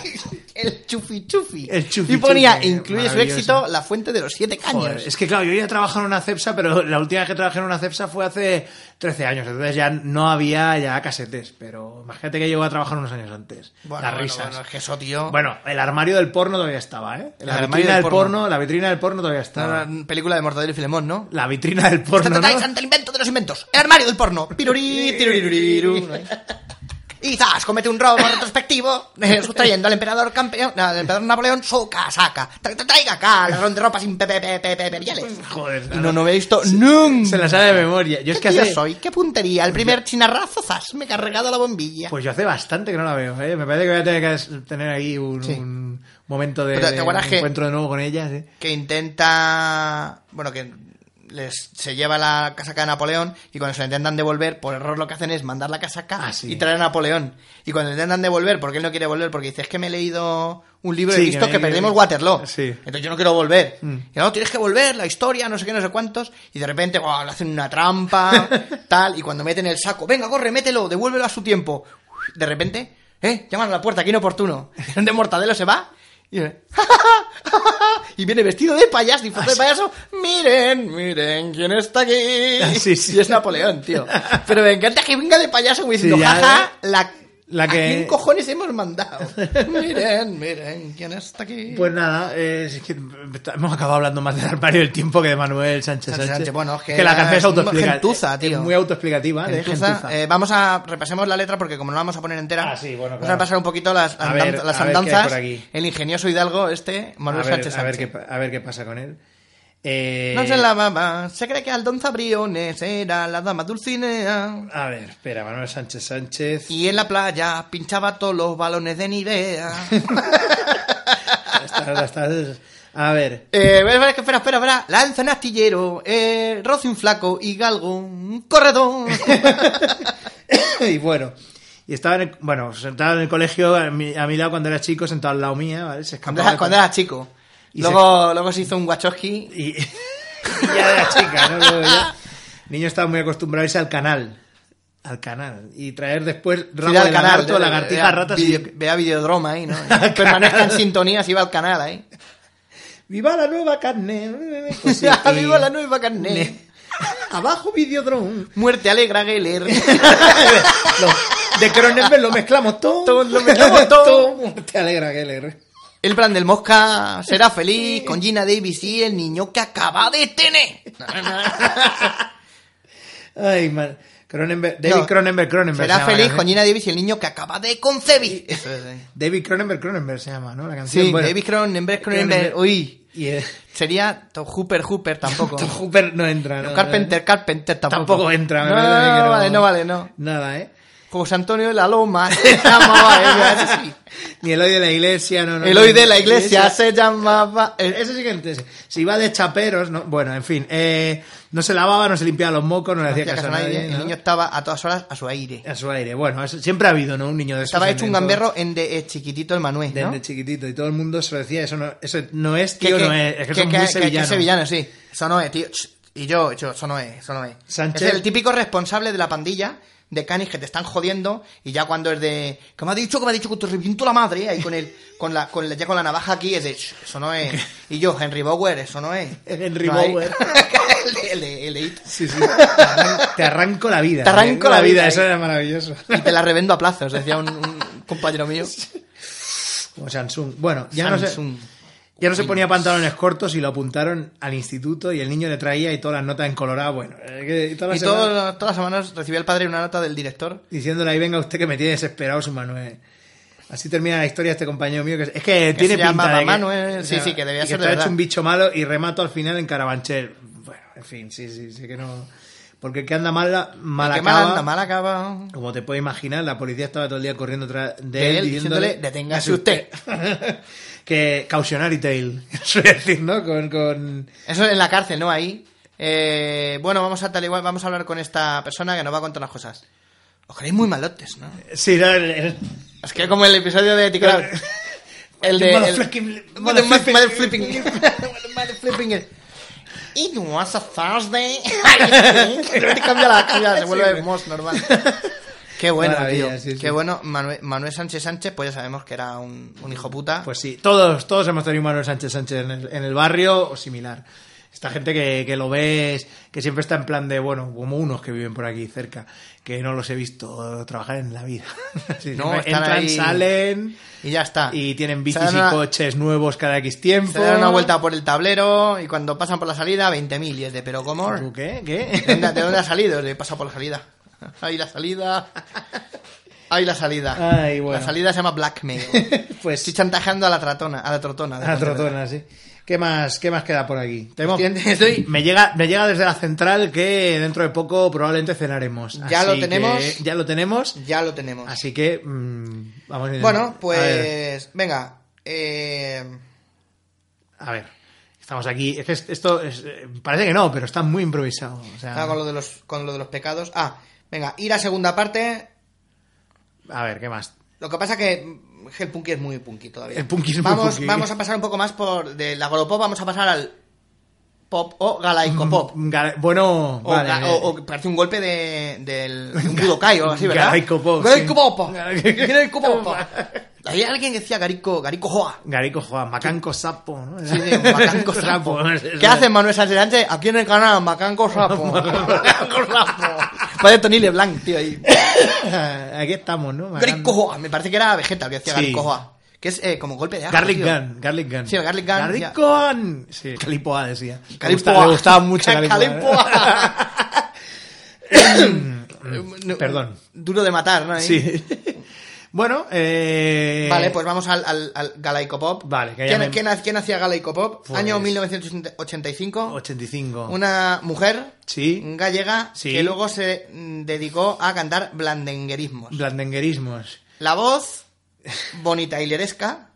Speaker 2: El chufi chufi.
Speaker 1: El chufi
Speaker 2: Y ponía,
Speaker 1: chufi,
Speaker 2: incluye su
Speaker 1: maravilloso.
Speaker 2: éxito, la fuente de los siete caños.
Speaker 1: Joder, es que claro, yo ya he trabajado en una CEPSA, pero la última vez que trabajé en una CEPSA fue hace 13 años, entonces ya no había ya casetes, pero imagínate que llevo a trabajar unos años antes.
Speaker 2: Bueno,
Speaker 1: Las
Speaker 2: bueno,
Speaker 1: risas.
Speaker 2: bueno, es que eso, tío.
Speaker 1: Bueno, el armario del porno todavía estaba, ¿eh?
Speaker 2: El
Speaker 1: la
Speaker 2: armario
Speaker 1: vitrina
Speaker 2: del
Speaker 1: del
Speaker 2: porno.
Speaker 1: porno. la vitrina del porno todavía
Speaker 2: Una
Speaker 1: estaba.
Speaker 2: película de Mortadelo y Filemón, ¿no?
Speaker 1: La vitrina del porno, ¿no?
Speaker 2: Tratáis ante el invento de los inventos. El armario del porno. Pirurí, tiruririrú. Y zas, comete un robo retrospectivo, eh, sustrayendo al emperador campeón, al emperador Napoleón su casaca. Tra- tra- Traiga acá el ron de ropa sin pepe, pepe, pepe, pieles.
Speaker 1: Joder,
Speaker 2: Y
Speaker 1: nada.
Speaker 2: no, no había visto nunca.
Speaker 1: Se la sabe de memoria. Yo es que
Speaker 2: ¿Qué tío
Speaker 1: hace.
Speaker 2: soy? ¿Qué puntería? El primer chinarrazo, zas, me he cargado la bombilla.
Speaker 1: Pues yo hace bastante que no la veo, ¿eh? Me parece que voy a tener que tener ahí un,
Speaker 2: Sí.
Speaker 1: un momento de,
Speaker 2: Pero te
Speaker 1: de
Speaker 2: acuerdas que-
Speaker 1: encuentro de nuevo con ellas, ¿eh?
Speaker 2: que intenta. Bueno, que les, se lleva la casaca de Napoleón y cuando se la intentan devolver, por error lo que hacen es mandar la casaca
Speaker 1: Ah, sí.
Speaker 2: y traer a Napoleón. Y cuando le intentan devolver, porque él no quiere volver, porque dice, es que me he leído un libro y
Speaker 1: Sí,
Speaker 2: he
Speaker 1: que
Speaker 2: visto
Speaker 1: me-
Speaker 2: que, perdimos Waterloo.
Speaker 1: Sí.
Speaker 2: Entonces yo no quiero volver.
Speaker 1: Mm.
Speaker 2: Y no, tienes que volver, la historia, no sé qué, no sé cuántos. Y de repente, guau, le hacen una trampa, tal. Y cuando meten el saco, venga, corre, mételo, devuélvelo a su tiempo. De repente, eh, llaman a la puerta, aquí inoportuno. De Mortadelo se va. Y, y viene vestido de payaso, y foto
Speaker 1: Ah,
Speaker 2: de payaso. Miren, miren quién está aquí.
Speaker 1: Ah, sí, sí.
Speaker 2: Y es Napoleón, tío. Pero me encanta que venga de payaso como diciendo,
Speaker 1: ya, ¿eh?
Speaker 2: jaja, la,
Speaker 1: la
Speaker 2: ¿a
Speaker 1: que-
Speaker 2: quién cojones hemos mandado? miren, miren quién está aquí.
Speaker 1: Pues nada, eh, es que hemos acabado hablando más del armario del tiempo que de Manuel Sánchez
Speaker 2: Sánchez
Speaker 1: Sánchez.
Speaker 2: Sánchez, bueno, es que
Speaker 1: la
Speaker 2: era-
Speaker 1: canción es
Speaker 2: es muy
Speaker 1: autoexplicativa.
Speaker 2: gentuza, tío.
Speaker 1: muy autoexplicativa, de
Speaker 2: Gentuza,
Speaker 1: gentuza.
Speaker 2: eh, vamos a repasemos la letra porque como no la vamos a poner entera,
Speaker 1: Ah, sí, bueno,
Speaker 2: vamos
Speaker 1: claro.
Speaker 2: a pasar un poquito las,
Speaker 1: A ver,
Speaker 2: andan- las
Speaker 1: a ver qué hay por
Speaker 2: andanzas.
Speaker 1: aquí.
Speaker 2: El ingenioso hidalgo este, Manuel
Speaker 1: a, ver,
Speaker 2: Sánchez
Speaker 1: a, ver qué,
Speaker 2: Sánchez.
Speaker 1: pa- a ver qué pasa con él. Eh,
Speaker 2: No se la mamá, se cree que Aldonza Briones era la dama dulcinea.
Speaker 1: A ver, espera, Manuel Sánchez Sánchez.
Speaker 2: Y en la playa pinchaba todos los balones de Nivea. Eh,
Speaker 1: Estás- estás- a ver,
Speaker 2: eh, espera, espera, espera, espera. Lanza un astillero, eh, roce un flaco y galgo un corredor.
Speaker 1: y bueno. Y estaba en el, bueno, sentado en el colegio a mi, a mi lado cuando era chico, sentado al lado mía, ¿vale? Se
Speaker 2: cuando,
Speaker 1: escapaba.
Speaker 2: era, cuando era chico.
Speaker 1: Y
Speaker 2: Luego, luego se hizo un Wachowski.
Speaker 1: Y, y ya era chica, ¿no? Luego ya- el niño estaba muy acostumbrado a irse al canal. Al canal. Y traer después ramo
Speaker 2: Ir al
Speaker 1: de
Speaker 2: canal,
Speaker 1: lagarto,
Speaker 2: eh,
Speaker 1: lagartija,
Speaker 2: vea-
Speaker 1: ratas
Speaker 2: vide-
Speaker 1: y...
Speaker 2: Vea Videodrome ahí, ¿no? Permanezca en sintonía si iba al canal ahí.
Speaker 1: ¡Viva la nueva carne! Pues sí, y-
Speaker 2: Viva la nueva carne.
Speaker 1: ¡Abajo Videodrome!
Speaker 2: Muerte alegra, Geller.
Speaker 1: Lo- de Cronenberg lo mezclamos todo.
Speaker 2: Todo, lo mezclamos todo.
Speaker 1: Te alegra, Keller.
Speaker 2: El plan del Mosca será feliz con Gina Davis y el niño que acaba de tener.
Speaker 1: Ay, man. Cronenberg, David
Speaker 2: No.
Speaker 1: Cronenberg, Cronenberg. se
Speaker 2: Será
Speaker 1: llama ¿eh? la
Speaker 2: feliz con
Speaker 1: canción.
Speaker 2: Gina Davis y el niño que acaba de concebir. Eso es, eh.
Speaker 1: David Cronenberg, Cronenberg se llama, ¿no? La canción.
Speaker 2: Sí,
Speaker 1: bueno.
Speaker 2: David Cronenberg, Cronenberg. Uy,
Speaker 1: Y eh,
Speaker 2: sería Tom Hooper, Hooper tampoco.
Speaker 1: Tom Hooper no entra.
Speaker 2: No,
Speaker 1: no,
Speaker 2: Carpenter, Carpenter tampoco.
Speaker 1: eh, Tampoco entra, me
Speaker 2: No,
Speaker 1: parece a mí
Speaker 2: no,
Speaker 1: que
Speaker 2: no,
Speaker 1: no.
Speaker 2: vale, no vale, no.
Speaker 1: Nada, ¿eh?
Speaker 2: José Antonio de la Loma se llamaba él, ese sí.
Speaker 1: Ni el hoy de la iglesia, no, no.
Speaker 2: El
Speaker 1: no,
Speaker 2: hoy de la
Speaker 1: no,
Speaker 2: iglesia se llamaba...
Speaker 1: Eh, Ese sí que ent- Si va de chaperos, no, bueno, en fin. eh, no se lavaba, no se limpiaba los mocos, no le hacía
Speaker 2: Ya
Speaker 1: caso a
Speaker 2: que nadie,
Speaker 1: nadie.
Speaker 2: el
Speaker 1: ¿no?
Speaker 2: niño estaba a todas horas a su aire.
Speaker 1: A su aire. Bueno, eso- siempre ha habido, ¿no? Un niño de esos
Speaker 2: Estaba
Speaker 1: en-
Speaker 2: hecho un
Speaker 1: en todo-
Speaker 2: gamberro en de eh, chiquitito el Manuel,
Speaker 1: desde
Speaker 2: ¿no?
Speaker 1: chiquitito y todo el mundo se lo decía eso no, eso no es tío no es es que, son
Speaker 2: que-
Speaker 1: muy
Speaker 2: que- que
Speaker 1: sevillanos
Speaker 2: sevillano, sí. Eso no es, tío. Ch, Y yo, yo, eso no es, eso no es.
Speaker 1: Sánchez-
Speaker 2: Es el típico responsable de la pandilla de canis que te están jodiendo y ya cuando es de que me ha dicho que me ha dicho que te reviento la madre ahí con el con la con la, ya con la navaja aquí es de "Shh, eso no es y yo Henry Bower eso no es
Speaker 1: Henry
Speaker 2: No hay-
Speaker 1: Bower.
Speaker 2: el, el, el hit.
Speaker 1: Sí, sí. Te arran- Te arranco la vida.
Speaker 2: Te arranco la vida, ¿eh?
Speaker 1: Eso
Speaker 2: ahí.
Speaker 1: era maravilloso.
Speaker 2: y te la revendo a plazos decía un, un compañero mío
Speaker 1: Como Samsung. Bueno, ya no sé.
Speaker 2: Samsung.
Speaker 1: Ya no se ponía pantalones cortos y lo apuntaron al instituto y el niño le traía y todas las notas en colorado. Bueno, eh, que- y todas
Speaker 2: y
Speaker 1: las semanas
Speaker 2: todo- todas las semanas recibía el padre una nota del director
Speaker 1: diciéndole ahí venga usted que me tiene desesperado su Manuel. Así termina la historia de este compañero mío que es, es que,
Speaker 2: Que
Speaker 1: tiene
Speaker 2: se llama
Speaker 1: pinta de que-
Speaker 2: Manuel, sí, sí, que debía
Speaker 1: y
Speaker 2: ser de
Speaker 1: te ha hecho
Speaker 2: verdad.
Speaker 1: un bicho malo y remato al final en Carabanchel. Bueno, en fin, sí, sí, sí que no. Porque el que anda mal, la- mal
Speaker 2: que
Speaker 1: acaba.
Speaker 2: mal anda mal acaba
Speaker 1: Como te puedes imaginar, la policía estaba todo el día corriendo atrás de,
Speaker 2: De
Speaker 1: él
Speaker 2: él,
Speaker 1: diciéndole,
Speaker 2: diciéndole, "Deténgase usted".
Speaker 1: que cautionary tale, suele decir, ¿no? Con, con-
Speaker 2: Eso en la cárcel, ¿no? Ahí. Eh, bueno, vamos a tal igual, vamos a hablar con esta persona que nos va a contar las cosas. Os creéis muy malotes, ¿no?
Speaker 1: Sí, no, el- el-
Speaker 2: Es que como el episodio de Tico Lab. El de.
Speaker 1: Motherfucking-
Speaker 2: el- Mother- mother flipping. Mother flipping. el- It was a Thursday. cambia la cambia, se vuelve Moss normal. Qué bueno,
Speaker 1: Maravilla,
Speaker 2: tío.
Speaker 1: sí, sí.
Speaker 2: Qué bueno. Manuel, Manuel Sánchez Sánchez, pues ya sabemos que era un, un hijo puta.
Speaker 1: Pues sí, todos, todos hemos tenido un Manuel Sánchez Sánchez en el, en el barrio o similar. Esta gente que, que lo ves, que siempre está en plan de, bueno, como unos que viven por aquí cerca, que no los he visto trabajar en la vida. Sí,
Speaker 2: No,
Speaker 1: siempre
Speaker 2: están
Speaker 1: entran,
Speaker 2: ahí.
Speaker 1: salen
Speaker 2: y ya está.
Speaker 1: y tienen
Speaker 2: Se
Speaker 1: bicis
Speaker 2: dan una-
Speaker 1: y coches nuevos cada X tiempo.
Speaker 2: Se dan una vuelta por el tablero y cuando pasan por la salida, 20.000. Y es de, pero ¿cómo?
Speaker 1: ¿Tú
Speaker 2: ¿De
Speaker 1: ¿Qué? ¿Qué?
Speaker 2: dónde, de dónde ha salido? Le pasa por la salida. Ahí la salida. Ahí la salida.
Speaker 1: Ay, Ah, bueno.
Speaker 2: La salida se llama blackmail.
Speaker 1: pues
Speaker 2: Estoy chantajeando a la tratona. A la trotona.
Speaker 1: a trotona, sí. ¿Qué más, ¿Qué más queda por aquí? Tenemos-
Speaker 2: ¿Entiendes? Estoy-
Speaker 1: me, llega, me llega desde la central que dentro de poco probablemente cenaremos.
Speaker 2: Ya
Speaker 1: Así
Speaker 2: lo
Speaker 1: que
Speaker 2: tenemos.
Speaker 1: Ya lo tenemos.
Speaker 2: Ya lo tenemos.
Speaker 1: Así que mm, vamos a ir-
Speaker 2: Bueno,
Speaker 1: a ver,
Speaker 2: pues. Venga. Eh,
Speaker 1: a ver, estamos aquí. Es que esto es- eh, parece que no, pero está muy improvisado. o sea,
Speaker 2: nada, con, lo de los, con lo de los pecados. Ah, venga. Ir a segunda parte.
Speaker 1: a ver, ¿qué más?
Speaker 2: Lo que pasa que mm, el punky es muy punky todavía.
Speaker 1: El punky es muy
Speaker 2: vamos,
Speaker 1: punky.
Speaker 2: Vamos a pasar un poco más por de la golopop, vamos a pasar al pop o galaicopop.
Speaker 1: Gala- Bueno,
Speaker 2: O,
Speaker 1: vale. eh.
Speaker 2: ga- o- o parece un golpe de, del de un budokai o algo así, ¿verdad?
Speaker 1: Galaicopop, sí.
Speaker 2: Galaicopop.
Speaker 1: Galaico-
Speaker 2: Galaicopop. Había alguien que decía Garico, Garico Joa.
Speaker 1: Garico Juan, Macanco Sapo, ¿no?
Speaker 2: Sí, sí, Macanco Sapo.
Speaker 1: Pues,
Speaker 2: ¿Qué hace Manuel Sánchez Sánchez? Aquí en el canal, Macanco Sapo. Macanco Sapo. Vaya Tony Leblanc, tío, ahí.
Speaker 1: Aquí estamos, ¿no? Macando.
Speaker 2: Garico Joa. Me parece que era Vegeta el que decía
Speaker 1: Sí.
Speaker 2: Garico Joa. Que es eh, como golpe de ajo,
Speaker 1: Garlic
Speaker 2: tío.
Speaker 1: Gun, Garlic Gun.
Speaker 2: Sí, el Garlic Gun,
Speaker 1: Garlic
Speaker 2: ya.
Speaker 1: Gun. Sí, Calipoa decía. Le
Speaker 2: Calipoa.
Speaker 1: gustaba- Le gustaba mucho eh. Calipoa.
Speaker 2: Calipoa.
Speaker 1: No, Perdón.
Speaker 2: Duro de matar, ¿no? Ahí.
Speaker 1: Sí. bueno, eh...
Speaker 2: Vale, pues vamos al, al, al Galaico Pop.
Speaker 1: Vale, que ya
Speaker 2: ¿Quién,
Speaker 1: me-
Speaker 2: quién ha- quién hacía Galaico Pop?
Speaker 1: Pues-
Speaker 2: Año 1985.
Speaker 1: 85.
Speaker 2: Una mujer
Speaker 1: Sí.
Speaker 2: gallega
Speaker 1: Sí.
Speaker 2: que luego se mm, dedicó a cantar blandenguerismos.
Speaker 1: Blandenguerismos.
Speaker 2: La voz bonita y leresca.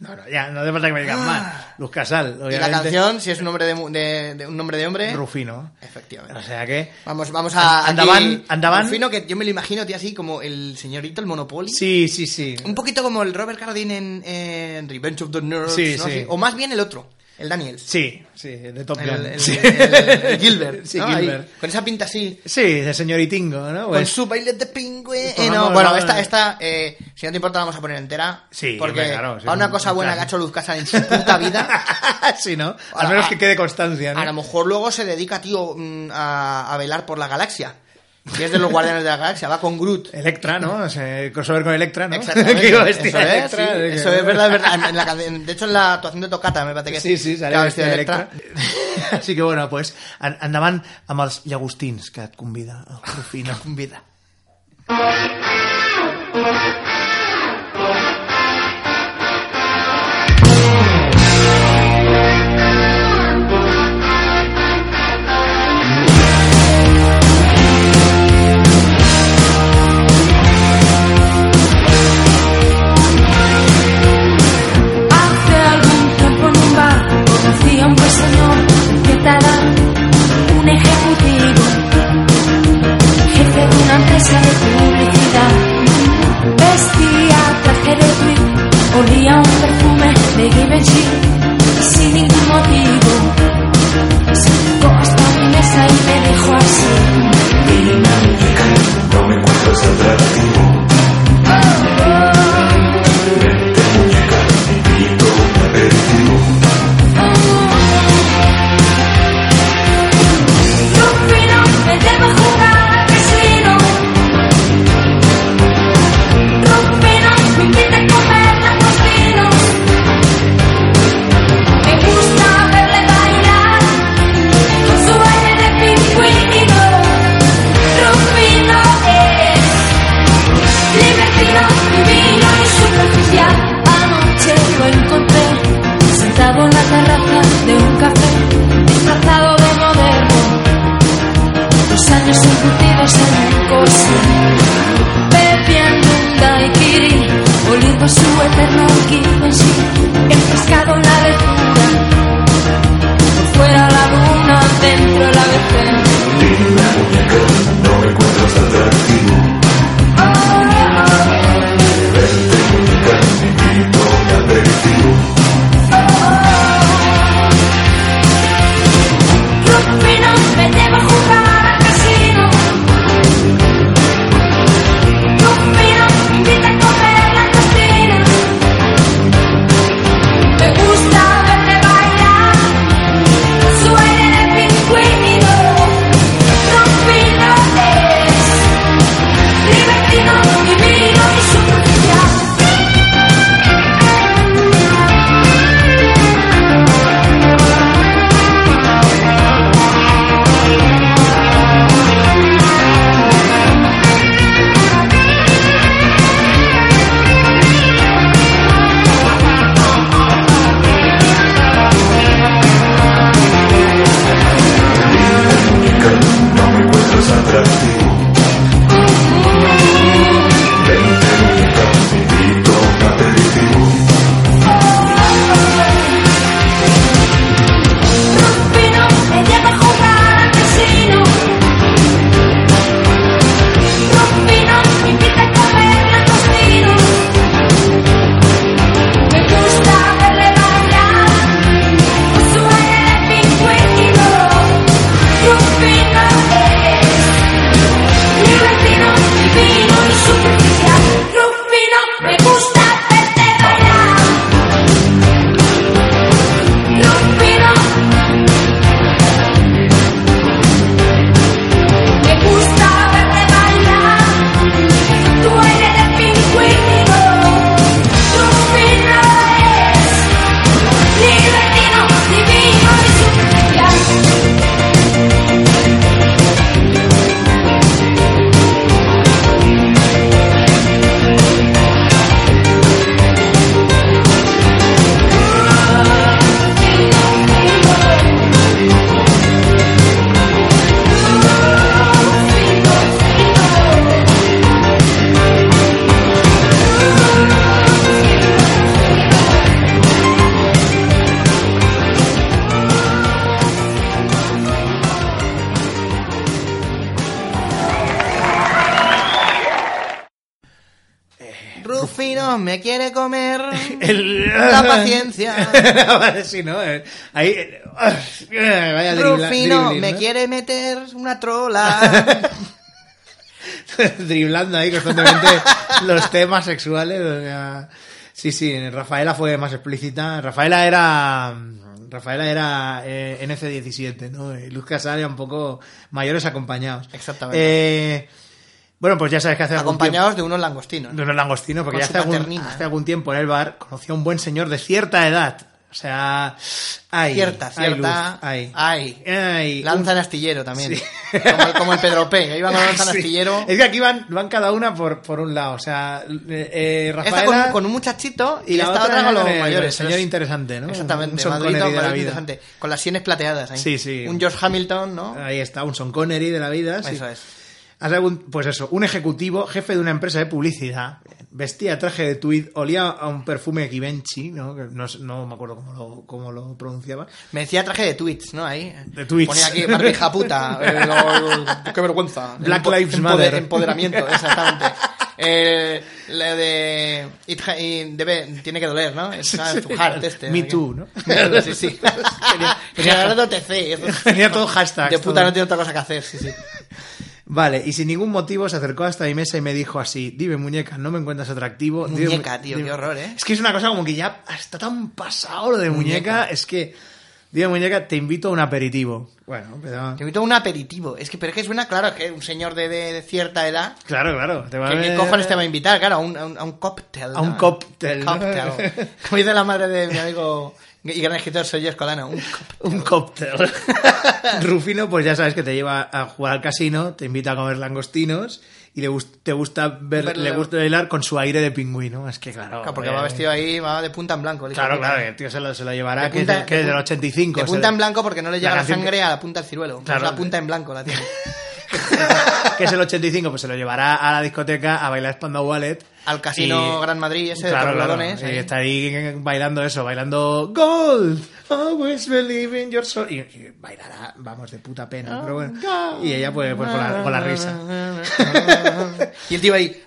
Speaker 1: No, no, ya, no hace falta que me digas más. Luz Casal,
Speaker 2: Ah. Y la
Speaker 1: obviamente.
Speaker 2: canción, si es un nombre de, mu- de- de- un nombre de hombre.
Speaker 1: Rufino. O
Speaker 2: Efectivamente.
Speaker 1: sea que...
Speaker 2: Vamos, vamos a.
Speaker 1: Andaban-
Speaker 2: aquí-
Speaker 1: andaban-
Speaker 2: Rufino, que yo me lo imagino, tío, así como el señorito, el Monopoly.
Speaker 1: Sí, sí, sí.
Speaker 2: Un poquito como el Robert Carradine en, en Revenge of the Nerds,
Speaker 1: Sí,
Speaker 2: ¿no?
Speaker 1: sí.
Speaker 2: Sí. O más bien el otro, el Daniel.
Speaker 1: Sí, sí, de Top
Speaker 2: El,
Speaker 1: Gun.
Speaker 2: el-
Speaker 1: sí.
Speaker 2: el- el Gilbert.
Speaker 1: Sí,
Speaker 2: ¿no? Ahí,
Speaker 1: Gilbert.
Speaker 2: con esa pinta así.
Speaker 1: Sí, de señoritingo, ¿no?
Speaker 2: Con
Speaker 1: Pues-
Speaker 2: su baile de pingüe.
Speaker 1: Pues
Speaker 2: eh,
Speaker 1: vamos,
Speaker 2: no, bueno,
Speaker 1: vamos.
Speaker 2: esta, esta eh, si no te importa, la vamos a poner entera.
Speaker 1: Sí,
Speaker 2: porque
Speaker 1: hombre, claro, sí,
Speaker 2: para una
Speaker 1: un-
Speaker 2: cosa
Speaker 1: un
Speaker 2: buena que
Speaker 1: clásico.
Speaker 2: ha hecho Luz Casal en su puta vida.
Speaker 1: sí, ¿no? Al
Speaker 2: Ahora,
Speaker 1: menos
Speaker 2: a-
Speaker 1: que quede constancia, ¿no?
Speaker 2: A lo mejor luego se dedica, tío, mm, a, a velar por la galaxia. Que es de los guardianes de la galaxia, va con Groot.
Speaker 1: Electra, ¿no? O sea, el crossover con Electra, ¿no?
Speaker 2: Exactamente.
Speaker 1: Que iba
Speaker 2: eso,
Speaker 1: vestida
Speaker 2: es,
Speaker 1: de Electra,
Speaker 2: sí,
Speaker 1: de que-
Speaker 2: eso es verdad, es verdad. En- en la can- de hecho, en la actuación de Tocata me parece que
Speaker 1: Sí, sí,
Speaker 2: que
Speaker 1: sale este vestida
Speaker 2: va vestida
Speaker 1: de
Speaker 2: de
Speaker 1: Electra. Así que bueno, pues an- andaban amb els llagostins que et convida el Rufino.
Speaker 2: Vida.
Speaker 12: Hace algún tiempo en un bar conocí a un buen señor que tal un ejecutivo, jefe de una empresa de publicidad. Rufino, me debo jugar al casino. Rufino, me invita a comer tacos finos. Me gusta verle bailar con su baile de pingüino. Rufino es libertino, divino y superficial. Anoche lo encontré sentado en la terraza de un café disfrazado de moderno los años incutidos en un coche, bebiendo un daiquiri, oliendo su eterno kimchi, enfrescado en la lectura, por fuera la luna, dentro la vejez. Rufino, me llevo a jugar al casino. Rufino, me invita a comer la cocina. Me gusta verle bailar, su aire de pingüino. Rufino es divertido, divino y superficial. Rufino, me lleva a jugar al casino. Rufino, me invita a comer langostinos. Me gusta verle bailar con su aire de pingüino. Rufino es libertino, divino y superficial. Rufino, me gusta verte bailar. Rufino. Me gusta verte bailar, tu aire de pingüino. Rufino es libertino, divino y superficial.
Speaker 2: Rufino me quiere comer
Speaker 1: El-
Speaker 2: la paciencia.
Speaker 1: Vale, sí, ¿no? Eh, Ahí. eh, Vaya dribla-
Speaker 2: Rufino
Speaker 1: dribbling,
Speaker 2: me
Speaker 1: ¿no?
Speaker 2: quiere meter una trola.
Speaker 1: driblando ahí constantemente los temas sexuales. o sea, sí, sí, Rafaela fue más explícita. Rafaela era. Rafaela era eh, NC17, ¿no? Y Luz Casal era un poco mayores acompañados.
Speaker 2: Exactamente.
Speaker 1: Eh, bueno, pues ya sabes que hace algún
Speaker 2: Acompañados de unos langostinos.
Speaker 1: de unos langostinos, porque ya
Speaker 2: Con su
Speaker 1: hace algún,
Speaker 2: paternina, ¿eh?
Speaker 1: hace algún tiempo en el bar conocí a un buen señor de cierta edad. O sea, hay.
Speaker 2: cierta,
Speaker 1: hay luz,
Speaker 2: cierta.
Speaker 1: hay. Eh,
Speaker 2: Ay.
Speaker 1: Ay,
Speaker 2: Lanza en astillero también. Como, el, como el Pedro P. que Iba con lanza en
Speaker 1: Sí.
Speaker 2: astillero.
Speaker 1: Es que aquí van, van cada una por, por un lado. O sea, eh, eh,
Speaker 2: Esta
Speaker 1: Rafaela
Speaker 2: con, con un muchachito y, esta otra, con los
Speaker 1: el- el
Speaker 2: mayores.
Speaker 1: señor
Speaker 2: Es-
Speaker 1: interesante, ¿no?
Speaker 2: Exactamente,
Speaker 1: Un Sean
Speaker 2: madridito,
Speaker 1: Connery de la
Speaker 2: madridito
Speaker 1: vida.
Speaker 2: interesante. Con las sienes plateadas ahí.
Speaker 1: Sí, sí.
Speaker 2: Un George Hamilton, ¿no?
Speaker 1: Ahí está, un Son Connery de la vida. sí.
Speaker 2: Eso es.
Speaker 1: Hace algún- pues eso, un ejecutivo, jefe de una empresa de publicidad, vestía traje de tweed, olía a un perfume Givenchy, ¿no? Que no, sé- no me acuerdo cómo lo, cómo lo pronunciaba.
Speaker 2: Me decía traje de tweets, ¿no? Ahí.
Speaker 1: De tweets.
Speaker 2: Ponía aquí, barbija puta. eh, lo- qué vergüenza.
Speaker 1: Black
Speaker 2: Empo-
Speaker 1: Lives
Speaker 2: empoder-
Speaker 1: Matter.
Speaker 2: Empoderamiento, exactamente. Eh, la de. It ha- y debe- tiene que doler, ¿no? Es ah, tu heart este.
Speaker 1: Me
Speaker 2: ¿no?
Speaker 1: too, ¿no?
Speaker 2: Me too, sí, sí. Gerardo TC. eso.
Speaker 1: Tenía todo hashtags.
Speaker 2: De puta,
Speaker 1: todo.
Speaker 2: no tiene otra cosa que hacer, sí, sí.
Speaker 1: Vale, y sin ningún motivo se acercó hasta mi mesa y me dijo así, dime muñeca, no me encuentras atractivo. Dime,
Speaker 2: Muñeca, tío,
Speaker 1: dime-".
Speaker 2: qué horror, ¿eh?
Speaker 1: Es que es una cosa como que ya está tan pasado lo de muñeca, es que... Dime muñeca, te invito a un aperitivo. Bueno, pero...
Speaker 2: Te invito a un aperitivo. Es que, pero es que suena, claro, que un señor de, de- de cierta edad.
Speaker 1: Claro, claro. Te va
Speaker 2: ¿Qué,
Speaker 1: a
Speaker 2: qué
Speaker 1: ver-
Speaker 2: cojones te va a invitar? Claro, a un, a un, a un cóctel.
Speaker 1: A un cóctel, ¿no?
Speaker 2: Cóctel. Como dice la madre de mi amigo y gran escritor Sergio Escolano. Un cóctel.
Speaker 1: Un cóctel. Rufino, pues ya sabes que te lleva a jugar al casino, te invita a comer langostinos y le gust- te gusta ver,
Speaker 2: Verlo.
Speaker 1: le gusta bailar con su aire de pingüino. Es que claro.
Speaker 2: Claro, porque
Speaker 1: eh,
Speaker 2: va vestido ahí, va de punta en blanco. el hijo
Speaker 1: Claro,
Speaker 2: de-
Speaker 1: claro, el tío se lo, se lo llevará,
Speaker 2: De
Speaker 1: que es
Speaker 2: punta-
Speaker 1: del- que es
Speaker 2: de
Speaker 1: del
Speaker 2: pun-
Speaker 1: 85.
Speaker 2: De
Speaker 1: se
Speaker 2: punta
Speaker 1: le-
Speaker 2: en blanco porque no le llega la,
Speaker 1: canción
Speaker 2: sangre a la punta del ciruelo. Pues
Speaker 1: Claro.
Speaker 2: la punta en blanco la tiene.
Speaker 1: Que, que es el 85, pues se lo llevará a la discoteca a bailar Spandau Wallet.
Speaker 2: Al casino
Speaker 1: Y-
Speaker 2: Gran Madrid ese
Speaker 1: Claro,
Speaker 2: de ¿eh?
Speaker 1: claro.
Speaker 2: Torrelodones.
Speaker 1: Y
Speaker 2: ahí.
Speaker 1: está ahí bailando eso, bailando Gold, always believe in your soul. Y, y bailará, vamos, de puta pena. pero bueno.
Speaker 2: Oh,
Speaker 1: Y ella, pues, pues con, la, con la risa.
Speaker 2: Y el tío ahí.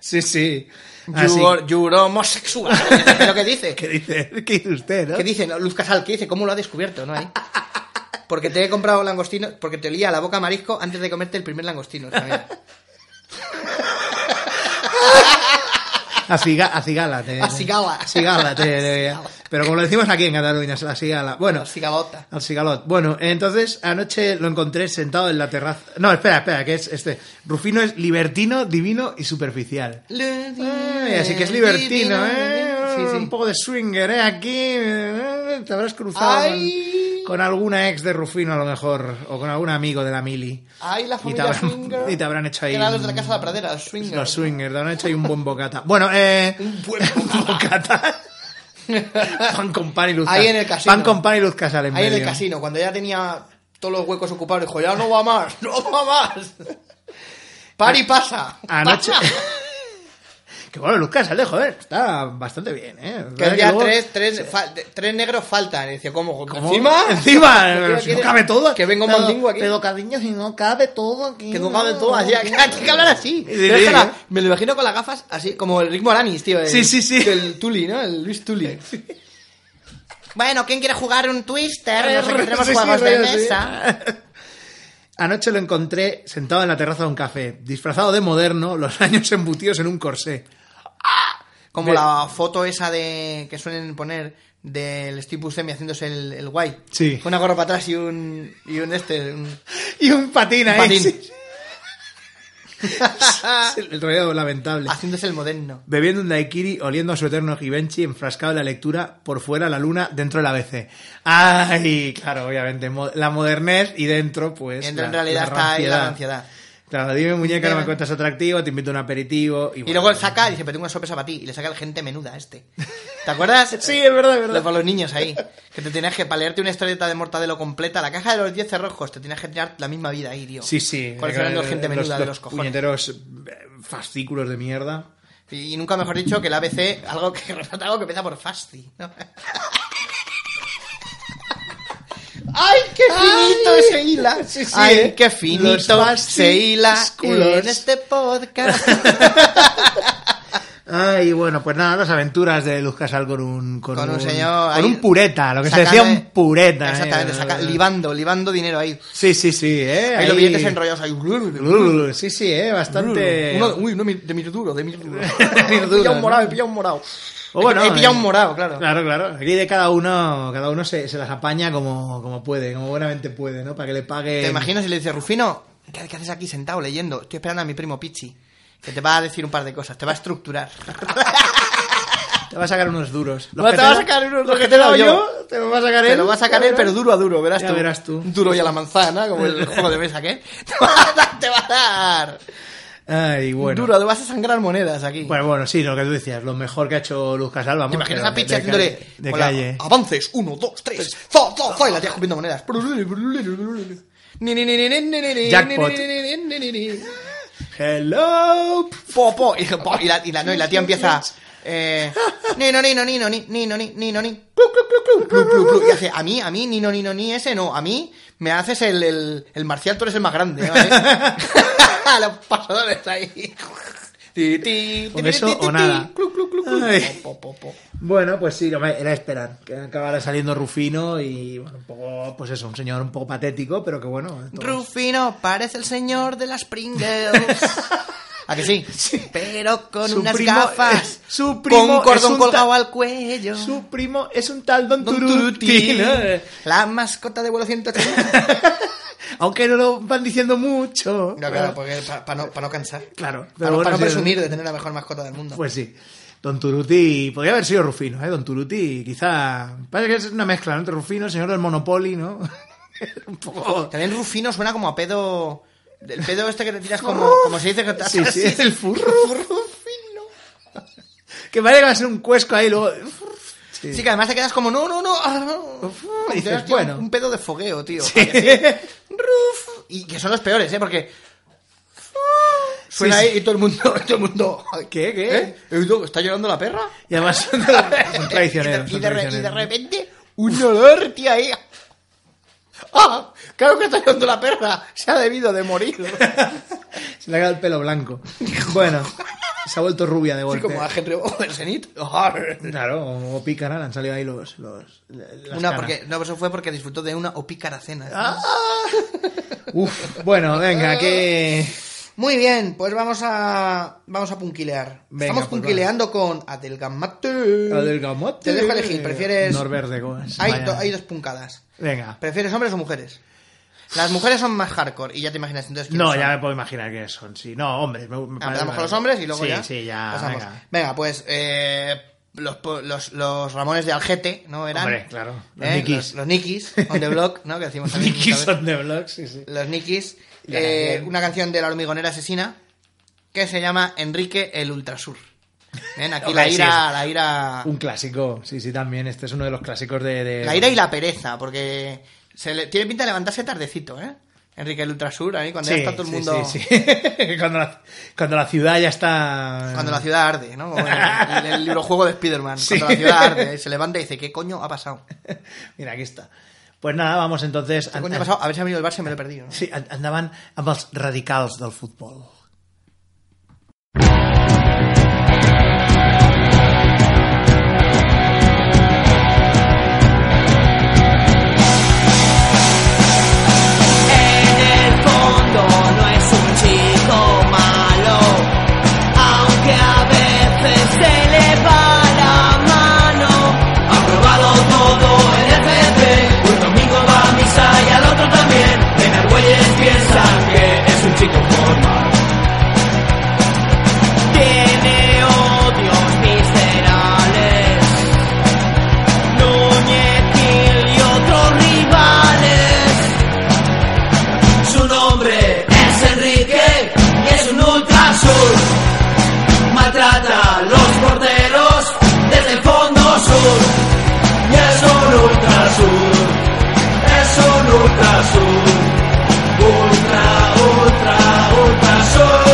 Speaker 1: sí, sí. Así-
Speaker 2: You're, you're homosexual. Es lo que dice.
Speaker 1: ¿Qué dice? ¿Qué dice usted, no?
Speaker 2: ¿Qué dice? No, Luz Casal, ¿qué dice? ¿Cómo lo ha descubierto? ¿No hay? Porque te he comprado langostinos, porque te olía la boca a marisco antes de comerte el primer langostino. Javier.
Speaker 1: A, ciga, a cigala. te-
Speaker 2: A cigala.
Speaker 1: A cigala, te- Pero como lo decimos aquí en Cataluña, es la cigala. Bueno,
Speaker 2: Cigalota.
Speaker 1: Al cigalot. Bueno, entonces anoche lo encontré sentado en la terraza. No, espera, espera, que es este. Rufino es libertino, divino y superficial. Ay, así que es libertino, ¿eh?
Speaker 2: Sí, sí.
Speaker 1: Un poco de swinger, ¿eh? Aquí eh, te habrás cruzado
Speaker 2: Ay.
Speaker 1: con, con alguna ex de Rufino, a lo mejor, o con algún amigo de la mili.
Speaker 2: Ay, la
Speaker 1: Y te,
Speaker 2: familia
Speaker 1: habrán,
Speaker 2: swinger.
Speaker 1: y te habrán hecho ahí.
Speaker 2: Era los
Speaker 1: un-
Speaker 2: de la casa de la pradera, los swingers.
Speaker 1: los swingers, te habrán hecho ahí un buen bocata. Bueno, eh.
Speaker 2: Un buen
Speaker 1: bocata. pan con pan y luz
Speaker 2: Ahí
Speaker 1: cas-
Speaker 2: en el casino.
Speaker 1: Pan con pan y luz casal en
Speaker 2: Ahí en el
Speaker 1: medio.
Speaker 2: casino, cuando ya tenía todos los huecos ocupados, dijo, ya no va más, no va más. Par y pasa.
Speaker 1: Anoche.
Speaker 2: Pasa.
Speaker 1: que bueno, Luz Casal de joder, está bastante bien, ¿eh?
Speaker 2: Que
Speaker 1: Verdad
Speaker 2: había
Speaker 1: luego-
Speaker 2: tres, tres, fa- de- tres negros faltan. Y decía, ¿cómo?
Speaker 1: ¿Cómo?
Speaker 2: ¿Encima?
Speaker 1: Encima,
Speaker 2: ¿Qué
Speaker 1: pero si no
Speaker 2: quieres?
Speaker 1: cabe todo.
Speaker 2: Que venga un
Speaker 1: Pero-
Speaker 2: mandingo aquí.
Speaker 1: Pero cariño, si no cabe todo aquí.
Speaker 2: Que no cabe todo así. Hay que hablar
Speaker 1: Sí,
Speaker 2: así. Pero
Speaker 1: sí,
Speaker 2: es que la-
Speaker 1: ¿eh?
Speaker 2: me lo imagino con las gafas así, como el Rick Moranis, tío. El,
Speaker 1: Sí, sí, sí.
Speaker 2: El Tuli, ¿no? El Luis Tuli. Bueno, ¿quién quiere jugar un Twister? Nos encontramos
Speaker 1: Sí, sí,
Speaker 2: juegos de
Speaker 1: rollo así.
Speaker 2: mesa.
Speaker 1: Anoche lo encontré sentado en la terraza de un café, disfrazado de moderno, los años embutidos en un corsé.
Speaker 2: Como
Speaker 1: Ve-
Speaker 2: la foto esa de que suelen poner del Steve Buscemi haciéndose el, el guay.
Speaker 1: Sí.
Speaker 2: Con Una gorra para atrás y un, y un este, un
Speaker 1: Y un patín ahí.
Speaker 2: patín.
Speaker 1: sí. El rollo lamentable.
Speaker 2: haciéndose el moderno.
Speaker 1: Bebiendo un daiquiri, oliendo a su eterno Givenchy, enfrascado en la lectura, por fuera la luna, dentro el ABC. Ay, claro, obviamente, mo- la modernez y dentro, pues...
Speaker 2: Entra, en
Speaker 1: la-
Speaker 2: realidad está ahí la ansiedad.
Speaker 1: Claro, dime muñeca, no me encuentras atractivo, te invito a un aperitivo... Y,
Speaker 2: Y
Speaker 1: bueno,
Speaker 2: luego él saca y dice, pero tengo una sorpresa para ti. Y le saca el gente menuda a este. ¿Te acuerdas?
Speaker 1: Sí, es verdad, es
Speaker 2: Lo-
Speaker 1: verdad.
Speaker 2: Para los niños ahí. Que te tenías que, para leerte una historieta de mortadelo completa, la caja de los 10 cerrojos, te tenías que tirar la misma vida ahí, tío.
Speaker 1: Sí, eh, sí.
Speaker 2: Coleccionando gente menuda de los cojones.
Speaker 1: puñeteros eh, fascículos de mierda.
Speaker 2: Y, y nunca mejor dicho que el ABC, algo que resalta algo que empieza por Fasti. ¿no? ¡Ay, qué finito
Speaker 1: Ay,
Speaker 2: se hila!
Speaker 1: sí, sí,
Speaker 2: ¡Ay,
Speaker 1: eh.
Speaker 2: qué
Speaker 1: Los
Speaker 2: finito
Speaker 1: fastis
Speaker 2: se hila
Speaker 1: culos.
Speaker 2: en este podcast!
Speaker 1: Ay, bueno, pues nada, las aventuras de Luz Casal con un... Con,
Speaker 2: Con un señor
Speaker 1: Con
Speaker 2: ahí,
Speaker 1: un pureta, lo que se
Speaker 2: sacando-
Speaker 1: decía un pureta. ¿eh?
Speaker 2: Exactamente, saca- libando, libando dinero ahí.
Speaker 1: Sí, sí, sí, ¿eh?
Speaker 2: Ahí los billetes enrollados ahí.
Speaker 1: Uh, Sí, sí, eh, bastante.
Speaker 2: Uno- uy, no, mi- de mil duro, de mil duro.
Speaker 1: Mil
Speaker 2: he
Speaker 1: duros,
Speaker 2: pillado
Speaker 1: ¿no?
Speaker 2: un morado, he pillado un morado.
Speaker 1: O bueno,
Speaker 2: he pillado
Speaker 1: eh,
Speaker 2: un morado, claro.
Speaker 1: Claro, claro. Aquí de cada uno, cada uno se, se las apaña como, como puede, como buenamente puede, ¿no? Para que le pague.
Speaker 2: ¿Te imaginas si le dices, Rufino, ¿qué, qué haces aquí sentado leyendo? Estoy esperando a mi primo Pichi, que te va a decir un par de cosas, te va a estructurar.
Speaker 1: Te va a sacar unos duros.
Speaker 2: No,
Speaker 1: que
Speaker 2: te va a sacar unos
Speaker 1: los
Speaker 2: duros
Speaker 1: que
Speaker 2: que
Speaker 1: te he dado
Speaker 2: te he dado
Speaker 1: yo, te lo va a sacar él.
Speaker 2: Te lo va a sacar él, pero duro a duro, verás
Speaker 1: Ya
Speaker 2: tú.
Speaker 1: verás tú.
Speaker 2: Duro y a la manzana, como el juego de mesa que es. Te va a dar, te va a dar.
Speaker 1: Ay, bueno.
Speaker 2: Duro, te vas a sangrar monedas aquí.
Speaker 1: Bueno, bueno, sí, lo que tú decías, lo mejor que ha hecho Luz Casal, vamos.
Speaker 2: ¿Te imaginas
Speaker 1: pero
Speaker 2: a Pichi
Speaker 1: de
Speaker 2: haciéndole
Speaker 1: calle- De
Speaker 2: hola, Ah.
Speaker 1: calle.
Speaker 2: avances, uno, dos, tres, fa, fa, fa, y la tía escupiendo monedas. Ni, ni, ni, ni, ni, ni, ni, ni,
Speaker 1: Jackpot.
Speaker 2: ni, ni, ni, ni, ni, ni.
Speaker 1: Hello.
Speaker 2: Po, po, y, po, y la, y la- no, y la tía empieza. Eh, nino, nino, nino, ni, nino, ni, nino, ni. Clu, clu, clu, clu, clu, clu, clu. Y hace, a mí, a mí, nino, nino, ni, ese no. A mí me haces el, el, el marcial, tú eres el más grande. ¿vale? Los pasadores ahí. Ti, ti, ti,
Speaker 1: Con
Speaker 2: ti,
Speaker 1: eso
Speaker 2: ti, ti,
Speaker 1: o
Speaker 2: ti.
Speaker 1: nada.
Speaker 2: Clu, clu, clu,
Speaker 1: Ay. Bueno, pues sí, hombre, era esperar que acabara saliendo Rufino y, bueno, un poco, pues eso, un señor un poco patético, pero que bueno. todos-
Speaker 2: Rufino parece el señor de las Pringles. ¿A que sí? Pero con
Speaker 1: Su
Speaker 2: unas
Speaker 1: primo-
Speaker 2: gafas.
Speaker 1: su primo
Speaker 2: Con un
Speaker 1: es
Speaker 2: cordón
Speaker 1: un
Speaker 2: colgado
Speaker 1: ta-
Speaker 2: al cuello.
Speaker 1: Su primo es un tal Don, Turuti, ¿no?
Speaker 2: La mascota de vuelo 180.
Speaker 1: Aunque no lo van diciendo mucho. Ah,
Speaker 2: No, claro, pues porque para no, pa no cansar.
Speaker 1: Claro.
Speaker 2: Pa
Speaker 1: pero
Speaker 2: no-
Speaker 1: bueno,
Speaker 2: pa no
Speaker 1: sí,
Speaker 2: presumir de tener la mejor mascota del mundo.
Speaker 1: Pues sí. Don Turuti, podría haber sido Rufino, ¿eh? Don Turuti, quizá. Parece que es una mezcla ¿no? entre Rufino, el señor del Monopoly, ¿no?
Speaker 2: También Rufino suena como a pedo. El pedo este que te tiras como, como se dice que te
Speaker 1: Sí,
Speaker 2: haces
Speaker 1: sí,
Speaker 2: así.
Speaker 1: es el furro. Que parece que va a ser un cuesco ahí luego.
Speaker 2: Sí. que además te quedas como, no, no, no. ah, no.
Speaker 1: y
Speaker 2: Te
Speaker 1: dices,
Speaker 2: das, tío,
Speaker 1: bueno.
Speaker 2: Un pedo de fogueo, tío.
Speaker 1: Sí.
Speaker 2: ¿a que sí? Ruf. Y que son los peores, ¿eh? Porque. Suena
Speaker 1: Sí, sí.
Speaker 2: ahí y todo el mundo. Todo el mundo
Speaker 1: ¿Qué? ¿Qué?
Speaker 2: ¿Eh? ¿Está llorando la perra?
Speaker 1: Y además son, son traicioneros.
Speaker 2: Y
Speaker 1: son
Speaker 2: de, re- y de
Speaker 1: traicioneros.
Speaker 2: repente, un olor, tío, ahí. ¡Ah! Claro que está llorando la perra. Se ha debido de morir.
Speaker 1: Se le ha quedado el pelo blanco. Bueno, se ha vuelto rubia de
Speaker 2: Así
Speaker 1: golpe.
Speaker 2: como a Henry Olsenit.
Speaker 1: Claro, o o pícara, le han salido ahí los. los las ¿Ah?
Speaker 2: Una
Speaker 1: caras.
Speaker 2: porque, no, eso fue porque disfrutó de una opícara cena.
Speaker 1: Uf, bueno, venga, que.
Speaker 2: Muy bien, pues vamos a vamos a punquilear.
Speaker 1: Venga,
Speaker 2: Estamos
Speaker 1: pues
Speaker 2: punquileamote con Adelgamate.
Speaker 1: Adelgamate.
Speaker 2: Te dejo elegir, prefieres
Speaker 1: Norbert de Goas,
Speaker 2: Hay,
Speaker 1: vaya.
Speaker 2: do- hay dos puncadas.
Speaker 1: Venga.
Speaker 2: ¿Prefieres hombres o mujeres? Las mujeres son más hardcore y ya te imaginas entonces quiénes
Speaker 1: No,
Speaker 2: son.
Speaker 1: ya me puedo imaginar quiénes son. Sí, no, hombres. Me, me parece-
Speaker 2: Empezamos Ah, con los hombres y luego
Speaker 1: sí,
Speaker 2: ya.
Speaker 1: Sí, ya.
Speaker 2: pasamos.
Speaker 1: venga.
Speaker 2: pues eh, los, po- los, los Ramones de Algete, ¿no? Eran.
Speaker 1: Hombre, claro. Los
Speaker 2: ¿Eh?
Speaker 1: Nikis.
Speaker 2: Los, los Nikis, on the block, ¿no? Que decimos también
Speaker 1: Nikis
Speaker 2: muchas veces.
Speaker 1: on the block, sí, sí.
Speaker 2: Los Nikis.
Speaker 1: La
Speaker 2: eh,
Speaker 1: canción.
Speaker 2: una canción de la hormigonera asesina que se llama Enrique el Ultrasur. ¿Ven? Aquí la
Speaker 1: Hombre, sí,
Speaker 2: ira,
Speaker 1: es
Speaker 2: la ira.
Speaker 1: Un clásico, sí, sí, también. Este es uno de los clásicos de. de-
Speaker 2: La ira y la pereza, porque se le, tiene pinta de levantarse tardecito, ¿eh? Enrique el Ultrasur, ahí cuando ya
Speaker 1: Sí,
Speaker 2: está todo el
Speaker 1: sí,
Speaker 2: mundo.
Speaker 1: sí, sí. cuando, la, cuando la ciudad ya está.
Speaker 2: Cuando la ciudad arde, ¿no? Como en el, en el librojuego de Spider-Man.
Speaker 1: Sí.
Speaker 2: Cuando la ciudad arde, se levanta y dice, ¿qué coño ha pasado?
Speaker 1: Mira, aquí está. Pues nada, vamos entonces.
Speaker 2: ¿Qué Este coño ha pasado? A ver si ha venido el bar, se me lo he perdido. ¿no?
Speaker 1: Sí, an- andaban ambos radicados del fútbol.
Speaker 13: En el fondo no es un chico malo, aunque a veces se le va la mano. Ha probado todo en el CC, un domingo va a misa y al otro también. En Argüelles piensan que es un chico formal. Tiene odios viscerales, Núñez y otros rivales. Su nombre es Enrique y es un ultrasur. Maltrata a los porteros desde el fondo sur. Y es un ultrasur. Es un ultrasur. Ultra, ultra, ultrasur.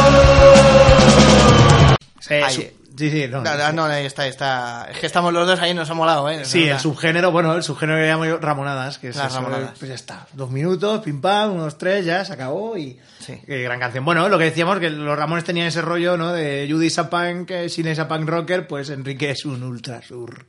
Speaker 1: Sí,
Speaker 2: Ahí,
Speaker 1: su-
Speaker 2: eh.
Speaker 1: sí, sí, no.
Speaker 2: No, no, no, ahí está, ahí está. Es que estamos los dos ahí, nos ha molado, ¿eh?
Speaker 1: Sí, el
Speaker 2: Nos ha-
Speaker 1: subgénero, bueno, el subgénero que llamo yo Ramonadas, que es
Speaker 2: Las
Speaker 1: eso,
Speaker 2: ramonadas.
Speaker 1: Pues ya está. Dos minutos, pim pam, unos tres, ya se acabó y.
Speaker 2: Sí.
Speaker 1: qué gran canción. Bueno, lo que decíamos que los Ramones tenían ese rollo, ¿no? De Judy is a punk, eh, sin esa punk rocker, pues Enrique es un ultrasur.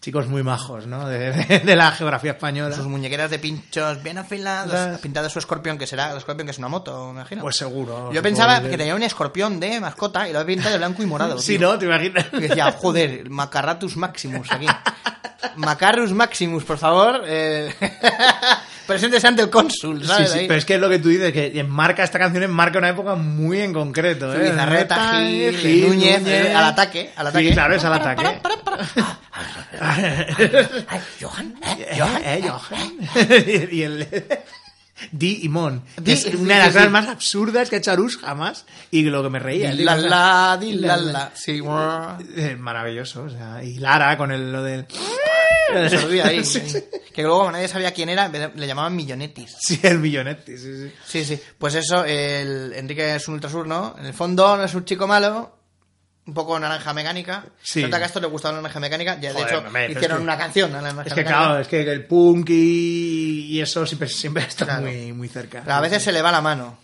Speaker 1: Chicos muy majos, ¿no? De, de- de la geografía española.
Speaker 2: Sus muñequeras de pinchos bien afiladas,
Speaker 1: Las-
Speaker 2: ha pintado su escorpión, que será el escorpión que es una moto, me imagino.
Speaker 1: Pues seguro.
Speaker 2: Yo pensaba
Speaker 1: Joder.
Speaker 2: que tenía un escorpión de mascota y lo había pintado de blanco y morado.
Speaker 1: Sí,
Speaker 2: tío.
Speaker 1: ¿no? ¿Te imaginas?
Speaker 2: Y decía, joder, Macarratus Maximus aquí. Macarrus Maximus, por favor. Eh... Preséntese ante el cónsul,
Speaker 1: Sí,
Speaker 2: ¿sabes?
Speaker 1: sí,
Speaker 2: Ahí.
Speaker 1: pero es que es lo que tú dices, que enmarca esta canción, enmarca una época muy en concreto.
Speaker 2: Sí,
Speaker 1: ¿eh?
Speaker 2: Bizarreta,
Speaker 1: Reta,
Speaker 2: Gil, Núñez, eh, al ataque, al ataque.
Speaker 1: Sí, claro, es al ataque.
Speaker 2: Ay, Johan, eh, Johan,
Speaker 1: Eh,
Speaker 2: eh.
Speaker 1: Johan. y el... Di y Mon. que
Speaker 2: Di-
Speaker 1: es
Speaker 2: sí,
Speaker 1: una de las
Speaker 2: sí,
Speaker 1: cosas
Speaker 2: sí.
Speaker 1: más absurdas que ha hecho Arús jamás. Y lo que me reía.
Speaker 2: Di
Speaker 1: tío,
Speaker 2: la
Speaker 1: o sea,
Speaker 2: la, di la la. Sí, guau.
Speaker 1: eh, Maravilloso. o sea, y Lara con el, lo del...
Speaker 2: Se olvida ahí.
Speaker 1: Sí, sí.
Speaker 2: Que luego como nadie sabía quién era, le llamaban Millonetis.
Speaker 1: Sí, el millonetti, sí, sí.
Speaker 2: Sí, sí. Pues eso, el Enrique es un ultrasur, ¿no? En el fondo no es un chico malo. Un poco naranja mecánica.
Speaker 1: Sí.
Speaker 2: Se nota que a esto le gustaba la naranja mecánica. Ya, de
Speaker 1: Joder,
Speaker 2: hecho,
Speaker 1: hombre, pero
Speaker 2: hicieron
Speaker 1: es que-
Speaker 2: una canción a la naranja
Speaker 1: Es que
Speaker 2: mecánica.
Speaker 1: claro, es que el punk y, y eso siempre, siempre está
Speaker 2: Claro.
Speaker 1: muy, muy cerca.
Speaker 2: Pero a veces se le va la mano.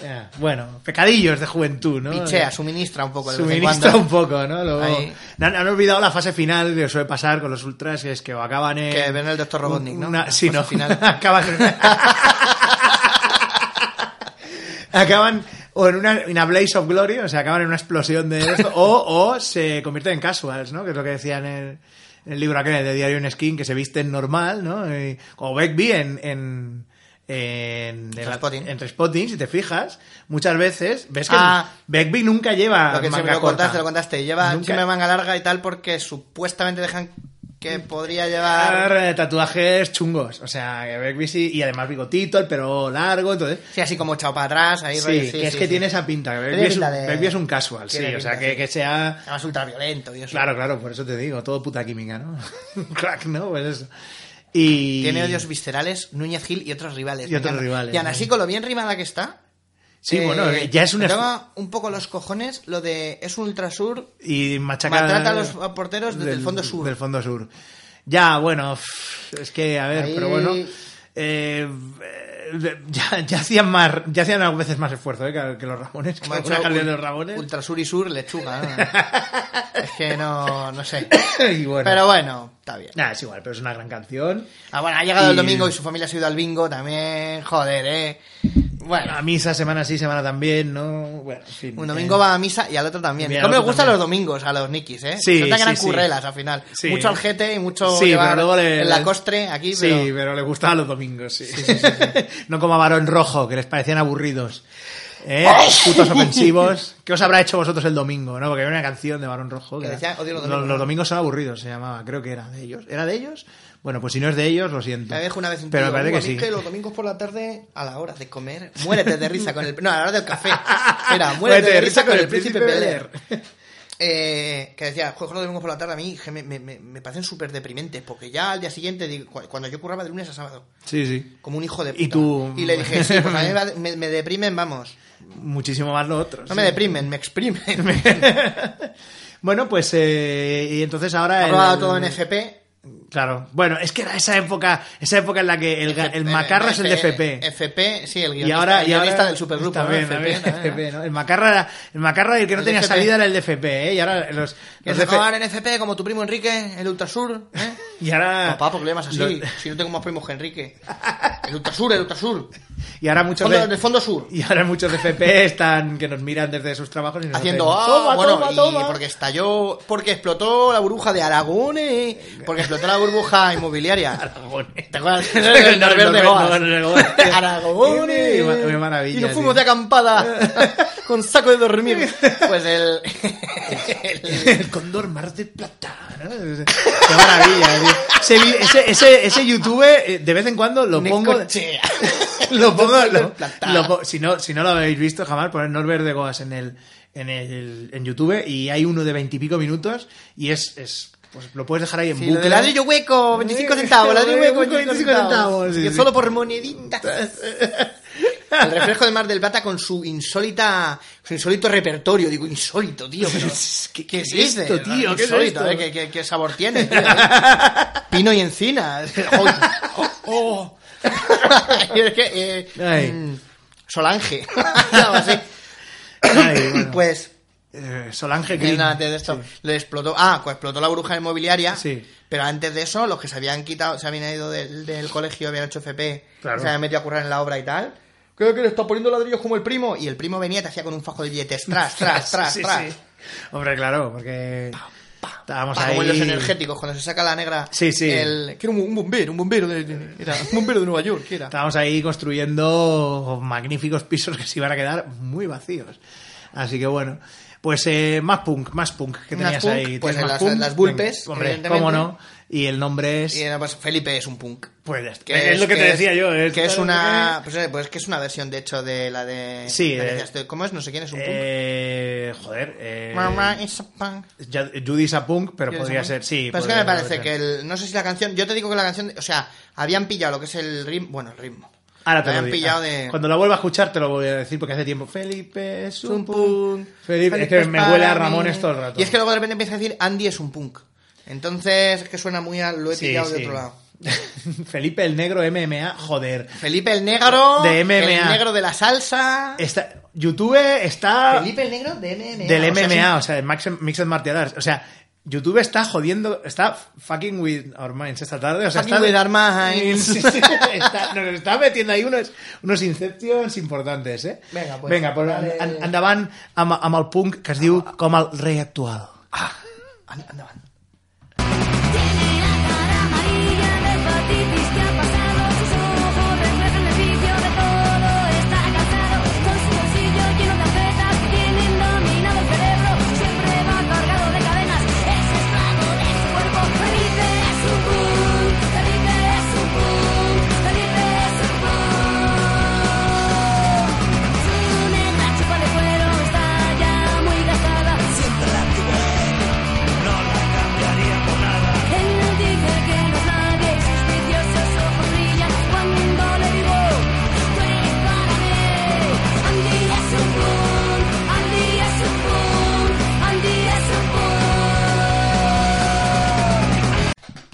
Speaker 1: Ya, Bueno, pecadillos de juventud, ¿no?
Speaker 2: Pichea, suministra un poco pues, de vez en
Speaker 1: Suministra
Speaker 2: cuando.
Speaker 1: un poco, ¿no? Luego-
Speaker 2: Ahí.
Speaker 1: no- no han olvidado la fase final que suele pasar con los ultras, que es que o acaban en...
Speaker 2: Que ven el Dr. Robotnik, ¿no?
Speaker 1: eh, una-
Speaker 2: La
Speaker 1: sí,
Speaker 2: fase
Speaker 1: no.
Speaker 2: final.
Speaker 1: acaban en una... acaban o en una, in a blaze of glory, o sea, acaban en una explosión de esto, o, o se convierten en casuals, ¿no? Que es lo que decían en el, en el libro aquel de Diario en Skin, que se visten normal, ¿no? Y- como Begbie en... en en, en la-
Speaker 2: Trainspotting.
Speaker 1: en Trainspotting, si te fijas, muchas veces ves que
Speaker 2: Ah.
Speaker 1: Begbie nunca lleva
Speaker 2: Lo que
Speaker 1: manga
Speaker 2: siempre lo
Speaker 1: corta.
Speaker 2: contaste, lo contaste. Lleva
Speaker 1: Nunca.
Speaker 2: siempre manga larga y tal porque supuestamente dejan que
Speaker 1: Mm.
Speaker 2: podría llevar...
Speaker 1: Llevar, eh, tatuajes chungos, o sea, que Begbie sí, y además bigotito, el pelo largo, entonces
Speaker 2: Sí, así como echado para atrás. Ahí,
Speaker 1: Sí,
Speaker 2: rollo,
Speaker 1: que es
Speaker 2: sí,
Speaker 1: que
Speaker 2: sí.
Speaker 1: tiene esa pinta. que Begbie
Speaker 2: Tiene
Speaker 1: es, un-
Speaker 2: pinta de-
Speaker 1: Begbie es un casual, sí.
Speaker 2: Tiene
Speaker 1: o sea,
Speaker 2: pinta,
Speaker 1: que, que sea.
Speaker 2: Además, ultra violento y eso.
Speaker 1: Claro, claro, por eso te digo, todo puta química, ¿no? Crack, ¿no? Pues eso. Y.
Speaker 2: Tiene odios viscerales, Núñez Gil y otros rivales.
Speaker 1: Y
Speaker 2: me
Speaker 1: otros
Speaker 2: encanta.
Speaker 1: rivales,
Speaker 2: Y aún así,
Speaker 1: ¿no?
Speaker 2: con lo bien rimada que está. eh,
Speaker 1: Sí, bueno, eh, ya es
Speaker 2: Me
Speaker 1: una.
Speaker 2: toca un poco los cojones lo de es un ultrasur.
Speaker 1: Y machaca.
Speaker 2: Maltrata a los porteros desde el fondo sur.
Speaker 1: Del fondo sur. Ya, bueno, pff, es que, a ver,
Speaker 2: Ahí-
Speaker 1: pero bueno. eh, eh, ya, ya hacían más, ya hacían a veces más esfuerzo ¿eh? que, que los Ramones. Que
Speaker 2: Como ha
Speaker 1: alguna
Speaker 2: hecho
Speaker 1: canción
Speaker 2: ul-
Speaker 1: de los Ramones.
Speaker 2: Ultrasur y sur, lechuga. ¿no? es que no, no sé.
Speaker 1: Y bueno.
Speaker 2: Pero bueno, está bien.
Speaker 1: Nada, es igual, pero es una gran canción.
Speaker 2: Ah, bueno, ha llegado el
Speaker 1: Y-
Speaker 2: domingo y su familia se ha ido al bingo también. Joder, eh. Bueno,
Speaker 1: A misa, semana sí, semana también, ¿no? Bueno, en fin,
Speaker 2: un
Speaker 1: eh.
Speaker 2: domingo va a misa y al otro también.
Speaker 1: Bien, al
Speaker 2: Como me
Speaker 1: otro
Speaker 2: gustan
Speaker 1: también.
Speaker 2: los domingos a los nikis, eh.
Speaker 1: Sí,
Speaker 2: Son tan
Speaker 1: sí,
Speaker 2: gran
Speaker 1: sí.
Speaker 2: currelas al final.
Speaker 1: Sí.
Speaker 2: Mucho aljete y mucho
Speaker 1: Sí,
Speaker 2: llevar
Speaker 1: pero luego le-
Speaker 2: en la costre aquí,
Speaker 1: Sí,
Speaker 2: pero.
Speaker 1: pero, le gustaban los domingos, sí. no como a Barón Rojo, que les parecían aburridos. ¿Eh? Putos ofensivos. ¿Qué os habrá hecho vosotros el domingo? ¿no? Porque había una canción de Barón Rojo.
Speaker 2: Que
Speaker 1: era-
Speaker 2: decía, "Odio los
Speaker 1: los,
Speaker 2: domingos".
Speaker 1: los domingos son aburridos, se llamaba. Creo que era de ellos. ¿Era de ellos? Bueno, pues si no es de ellos, lo siento.
Speaker 2: Me dejo una vez un
Speaker 1: Pero
Speaker 2: tío,
Speaker 1: me parece
Speaker 2: "Uh, a
Speaker 1: que
Speaker 2: mí
Speaker 1: sí.
Speaker 2: los domingos por la tarde, a la hora de comer, muérete de risa con el... No, a la hora del café. Era, muérete, de risa con el príncipe Beler. Eh, que decía, juego los domingos por la tarde a mí que me, me- me- me parecen súper deprimentes, porque ya al día siguiente, digo, cu- cuando yo curraba de lunes a sábado,
Speaker 1: Sí, sí.
Speaker 2: como un hijo de puta.
Speaker 1: Y tú-
Speaker 2: Y le dije, sí, pues a mí me va- me, me deprimen, vamos.
Speaker 1: Muchísimo más lo otro.
Speaker 2: No
Speaker 1: sí.
Speaker 2: me deprimen, me exprimen. Me
Speaker 1: Bueno, pues eh, y entonces ahora...
Speaker 2: ha
Speaker 1: el-
Speaker 2: probado todo en FP.
Speaker 1: Claro. Bueno, es que era esa época, esa época en la que el, ga- el
Speaker 2: Eh,
Speaker 1: macarra
Speaker 2: eh,
Speaker 1: es el de FP.
Speaker 2: FP, sí, el guionista,
Speaker 1: y ahora,
Speaker 2: el
Speaker 1: y ahora
Speaker 2: guionista del supergrupo. ¿no?
Speaker 1: También,
Speaker 2: FP,
Speaker 1: también,
Speaker 2: también, ¿no?
Speaker 1: FP, ¿no? El macarra era- el macarra y el que no
Speaker 2: El
Speaker 1: tenía
Speaker 2: FP.
Speaker 1: salida era el de FP, ¿eh? Y ahora los,
Speaker 2: Que
Speaker 1: los
Speaker 2: se
Speaker 1: de F-
Speaker 2: acababan en FP como tu primo Enrique, el Ultrasur. ¿eh?
Speaker 1: y ahora
Speaker 2: Papá, ¿por qué le llamas así?
Speaker 1: los-
Speaker 2: Si no tengo más primos que Enrique. El Ultrasur, el Ultrasur.
Speaker 1: y ahora muchos
Speaker 2: Fondo,
Speaker 1: de,
Speaker 2: del fondo sur.
Speaker 1: y ahora muchos de FP están que nos miran desde sus trabajos y nos
Speaker 2: Haciendo,
Speaker 1: hacen,
Speaker 2: ah,
Speaker 1: "Toma,
Speaker 2: bueno,
Speaker 1: toma,
Speaker 2: y
Speaker 1: toma".
Speaker 2: porque estalló, porque explotó la burbuja de Aragón, eh, porque explotó la burbuja inmobiliaria.
Speaker 1: Aragones.
Speaker 2: ¿Te acuerdas? El Norbert de Boas. Aragón, eh.
Speaker 1: Qué maravilla,
Speaker 2: Y nos
Speaker 1: tío.
Speaker 2: fuimos de acampada con saco de dormir. Pues el, el-
Speaker 1: El Condor Mar de Plata. ¿no? Qué maravilla, tío. Ese, vi- ese, ese, ese YouTube, eh, de vez en cuando lo pongo.
Speaker 2: Necochea.
Speaker 1: Lo pongo.
Speaker 2: Condor Mar del
Speaker 1: lo-
Speaker 2: Plata.
Speaker 1: lo po- si, no, si no lo habéis visto jamás, poner Norbert de Goas en el, en el en YouTube y hay uno de veintipico minutos y es. es pues lo puedes dejar ahí en
Speaker 2: Sí, lo
Speaker 1: bucle.
Speaker 2: de ladrillo hueco, 25 centavos, ladrillo hueco, 25 centavos.
Speaker 1: sí,
Speaker 2: Y
Speaker 1: sí.
Speaker 2: solo por moneditas. El reflejo de Mar del Plata con su insólita, su insólito repertorio. Digo, insólito, tío. Pero, ¿qué, qué es
Speaker 1: esto,
Speaker 2: este?
Speaker 1: tío? ¿Qué es
Speaker 2: Insólito,
Speaker 1: esto?
Speaker 2: eh, ¿Qué, qué- qué sabor tiene? tío, eh. Pino y encina. Joder.
Speaker 1: Oh.
Speaker 2: Y es que, eh,
Speaker 1: Ay.
Speaker 2: mm, Solange. Algo así.
Speaker 1: Ay, bueno.
Speaker 2: Pues
Speaker 1: Eh, Solange
Speaker 2: que
Speaker 1: Green.
Speaker 2: antes de esto le explotó ah pues explotó la bruja inmobiliaria
Speaker 1: Sí.
Speaker 2: pero antes de eso los que se habían quitado se habían ido del, del colegio habían hecho FP
Speaker 1: Claro.
Speaker 2: se habían metido a currar en la obra y tal creo que le está poniendo ladrillos como el primo y el primo venía y te hacía con un fajo de billetes tras tras tras
Speaker 1: Sí,
Speaker 2: tras
Speaker 1: sí. Hombre, claro, porque. Estábamos
Speaker 2: Pa,
Speaker 1: ahí.
Speaker 2: como en los energéticos cuando se saca la negra
Speaker 1: Sí, sí.
Speaker 2: el que era un, un bombero un bombero de, de- era un bombero de Nueva York que era
Speaker 1: Estábamos ahí construyendo magníficos pisos que se iban a quedar muy vacíos. Así que bueno, pues eh, más punk, más punk que
Speaker 2: Más
Speaker 1: tenías
Speaker 2: punk,
Speaker 1: ahí.
Speaker 2: pues
Speaker 1: ¿Tienes
Speaker 2: las-
Speaker 1: más punk?
Speaker 2: las Vulpes,
Speaker 1: Venga, Hombre,
Speaker 2: evidentemente.
Speaker 1: cómo no. Y el nombre es.
Speaker 2: y era, pues, Felipe es un punk
Speaker 1: Pues ya está. es, lo que, te
Speaker 2: es-
Speaker 1: decía yo. es-
Speaker 2: que es una pues, eh, pues que es una versión de hecho de la de
Speaker 1: Sí,
Speaker 2: la que
Speaker 1: eh,
Speaker 2: decías tú. cómo es no sé quién es un punk
Speaker 1: Eh, joder. Eh,
Speaker 2: Mama is a punk.
Speaker 1: ya- Judy es a punk, pero
Speaker 2: ¿Quieres
Speaker 1: podría
Speaker 2: algo?
Speaker 1: ser, sí.
Speaker 2: Pero es que
Speaker 1: podría
Speaker 2: me parece
Speaker 1: ser.
Speaker 2: que el- no sé si la canción. Yo te digo que la canción. O sea, habían pillado lo que es el ritmo. Bueno, el ritmo.
Speaker 1: Ahora te
Speaker 2: Lo
Speaker 1: lo
Speaker 2: habían
Speaker 1: digo.
Speaker 2: pillado
Speaker 1: Ah,
Speaker 2: de.
Speaker 1: Cuando lo vuelva a escuchar te lo voy a decir porque hace tiempo. Felipe es un
Speaker 2: un
Speaker 1: punk. Felipe, es que me
Speaker 2: para
Speaker 1: huele a
Speaker 2: mí.
Speaker 1: Ramones todo el rato.
Speaker 2: Y es que luego de repente empieza a decir Andy es un punk. Entonces, es que suena muy a. Lo he
Speaker 1: Sí,
Speaker 2: pillado
Speaker 1: sí.
Speaker 2: de otro lado.
Speaker 1: Felipe el Negro MMA, joder.
Speaker 2: Felipe el Negro.
Speaker 1: De MMA.
Speaker 2: El negro de la salsa.
Speaker 1: Está, YouTube está.
Speaker 2: Felipe el Negro de MMA.
Speaker 1: Del
Speaker 2: o sea, sí.
Speaker 1: MMA, o sea, de Max- Mixed Martial Arts. O sea, YouTube está jodiendo, está fucking with our minds esta tarde. O sea,
Speaker 2: Fucking
Speaker 1: está
Speaker 2: with our minds.
Speaker 1: Sí, sí, está- nos está metiendo ahí unos, unos inceptions importantes, eh?
Speaker 2: Venga, pues,
Speaker 1: Vinga, però
Speaker 2: dale.
Speaker 1: en, endavant amb, amb el punk que es diu Com el rei actual.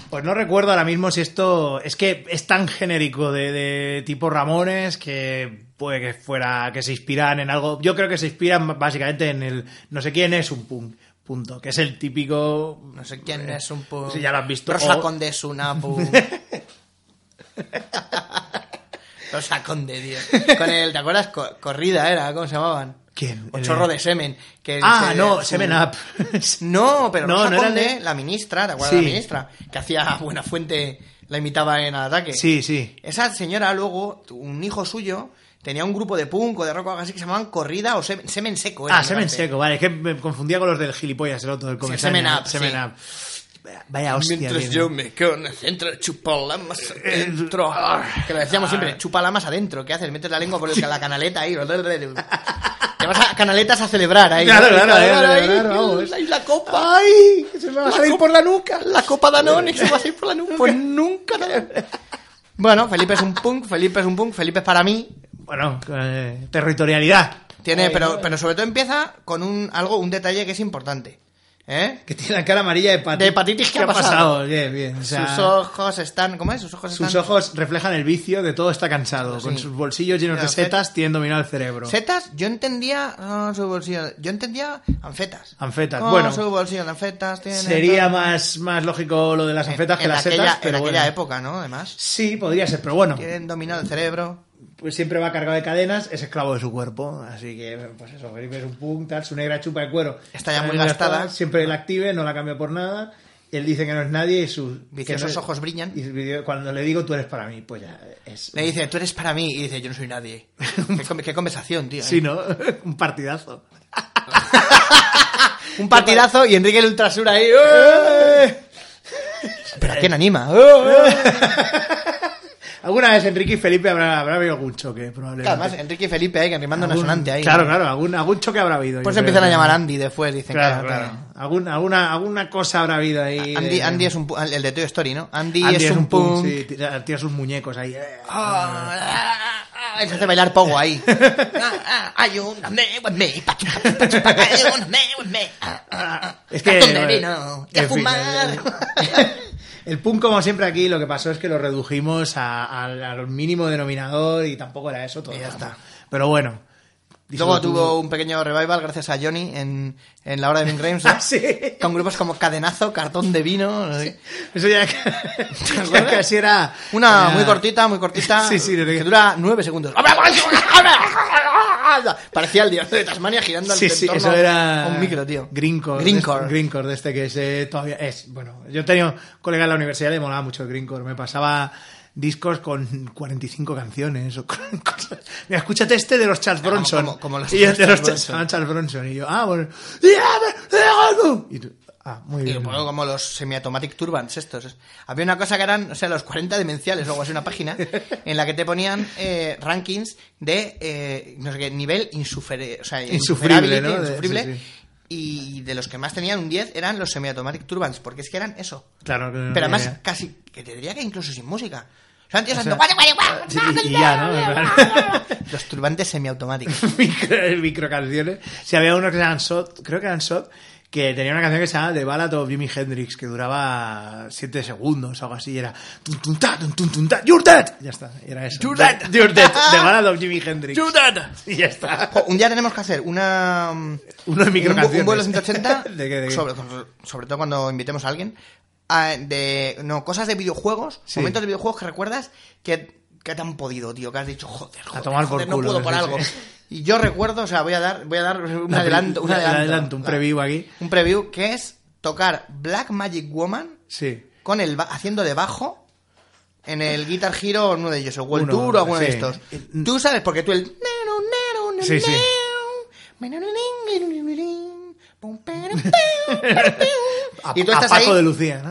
Speaker 1: Pues no recuerdo ahora mismo si esto es que es tan genérico de, de tipo Ramones que puede que fuera que se inspiran en algo. Yo creo que se inspiran básicamente en el no sé quién es un punk. Punto. Que es el típico. eh,
Speaker 2: No sé quién es un pu...
Speaker 1: Si ya lo has visto.
Speaker 2: Rosa
Speaker 1: o-
Speaker 2: Conde es una pu... Rosa Conde, tío. Con el, ¿te acuerdas? Co- corrida era, ¿cómo se llamaban?
Speaker 1: ¿Quién?
Speaker 2: O
Speaker 1: El-
Speaker 2: chorro de semen. que
Speaker 1: Ah,
Speaker 2: se-
Speaker 1: no,
Speaker 2: su-
Speaker 1: Seven Up.
Speaker 2: No, pero
Speaker 1: No,
Speaker 2: Rosa
Speaker 1: no era
Speaker 2: Conde,
Speaker 1: de-
Speaker 2: la ministra, ¿te acuerdas
Speaker 1: Sí.
Speaker 2: de la ministra? Que hacía buena fuente, la imitaba en ataque.
Speaker 1: Sí, sí.
Speaker 2: Esa señora luego, un hijo suyo, tenía un grupo de punk o de rock o algo así que se llamaban Corrida o Semen, Semen Seco. era,
Speaker 1: Ah,
Speaker 2: me
Speaker 1: Semen
Speaker 2: parece.
Speaker 1: Seco, vale. Es que me confundía con los del gilipollas, el otro del comensal.
Speaker 2: Seven Up,
Speaker 1: Seven
Speaker 2: sí.
Speaker 1: Up. Vaya hostia.
Speaker 2: Mientras
Speaker 1: tío.
Speaker 2: yo me concentro, chupo la más adentro. Que lo decíamos siempre, chupa la más adentro. ¿Qué haces? Metes la lengua por el- la canaleta ahí. Te vas a canaletas a celebrar ahí.
Speaker 1: Claro, claro,
Speaker 2: Ahí,
Speaker 1: claro,
Speaker 2: ahí,
Speaker 1: claro,
Speaker 2: ahí,
Speaker 1: vamos.
Speaker 2: ahí la copa.
Speaker 1: ¡Ay! Se me va a salir
Speaker 2: copa-
Speaker 1: por la nuca.
Speaker 2: La copa Danone se va a salir por la nuca. Pues nunca. la- Bueno, Felipe es un punk, Felipe es un punk, Felipe es para mí.
Speaker 1: Bueno, eh, territorialidad.
Speaker 2: Tiene, pero, pero sobre todo empieza con un algo, un detalle que es importante. ¿Eh?
Speaker 1: Que tiene la cara amarilla de hepatitis.
Speaker 2: De hepatitis, ¿qué ha pasado?
Speaker 1: Bien, bien. o sea,
Speaker 2: Sus ojos están. ¿Cómo es? Sus ojos están.
Speaker 1: sus ojos reflejan el vicio de todo está cansado. Con
Speaker 2: Sí.
Speaker 1: sus bolsillos llenos
Speaker 2: Mira,
Speaker 1: de
Speaker 2: fet-
Speaker 1: setas tienen dominado el cerebro.
Speaker 2: Setas, yo entendía. No, su bolsillo. Yo entendía anfetas.
Speaker 1: Anfetas.
Speaker 2: No,
Speaker 1: bueno,
Speaker 2: su bolsillo de anfetas tiene.
Speaker 1: sería
Speaker 2: todo.
Speaker 1: más, más lógico lo de las anfetas que
Speaker 2: en
Speaker 1: las
Speaker 2: aquella,
Speaker 1: setas, pero
Speaker 2: en aquella
Speaker 1: bueno.
Speaker 2: época, ¿no? Además.
Speaker 1: Sí, podría ser, pero bueno.
Speaker 2: Tienen dominado el cerebro.
Speaker 1: pues siempre va cargado de cadenas, es esclavo de su cuerpo, así que pues eso, Felipe es un punk, tal, su negra chupa de cuero.
Speaker 2: Está ya
Speaker 1: Está
Speaker 2: muy
Speaker 1: negra
Speaker 2: gastada. Ah.
Speaker 1: Siempre la active, no la cambio por nada. Él dice que no es nadie y sus
Speaker 2: Viciosos
Speaker 1: que no-
Speaker 2: ojos brillan.
Speaker 1: Y video- cuando le digo tú eres para mí, pues ya es.
Speaker 2: Le dice, tú eres para mí. Y dice, yo no soy nadie. qué, com- qué conversación, tío. ¿eh?
Speaker 1: Sí, ¿no? un partidazo.
Speaker 2: Un partidazo y Enrique el Ultrasura ahí. ¡eh! ¿Pero a quién anima? ¡Eh!
Speaker 1: Alguna vez Enrique y Felipe habrá, habrá habido algún choque,
Speaker 2: Que
Speaker 1: probablemente.
Speaker 2: Además, Enrique y Felipe ahí, que rimando una
Speaker 1: Algún-
Speaker 2: sonante ahí.
Speaker 1: Claro, claro, algún, algún choque habrá habido.
Speaker 2: Pues
Speaker 1: yo
Speaker 2: empiezan a
Speaker 1: creo.
Speaker 2: llamar Andy después, dicen.
Speaker 1: Claro,
Speaker 2: que-
Speaker 1: claro. Algún- alguna, alguna cosa habrá habido ahí.
Speaker 2: Andy,
Speaker 1: de-
Speaker 2: Andy es un... pu- El de Toy Story, ¿no? Andy,
Speaker 1: Andy
Speaker 2: es, un punk.
Speaker 1: sí, tira, tira sus muñecos ahí. eh.
Speaker 2: Ah, ah, ah, se hace bailar pogo ahí. Ah, ah, Ayúdame with me, pachi, pachi, pachi, pachi, ayúdame with me. Ah, ah, ah.
Speaker 1: Es que,
Speaker 2: Cartón de
Speaker 1: bueno,
Speaker 2: vino, y a
Speaker 1: en fin,
Speaker 2: fumar.
Speaker 1: eh, El punk, como siempre aquí, lo que pasó es que lo redujimos a- al al mínimo denominador y tampoco era eso todo.
Speaker 2: Y ya
Speaker 1: ¿no?
Speaker 2: está.
Speaker 1: Pero bueno.
Speaker 2: Luego
Speaker 1: disfrutó.
Speaker 2: tuvo un pequeño revival gracias a Johnny en, en la hora de Bing Rames, ¿no?
Speaker 1: Ah, sí.
Speaker 2: con grupos como Cadenazo, Cartón de Vino. no sé.
Speaker 1: Eso ya, ya
Speaker 2: acuerdas?
Speaker 1: casi era...
Speaker 2: Una
Speaker 1: era-
Speaker 2: muy cortita, muy cortita,
Speaker 1: Ah. Sí, sí,
Speaker 2: que dura nueve segundos. Parecía el dios de Tasmania girando al
Speaker 1: Sí, sí,
Speaker 2: entorno
Speaker 1: eso era...
Speaker 2: a un micro, tío.
Speaker 1: Greencore.
Speaker 2: Greencore.
Speaker 1: de- Greencore, de este que es, eh, todavía es... Bueno, yo tenía un colega en la universidad y le molaba mucho el Greencore. Me pasaba discos con 45 canciones o con cosas... Mira, escúchate este de los Charles
Speaker 2: Como-
Speaker 1: Bronson.
Speaker 2: como- como los
Speaker 1: y yo, de
Speaker 2: Charles
Speaker 1: los Charles
Speaker 2: Bronson.
Speaker 1: Charles Bronson. Y yo, ah, bueno... "Dígame, dígame". Y tú, ah, muy
Speaker 2: Y
Speaker 1: bien.
Speaker 2: luego pues, como los semiautomatic turbans estos. Había una cosa que eran, o sea, los 40 demenciales, luego así una página, en la que te ponían eh, rankings de, eh, no sé qué, nivel insufre, o sea,
Speaker 1: Insufrible,
Speaker 2: insuperability,
Speaker 1: ¿no? De-
Speaker 2: insufrible.
Speaker 1: sí, sí.
Speaker 2: Y de los que más tenían un 10 eran los semiautomatic turbans, porque es que eran eso.
Speaker 1: Claro, que no tenía
Speaker 2: Pero además,
Speaker 1: idea.
Speaker 2: casi, que te diría que incluso sin música. O sea, tíos
Speaker 1: O sea,
Speaker 2: haciendo guay, guay, guay,
Speaker 1: Sí, y- y ya, ¿no? En plan-
Speaker 2: Los turbantes semiautomáticos.
Speaker 1: micro, micro canciones. Si había unos que eran SOT, creo que eran SOT, que tenía una canción que se llama The Ballad of Jimi Hendrix, que duraba 7 segundos o algo así, y era tun, tun, ta, tun, tun, tun, ta, You're dead. Y Ya está, y era eso.
Speaker 2: You're dead.
Speaker 1: You're dead. The Ballad of Jimi Hendrix.
Speaker 2: You're dead.
Speaker 1: Y ya está.
Speaker 2: Jo, un día tenemos que hacer una. mm,
Speaker 1: Una microcanciones.
Speaker 2: Un, un vuelo 180.
Speaker 1: ¿De qué, de qué?
Speaker 2: Sobre, sobre todo cuando invitemos a alguien. a- de, no, cosas de videojuegos.
Speaker 1: Sí.
Speaker 2: Momentos de videojuegos que recuerdas que, que te han podido, tío. Que has dicho, joder, joder,
Speaker 1: tomar por
Speaker 2: joder,
Speaker 1: culo,
Speaker 2: no puedo
Speaker 1: sí,
Speaker 2: por
Speaker 1: sí.
Speaker 2: algo. Y yo recuerdo, o sea, voy a dar, voy a dar un
Speaker 1: La-
Speaker 2: adelanto. Un
Speaker 1: la- la-
Speaker 2: adelanto,
Speaker 1: adelanto, un
Speaker 2: La-
Speaker 1: preview aquí.
Speaker 2: Un preview que es tocar Black Magic Woman
Speaker 1: Sí.
Speaker 2: con el ba- haciendo de bajo en el Guitar Hero uno de ellos, o el
Speaker 1: Uno,
Speaker 2: Tour o alguno de
Speaker 1: sí.
Speaker 2: estos. Tú sabes porque tú el
Speaker 1: Sí, sí. A-
Speaker 2: y tú
Speaker 1: a
Speaker 2: estás
Speaker 1: Paco
Speaker 2: ahí.
Speaker 1: de Lucía, ¿no?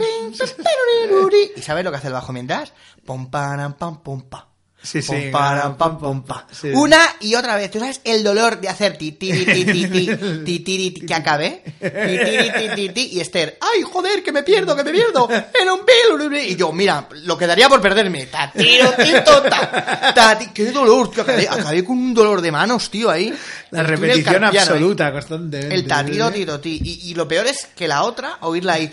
Speaker 2: ¿Y sabes lo que hace el bajo mientras? Pom param pam pom pa.
Speaker 1: Sí, sí.
Speaker 2: Pom, param, pam, pom, pa. Una y otra vez. ¿Tú sabes el dolor de hacer ti ti ti ti ti ti ti ti, ti, que acabé? Ti, ti, ti, ti, ti, ti, y Esther, ¡ay, joder, que me pierdo, que me pierdo! ¡Era un pelo! Y yo, mira, lo quedaría por perderme. Ta, tiro, tito, ta, ta, ti. ¡Qué dolor! tío! acabé, acabé con un dolor de manos, tío, ahí.
Speaker 1: La
Speaker 2: El túnel
Speaker 1: repetición
Speaker 2: carpiano, ahí.
Speaker 1: absoluta, constantemente.
Speaker 2: ¿eh? El tatiro,
Speaker 1: ¿eh?
Speaker 2: tiro, ti. Y, y lo peor es que la otra, oírla ahí,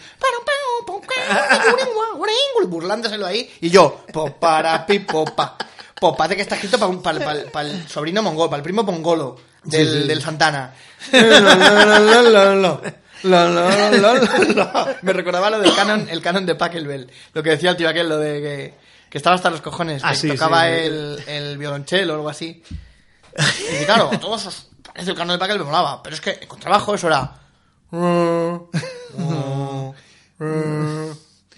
Speaker 2: burlándoselo ahí, y yo, popara, pipopa. Popa, hace que está escrito para el sobrino mongol, para el primo mongolo del,
Speaker 1: Sí, sí.
Speaker 2: del Santana. Lo, lo, lo, lo, lo. Lo, lo, lo, lo, lo. Me recordaba lo del canon, el canon de Pachelbel, lo que decía el tío aquel, lo de que, que estaba hasta los cojones, que
Speaker 1: Ah, sí,
Speaker 2: tocaba
Speaker 1: sí.
Speaker 2: el, el violonchelo o algo así. Y claro, a todos os parece el canon de Pachelbel me molaba, pero es que el contrabajo eso era...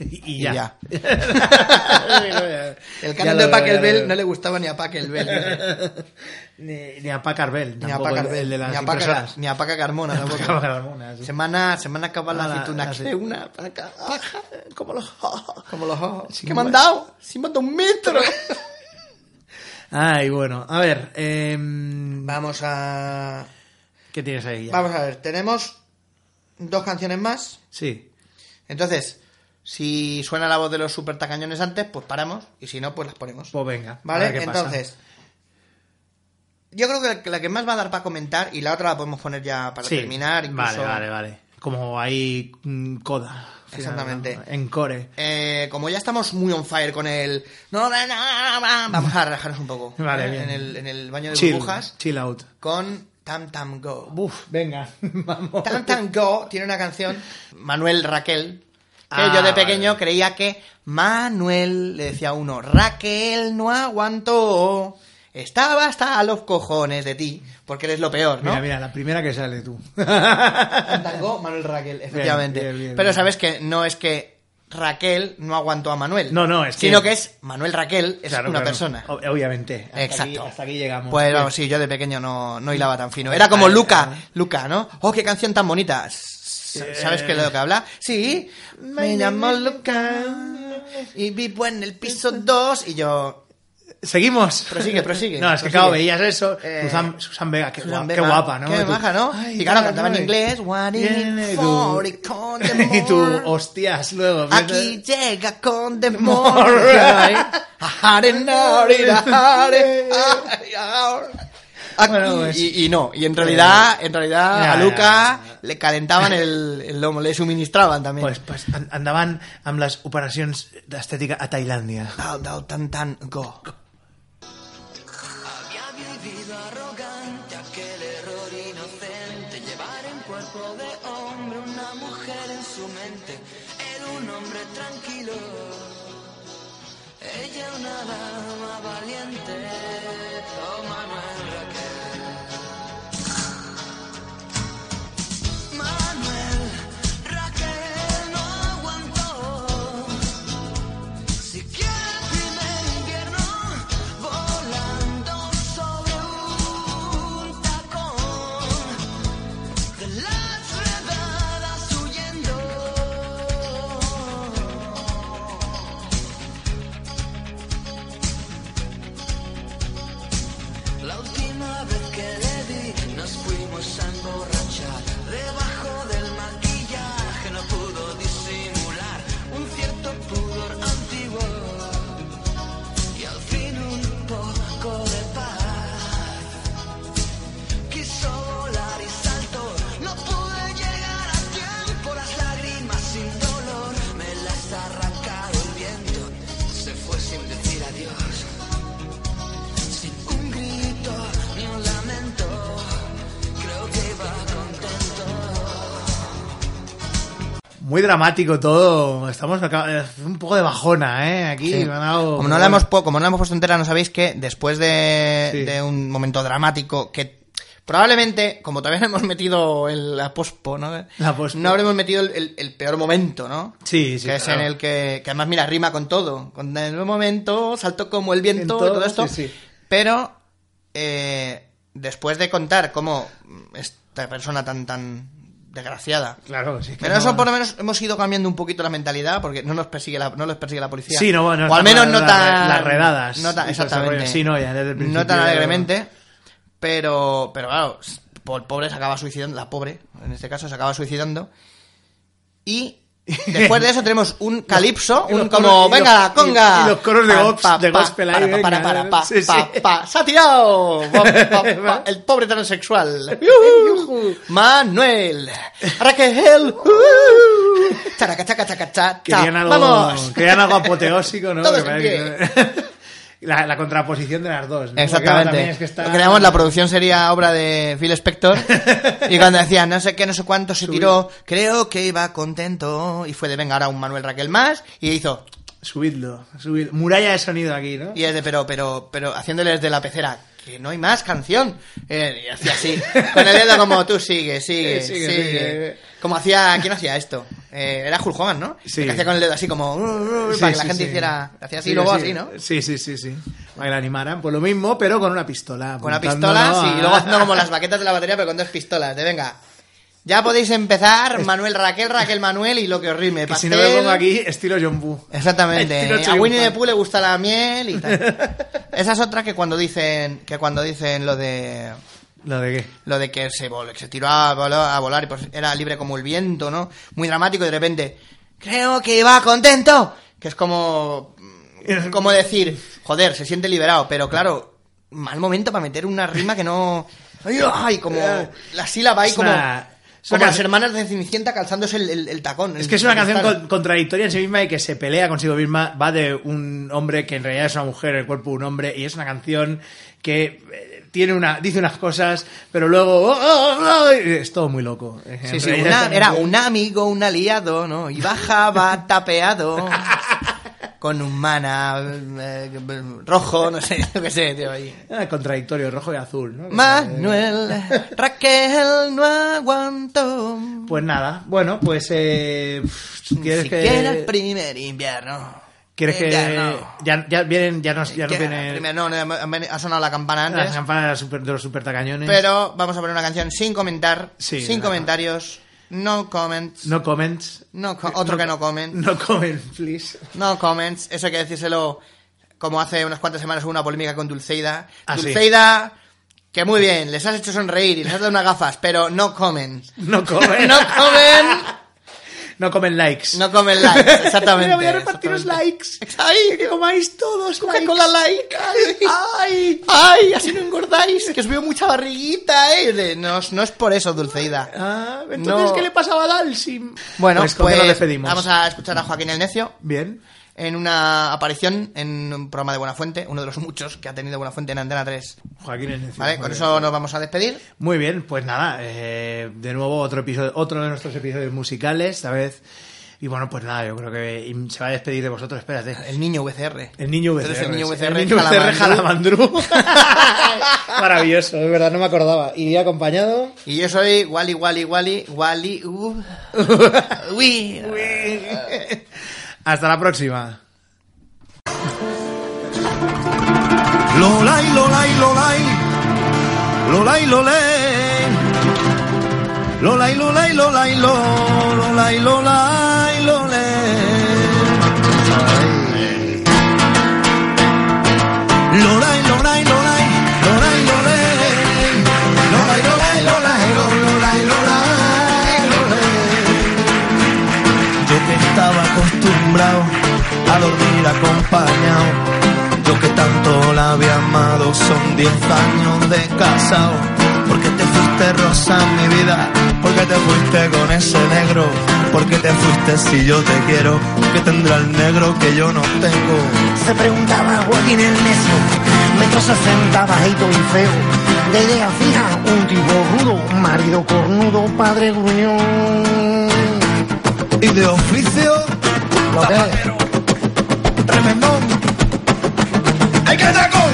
Speaker 1: Y
Speaker 2: Y
Speaker 1: ya.
Speaker 2: ya. el
Speaker 1: Ya
Speaker 2: canon
Speaker 1: lo
Speaker 2: de
Speaker 1: veo, ya lo
Speaker 2: Pachelbel no
Speaker 1: veo.
Speaker 2: le gustaba ni a Pachelbel.
Speaker 1: Ni, ni a Pac Arbel,
Speaker 2: Ni a
Speaker 1: tampoco, el-
Speaker 2: Paca
Speaker 1: el
Speaker 2: Arbel,
Speaker 1: de
Speaker 2: ni
Speaker 1: las
Speaker 2: a Paca-
Speaker 1: impresoras.
Speaker 2: ni a Paca Carmona tampoco.
Speaker 1: Paca Carmona, sí.
Speaker 2: Semana, semana acaba la
Speaker 1: Ah, la- la
Speaker 2: aceituna. que
Speaker 1: aceituna.
Speaker 2: una paca, paja, como los como los
Speaker 1: Sí,
Speaker 2: ¿Qué me
Speaker 1: bueno.
Speaker 2: han dado? Sí me han dado un metro.
Speaker 1: Ay, bueno, a ver, em,
Speaker 2: Vamos a
Speaker 1: ¿qué tienes ahí? ya?
Speaker 2: vamos a ver. Tenemos dos canciones más.
Speaker 1: Sí,
Speaker 2: Entonces, si suena la voz de los super tacañones antes, pues paramos y si no, pues las ponemos.
Speaker 1: pues venga. a ver
Speaker 2: Vale,
Speaker 1: qué pasa.
Speaker 2: entonces. Yo creo que la- que la que más va a dar para comentar y la otra la podemos poner ya para
Speaker 1: Sí,
Speaker 2: terminar. Incluso,
Speaker 1: Vale, vale, vale. Como hay mm, coda. final,
Speaker 2: Exactamente.
Speaker 1: ¿no? En core.
Speaker 2: Eh, como ya estamos muy on fire con el. No, no, no, no, no, vamos a relajarnos un poco.
Speaker 1: Vale,
Speaker 2: en,
Speaker 1: bien.
Speaker 2: el, en el baño de
Speaker 1: Chill,
Speaker 2: burbujas
Speaker 1: chill out.
Speaker 2: con Tam Tam Go.
Speaker 1: Buf, venga, vamos.
Speaker 2: Tam Tam Go tiene una canción, Manuel Raquel. Que
Speaker 1: Ah,
Speaker 2: yo de
Speaker 1: vale.
Speaker 2: pequeño creía que Manuel le decía a uno, Raquel no aguantó. Estaba hasta a los cojones de ti, porque eres lo peor, ¿no?
Speaker 1: Mira, mira, la primera que sale tú.
Speaker 2: Tango, Manuel Raquel, efectivamente.
Speaker 1: bien, bien,
Speaker 2: Pero
Speaker 1: bien.
Speaker 2: sabes que no es que Raquel no aguantó a Manuel.
Speaker 1: No, no, es que-
Speaker 2: Sino que es Manuel Raquel, es
Speaker 1: Claro,
Speaker 2: una
Speaker 1: claro.
Speaker 2: persona.
Speaker 1: Ob- obviamente. Hasta
Speaker 2: Exacto.
Speaker 1: aquí- hasta aquí llegamos.
Speaker 2: Pues
Speaker 1: Bien.
Speaker 2: vamos, sí, yo de pequeño no, no hilaba tan fino. Era como Luca, Luca, ¿no? Oh, qué canción tan bonita. S- ¿Sabes qué es lo que habla? Sí, me llamo Luca y vivo en el piso 2 y yo...
Speaker 1: Seguimos.
Speaker 2: Prosigue, prosigue,
Speaker 1: No, es que
Speaker 2: prosigue.
Speaker 1: claro, veías eso.
Speaker 2: Eh,
Speaker 1: Susan, Susan Vega, qué,
Speaker 2: Susan
Speaker 1: guapa,
Speaker 2: Vega,
Speaker 1: qué guapa, ¿no?
Speaker 2: Qué
Speaker 1: Tú,
Speaker 2: baja, ¿no?
Speaker 1: ay,
Speaker 2: y claro,
Speaker 1: ya,
Speaker 2: cantaba en
Speaker 1: madre.
Speaker 2: inglés. What is
Speaker 1: Bien,
Speaker 2: it
Speaker 1: y
Speaker 2: for? It
Speaker 1: tú,
Speaker 2: comes the
Speaker 1: y tú, "Oh,
Speaker 2: more.
Speaker 1: hostias, luego.
Speaker 2: Aquí llega con
Speaker 1: eh,
Speaker 2: demora.
Speaker 1: Demora. Bueno, pues. Eh,
Speaker 2: y, y no, y en realidad, en realidad
Speaker 1: Ya,
Speaker 2: a
Speaker 1: ya,
Speaker 2: Luca le calentaban el, el lomo, le suministraban también.
Speaker 1: Pues, pues an- andaban amb les operacions d'estètica a Tailàndia.
Speaker 2: Dao, dao, tan, tan, go.
Speaker 14: Había vivido arrogante aquel error inocente, llevar en cuerpo de hombre una mujer en su mente. Era un hombre tranquilo, ella una dama valiente, oh Manuel Raquel. Manuel Raquel no aguantó. Si quiere el primer invierno volando sobre un tacón de las redadas huyendo. La última vez
Speaker 1: Muy dramático todo. Estamos acá- eh, un poco de bajona, ¿eh? Aquí.
Speaker 2: Sí.
Speaker 1: me ha dado-
Speaker 2: Como no la hemos, pu- como no la hemos puesto entera, no sabéis que después de,
Speaker 1: Sí.
Speaker 2: de un momento dramático que probablemente, como todavía no hemos metido el, la pospo, ¿no?
Speaker 1: La pospo.
Speaker 2: No habremos metido el, el- el peor momento, ¿no?
Speaker 1: Sí, sí.
Speaker 2: que es
Speaker 1: claro.
Speaker 2: en el que, que además, mira, rima con todo. Con el nuevo momento, salto como el viento,
Speaker 1: Viento,
Speaker 2: todo esto.
Speaker 1: sí, sí.
Speaker 2: Pero, eh, después de contar cómo esta persona tan, tan desgraciada...
Speaker 1: Claro, sí. que
Speaker 2: Pero
Speaker 1: no-
Speaker 2: eso por lo menos hemos ido cambiando un poquito la mentalidad porque no nos persigue la, no los persigue la policía.
Speaker 1: Sí, no, no,
Speaker 2: o al menos no
Speaker 1: la-
Speaker 2: tan...
Speaker 1: las redadas
Speaker 2: No tan,
Speaker 1: y todo ese rollo.
Speaker 2: exactamente.
Speaker 1: Sí, no, ya desde el
Speaker 2: No tan
Speaker 1: principio-
Speaker 2: alegremente, pero, pero claro, por pobre se acaba suicidando, la pobre en este caso se acaba suicidando. Y después de eso tenemos un calipso,
Speaker 1: Y los
Speaker 2: un como,
Speaker 1: coros- y
Speaker 2: venga,
Speaker 1: los-
Speaker 2: la conga.
Speaker 1: y- y los coros de gops- de gospel ahí,
Speaker 2: para, para,
Speaker 1: venga,
Speaker 2: para, para, pa,
Speaker 1: sí, sí.
Speaker 2: pa, pa, se ha tirado. Pa, pa, pa, el pobre transexual. Yujú. Manuel. Raquel. Uh. Characa, chaca, chaca, cha, cha.
Speaker 1: Querían algo,
Speaker 2: Vamos.
Speaker 1: querían algo apoteósico, ¿no?
Speaker 2: Todos
Speaker 1: Que
Speaker 2: en
Speaker 1: parece que- la, la contraposición de las dos. ¿no? Porque ahora
Speaker 2: Exactamente.
Speaker 1: también es que está-
Speaker 2: Creamos la producción sería obra de Phil Spector. y cuando decía no sé qué, no sé cuánto, se
Speaker 1: Subir.
Speaker 2: tiró. Creo que iba contento. Y fue de venga ahora un Manuel Raquel más. Y hizo.
Speaker 1: Subidlo, subidlo. Muralla de sonido aquí, ¿no?
Speaker 2: Y es de pero, pero, pero haciéndoles de la pecera. Que no hay más canción. Eh, y hacía así. Con el dedo como tú sigue, sigue,
Speaker 1: Sí,
Speaker 2: sigue.
Speaker 1: sigue, sigue.
Speaker 2: Como hacía. ¿Quién hacía esto? Eh, era Hulk Hogan, ¿no?
Speaker 1: Sí.
Speaker 2: Que hacía con el dedo así como. uh, uh,
Speaker 1: Sí,
Speaker 2: para que la
Speaker 1: sí,
Speaker 2: gente
Speaker 1: sí.
Speaker 2: hiciera. Hacía así
Speaker 1: Sí,
Speaker 2: y luego así, ¿no?
Speaker 1: Sí, sí, sí, sí. Para que la animaran. Pues lo mismo, pero con una pistola.
Speaker 2: Con una
Speaker 1: apuntando,
Speaker 2: pistola,
Speaker 1: ¿no?
Speaker 2: sí,
Speaker 1: A-
Speaker 2: y luego haciendo como las baquetas de la batería, pero con dos pistolas. De venga, ya podéis empezar, Manuel Raquel, Raquel Manuel y lo que os rime.
Speaker 1: Que si
Speaker 2: Pastel.
Speaker 1: no me pongo aquí, estilo John Boo.
Speaker 2: Exactamente.
Speaker 1: Estilo
Speaker 2: A
Speaker 1: Triunfal.
Speaker 2: Winnie the Pooh le gusta la miel y tal. Esa es otra que cuando dicen, que cuando dicen lo de
Speaker 1: ¿Lo de qué?
Speaker 2: lo de que se, vol- que se tiró a, vol- a volar y pues era libre como el viento, ¿no? Muy dramático y de repente, creo que iba contento. Que es como, como decir, joder, se siente liberado, pero claro, mal momento para meter una rima que no... Ay, ay, como la sílaba ahí
Speaker 1: Es
Speaker 2: como,
Speaker 1: una- es una
Speaker 2: como las
Speaker 1: canción-
Speaker 2: hermanas de Cenicienta calzándose el, el- el tacón.
Speaker 1: Es
Speaker 2: el
Speaker 1: que es una canción
Speaker 2: cristal.
Speaker 1: con- contradictoria en sí misma y que se pelea consigo misma. Va de un hombre que en realidad es una mujer, el cuerpo de un hombre, y es una canción que eh, tiene una, dice unas cosas, pero luego oh, oh, oh, y es todo muy loco. En
Speaker 2: Sí, sí,
Speaker 1: realidad
Speaker 2: una-
Speaker 1: es una
Speaker 2: era
Speaker 1: canción-
Speaker 2: un amigo, un aliado, ¿no? Y bajaba tapeado con un mana eh, rojo, no sé, yo qué sé, tío, ahí.
Speaker 1: Era contradictorio, rojo y azul, ¿no?
Speaker 2: Manuel, Raquel no aguantó.
Speaker 1: Pues nada, bueno, pues eh, pff, quieres
Speaker 2: Siquiera el
Speaker 1: que
Speaker 2: primer invierno.
Speaker 1: quieres que
Speaker 2: Invierno.
Speaker 1: ya, ya vienen ya no ya no
Speaker 2: Siquiera
Speaker 1: viene
Speaker 2: primer- no, no, ha sonado la campana antes.
Speaker 1: las campanas de los super, de los supertacañones.
Speaker 2: Pero vamos a poner una canción sin comentar,
Speaker 1: Sí,
Speaker 2: sin
Speaker 1: nada.
Speaker 2: comentarios, no comments,
Speaker 1: no comments,
Speaker 2: no co- otro que no comment.
Speaker 1: no comments, please.
Speaker 2: No comments, eso hay que decírselo como hace unas cuantas semanas hubo una polémica con Dulceida.
Speaker 1: Ah, sí.
Speaker 2: Dulceida, que muy bien, les has hecho sonreír y les has dado unas gafas, pero no comments.
Speaker 1: No comments.
Speaker 2: no comments,
Speaker 1: No comen likes.
Speaker 2: no comen likes, exactamente.
Speaker 1: Mira, voy a repartir los
Speaker 2: exactamente.
Speaker 1: likes.
Speaker 2: Ay,
Speaker 1: Que comáis todos. likes.
Speaker 2: Coca-Cola like, ay, ay, ay, así no engordáis, que os veo mucha barriguita, eh. De- No, es- no es por eso, Dulceida.
Speaker 1: Ah, entonces,
Speaker 2: No.
Speaker 1: ¿qué le pasaba a Dalsim?
Speaker 2: Bueno,
Speaker 1: Pues
Speaker 2: pues,
Speaker 1: con qué nos despedimos.
Speaker 2: vamos a escuchar a Joaquín el Necio.
Speaker 1: Bien.
Speaker 2: en una aparición en un programa de Buenafuente, uno de los muchos que ha tenido Buenafuente en Antena 3.
Speaker 1: Joaquín es necio.
Speaker 2: Vale,
Speaker 1: Muy
Speaker 2: con
Speaker 1: bien.
Speaker 2: eso nos vamos a despedir.
Speaker 1: Muy bien, pues nada, eh, de nuevo otro episodio, otro de nuestros episodios musicales, esta vez. Y bueno, pues nada, yo creo que im- se va a despedir de vosotros, espérate.
Speaker 2: El niño VCR.
Speaker 1: El niño
Speaker 2: Eres
Speaker 1: VCR.
Speaker 2: el niño
Speaker 1: sí,
Speaker 2: VCR
Speaker 1: el niño VCR
Speaker 2: Jalamandru.
Speaker 1: Jalamandru. Maravilloso, es verdad, no me acordaba. Iría acompañado.
Speaker 2: Y yo soy Wally, Wally, Wally, Wally, uh, uy.
Speaker 1: Hasta la próxima.
Speaker 10: Lolay, lolay, lolay. Lolay, lolay. Lolay, lolay, lolay, lo. Lolay, lolay, lolay. Lolay, lolay, lolay. Lolay, lolay. Lolay, lolay, lolay, lo, lolay, lolay, lolay. Yo que estaba acostumbrado a dormir acompañado. Yo que tanto la había amado, son 10 años de casado. Porque te fuiste rosa mi vida, porque te fuiste con ese negro, porque te fuiste si yo te quiero, que tendrá el negro que yo no tengo.
Speaker 15: Se preguntaba Joaquín el necio, metro sesenta bajito y feo. De idea fija, un tipo rudo, marido cornudo, padre gruñón.
Speaker 10: y de oficio zapatero, tremendón. ¡Ay, que dragón!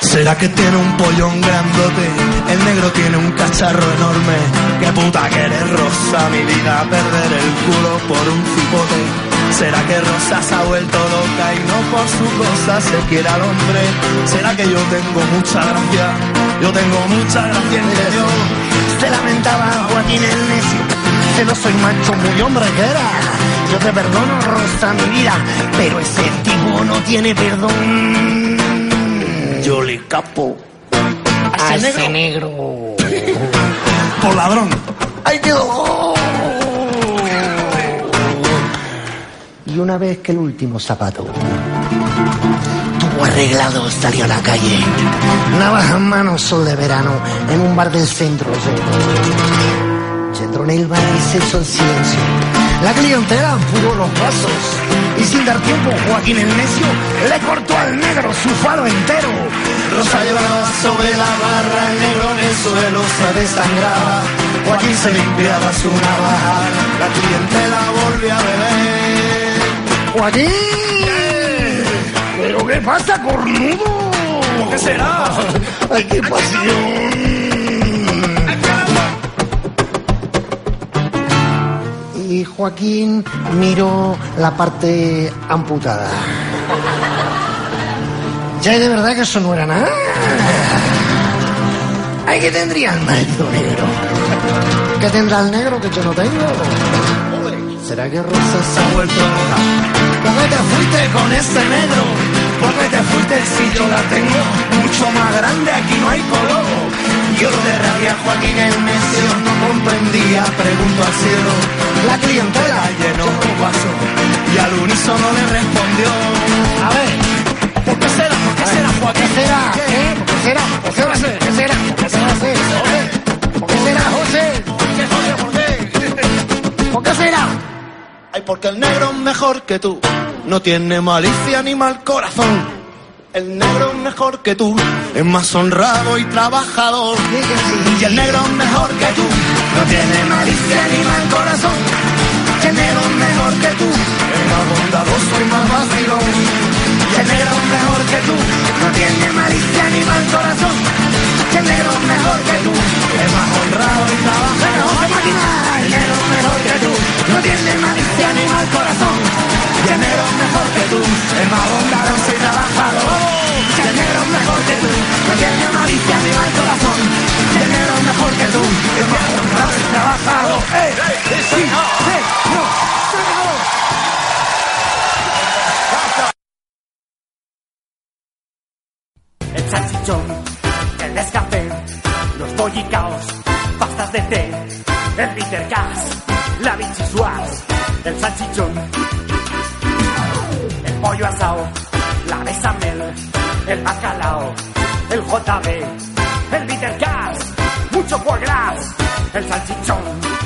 Speaker 10: ¿Será que tiene un pollón grandote? El negro tiene un cacharro enorme. ¡Qué puta que eres rosa, mi vida! Perder el culo por un cipote. ¿Será que Rosa se ha vuelto loca y no por su cosa se quiere al hombre? ¿Será que yo tengo mucha gracia? Yo tengo mucha gracia en Dios.
Speaker 15: Se lamentaba Joaquín el necio. Que no soy macho, muy hombre que era. Yo te perdono, Rosa, mi vida. Pero ese tipo no tiene perdón.
Speaker 10: Yo le capo.
Speaker 15: A ese negro.
Speaker 10: Por ladrón.
Speaker 15: ¡Ay, qué dolor! Y una vez que el último zapato tuvo arreglado, salió a la calle. Navaja en mano, sol de verano, en un bar del centro. se- Se entró en el bar y se hizo el silencio. La clientela pudo los pasos y sin dar tiempo, Joaquín el necio le cortó al negro su falo entero.
Speaker 10: Rosa llevaba sobre la barra, el negro en el suelo se desangraba. Joaquín se limpiaba su navaja, la clientela volvió a beber.
Speaker 15: ¡Joaquín! ¡Eh! ¿Pero qué pasa, cornudo?
Speaker 10: ¿Qué será?
Speaker 15: ¡Ay, qué pasión! Y Joaquín miró la parte amputada. Ya, de verdad que eso no era nada. ¡Ay, que tendría el maestro negro! ¿Qué tendrá el negro que yo no tengo? ¿Será que Rosa se ha vuelto loca?
Speaker 10: ¿Por qué te fuiste con ese negro? ¿Por qué te fuiste si yo la tengo mucho más grande? Aquí no hay color. Yo de rabia, Joaquín el necio, no comprendía, pregunto al cielo. La clientela llenó un vaso y al unísono le respondió. A ver, ¿por qué será? ¿Por qué será, Joaquín?
Speaker 15: ¿Qué será? ¿Eh? ¿Por qué será? ¿Por qué será? ¿Por qué será? ¿Por qué será? ¿Por qué será, José? ¿Por qué será?
Speaker 10: Ay, porque el negro es mejor que tú. No tiene malicia ni mal corazón. El negro es mejor que tú. Es más honrado y trabajador. Y el negro es mejor que tú. No tiene malicia ni mal corazón. Y el negro es mejor que tú. Es más bondadoso y más vacilón. Y el negro es mejor que tú. No tiene malicia ni mal corazón. Y el negro es mejor que tú. Es más honrado y trabajador. El negro es mejor que tú. No tiene malicia ni mal corazón. Y el negro es mejor que tú. Es más bondadoso y trabajador. Y el negro es mejor que tú. No tiene malicia ni mal corazón. Y el negro es mejor que tú. Es más honrado y trabajador. ¡Eh! ¡Sí! ¡Eh! ¡No! ¡Sácalo!
Speaker 7: el salchichón, el descafé, los bollicaos, pastas de té, el bitter gas, la bichisuas, el salchichón, el pollo asado, la besamel, el bacalao, el JB, el bitter gas, mucho foie gras, el salchichón,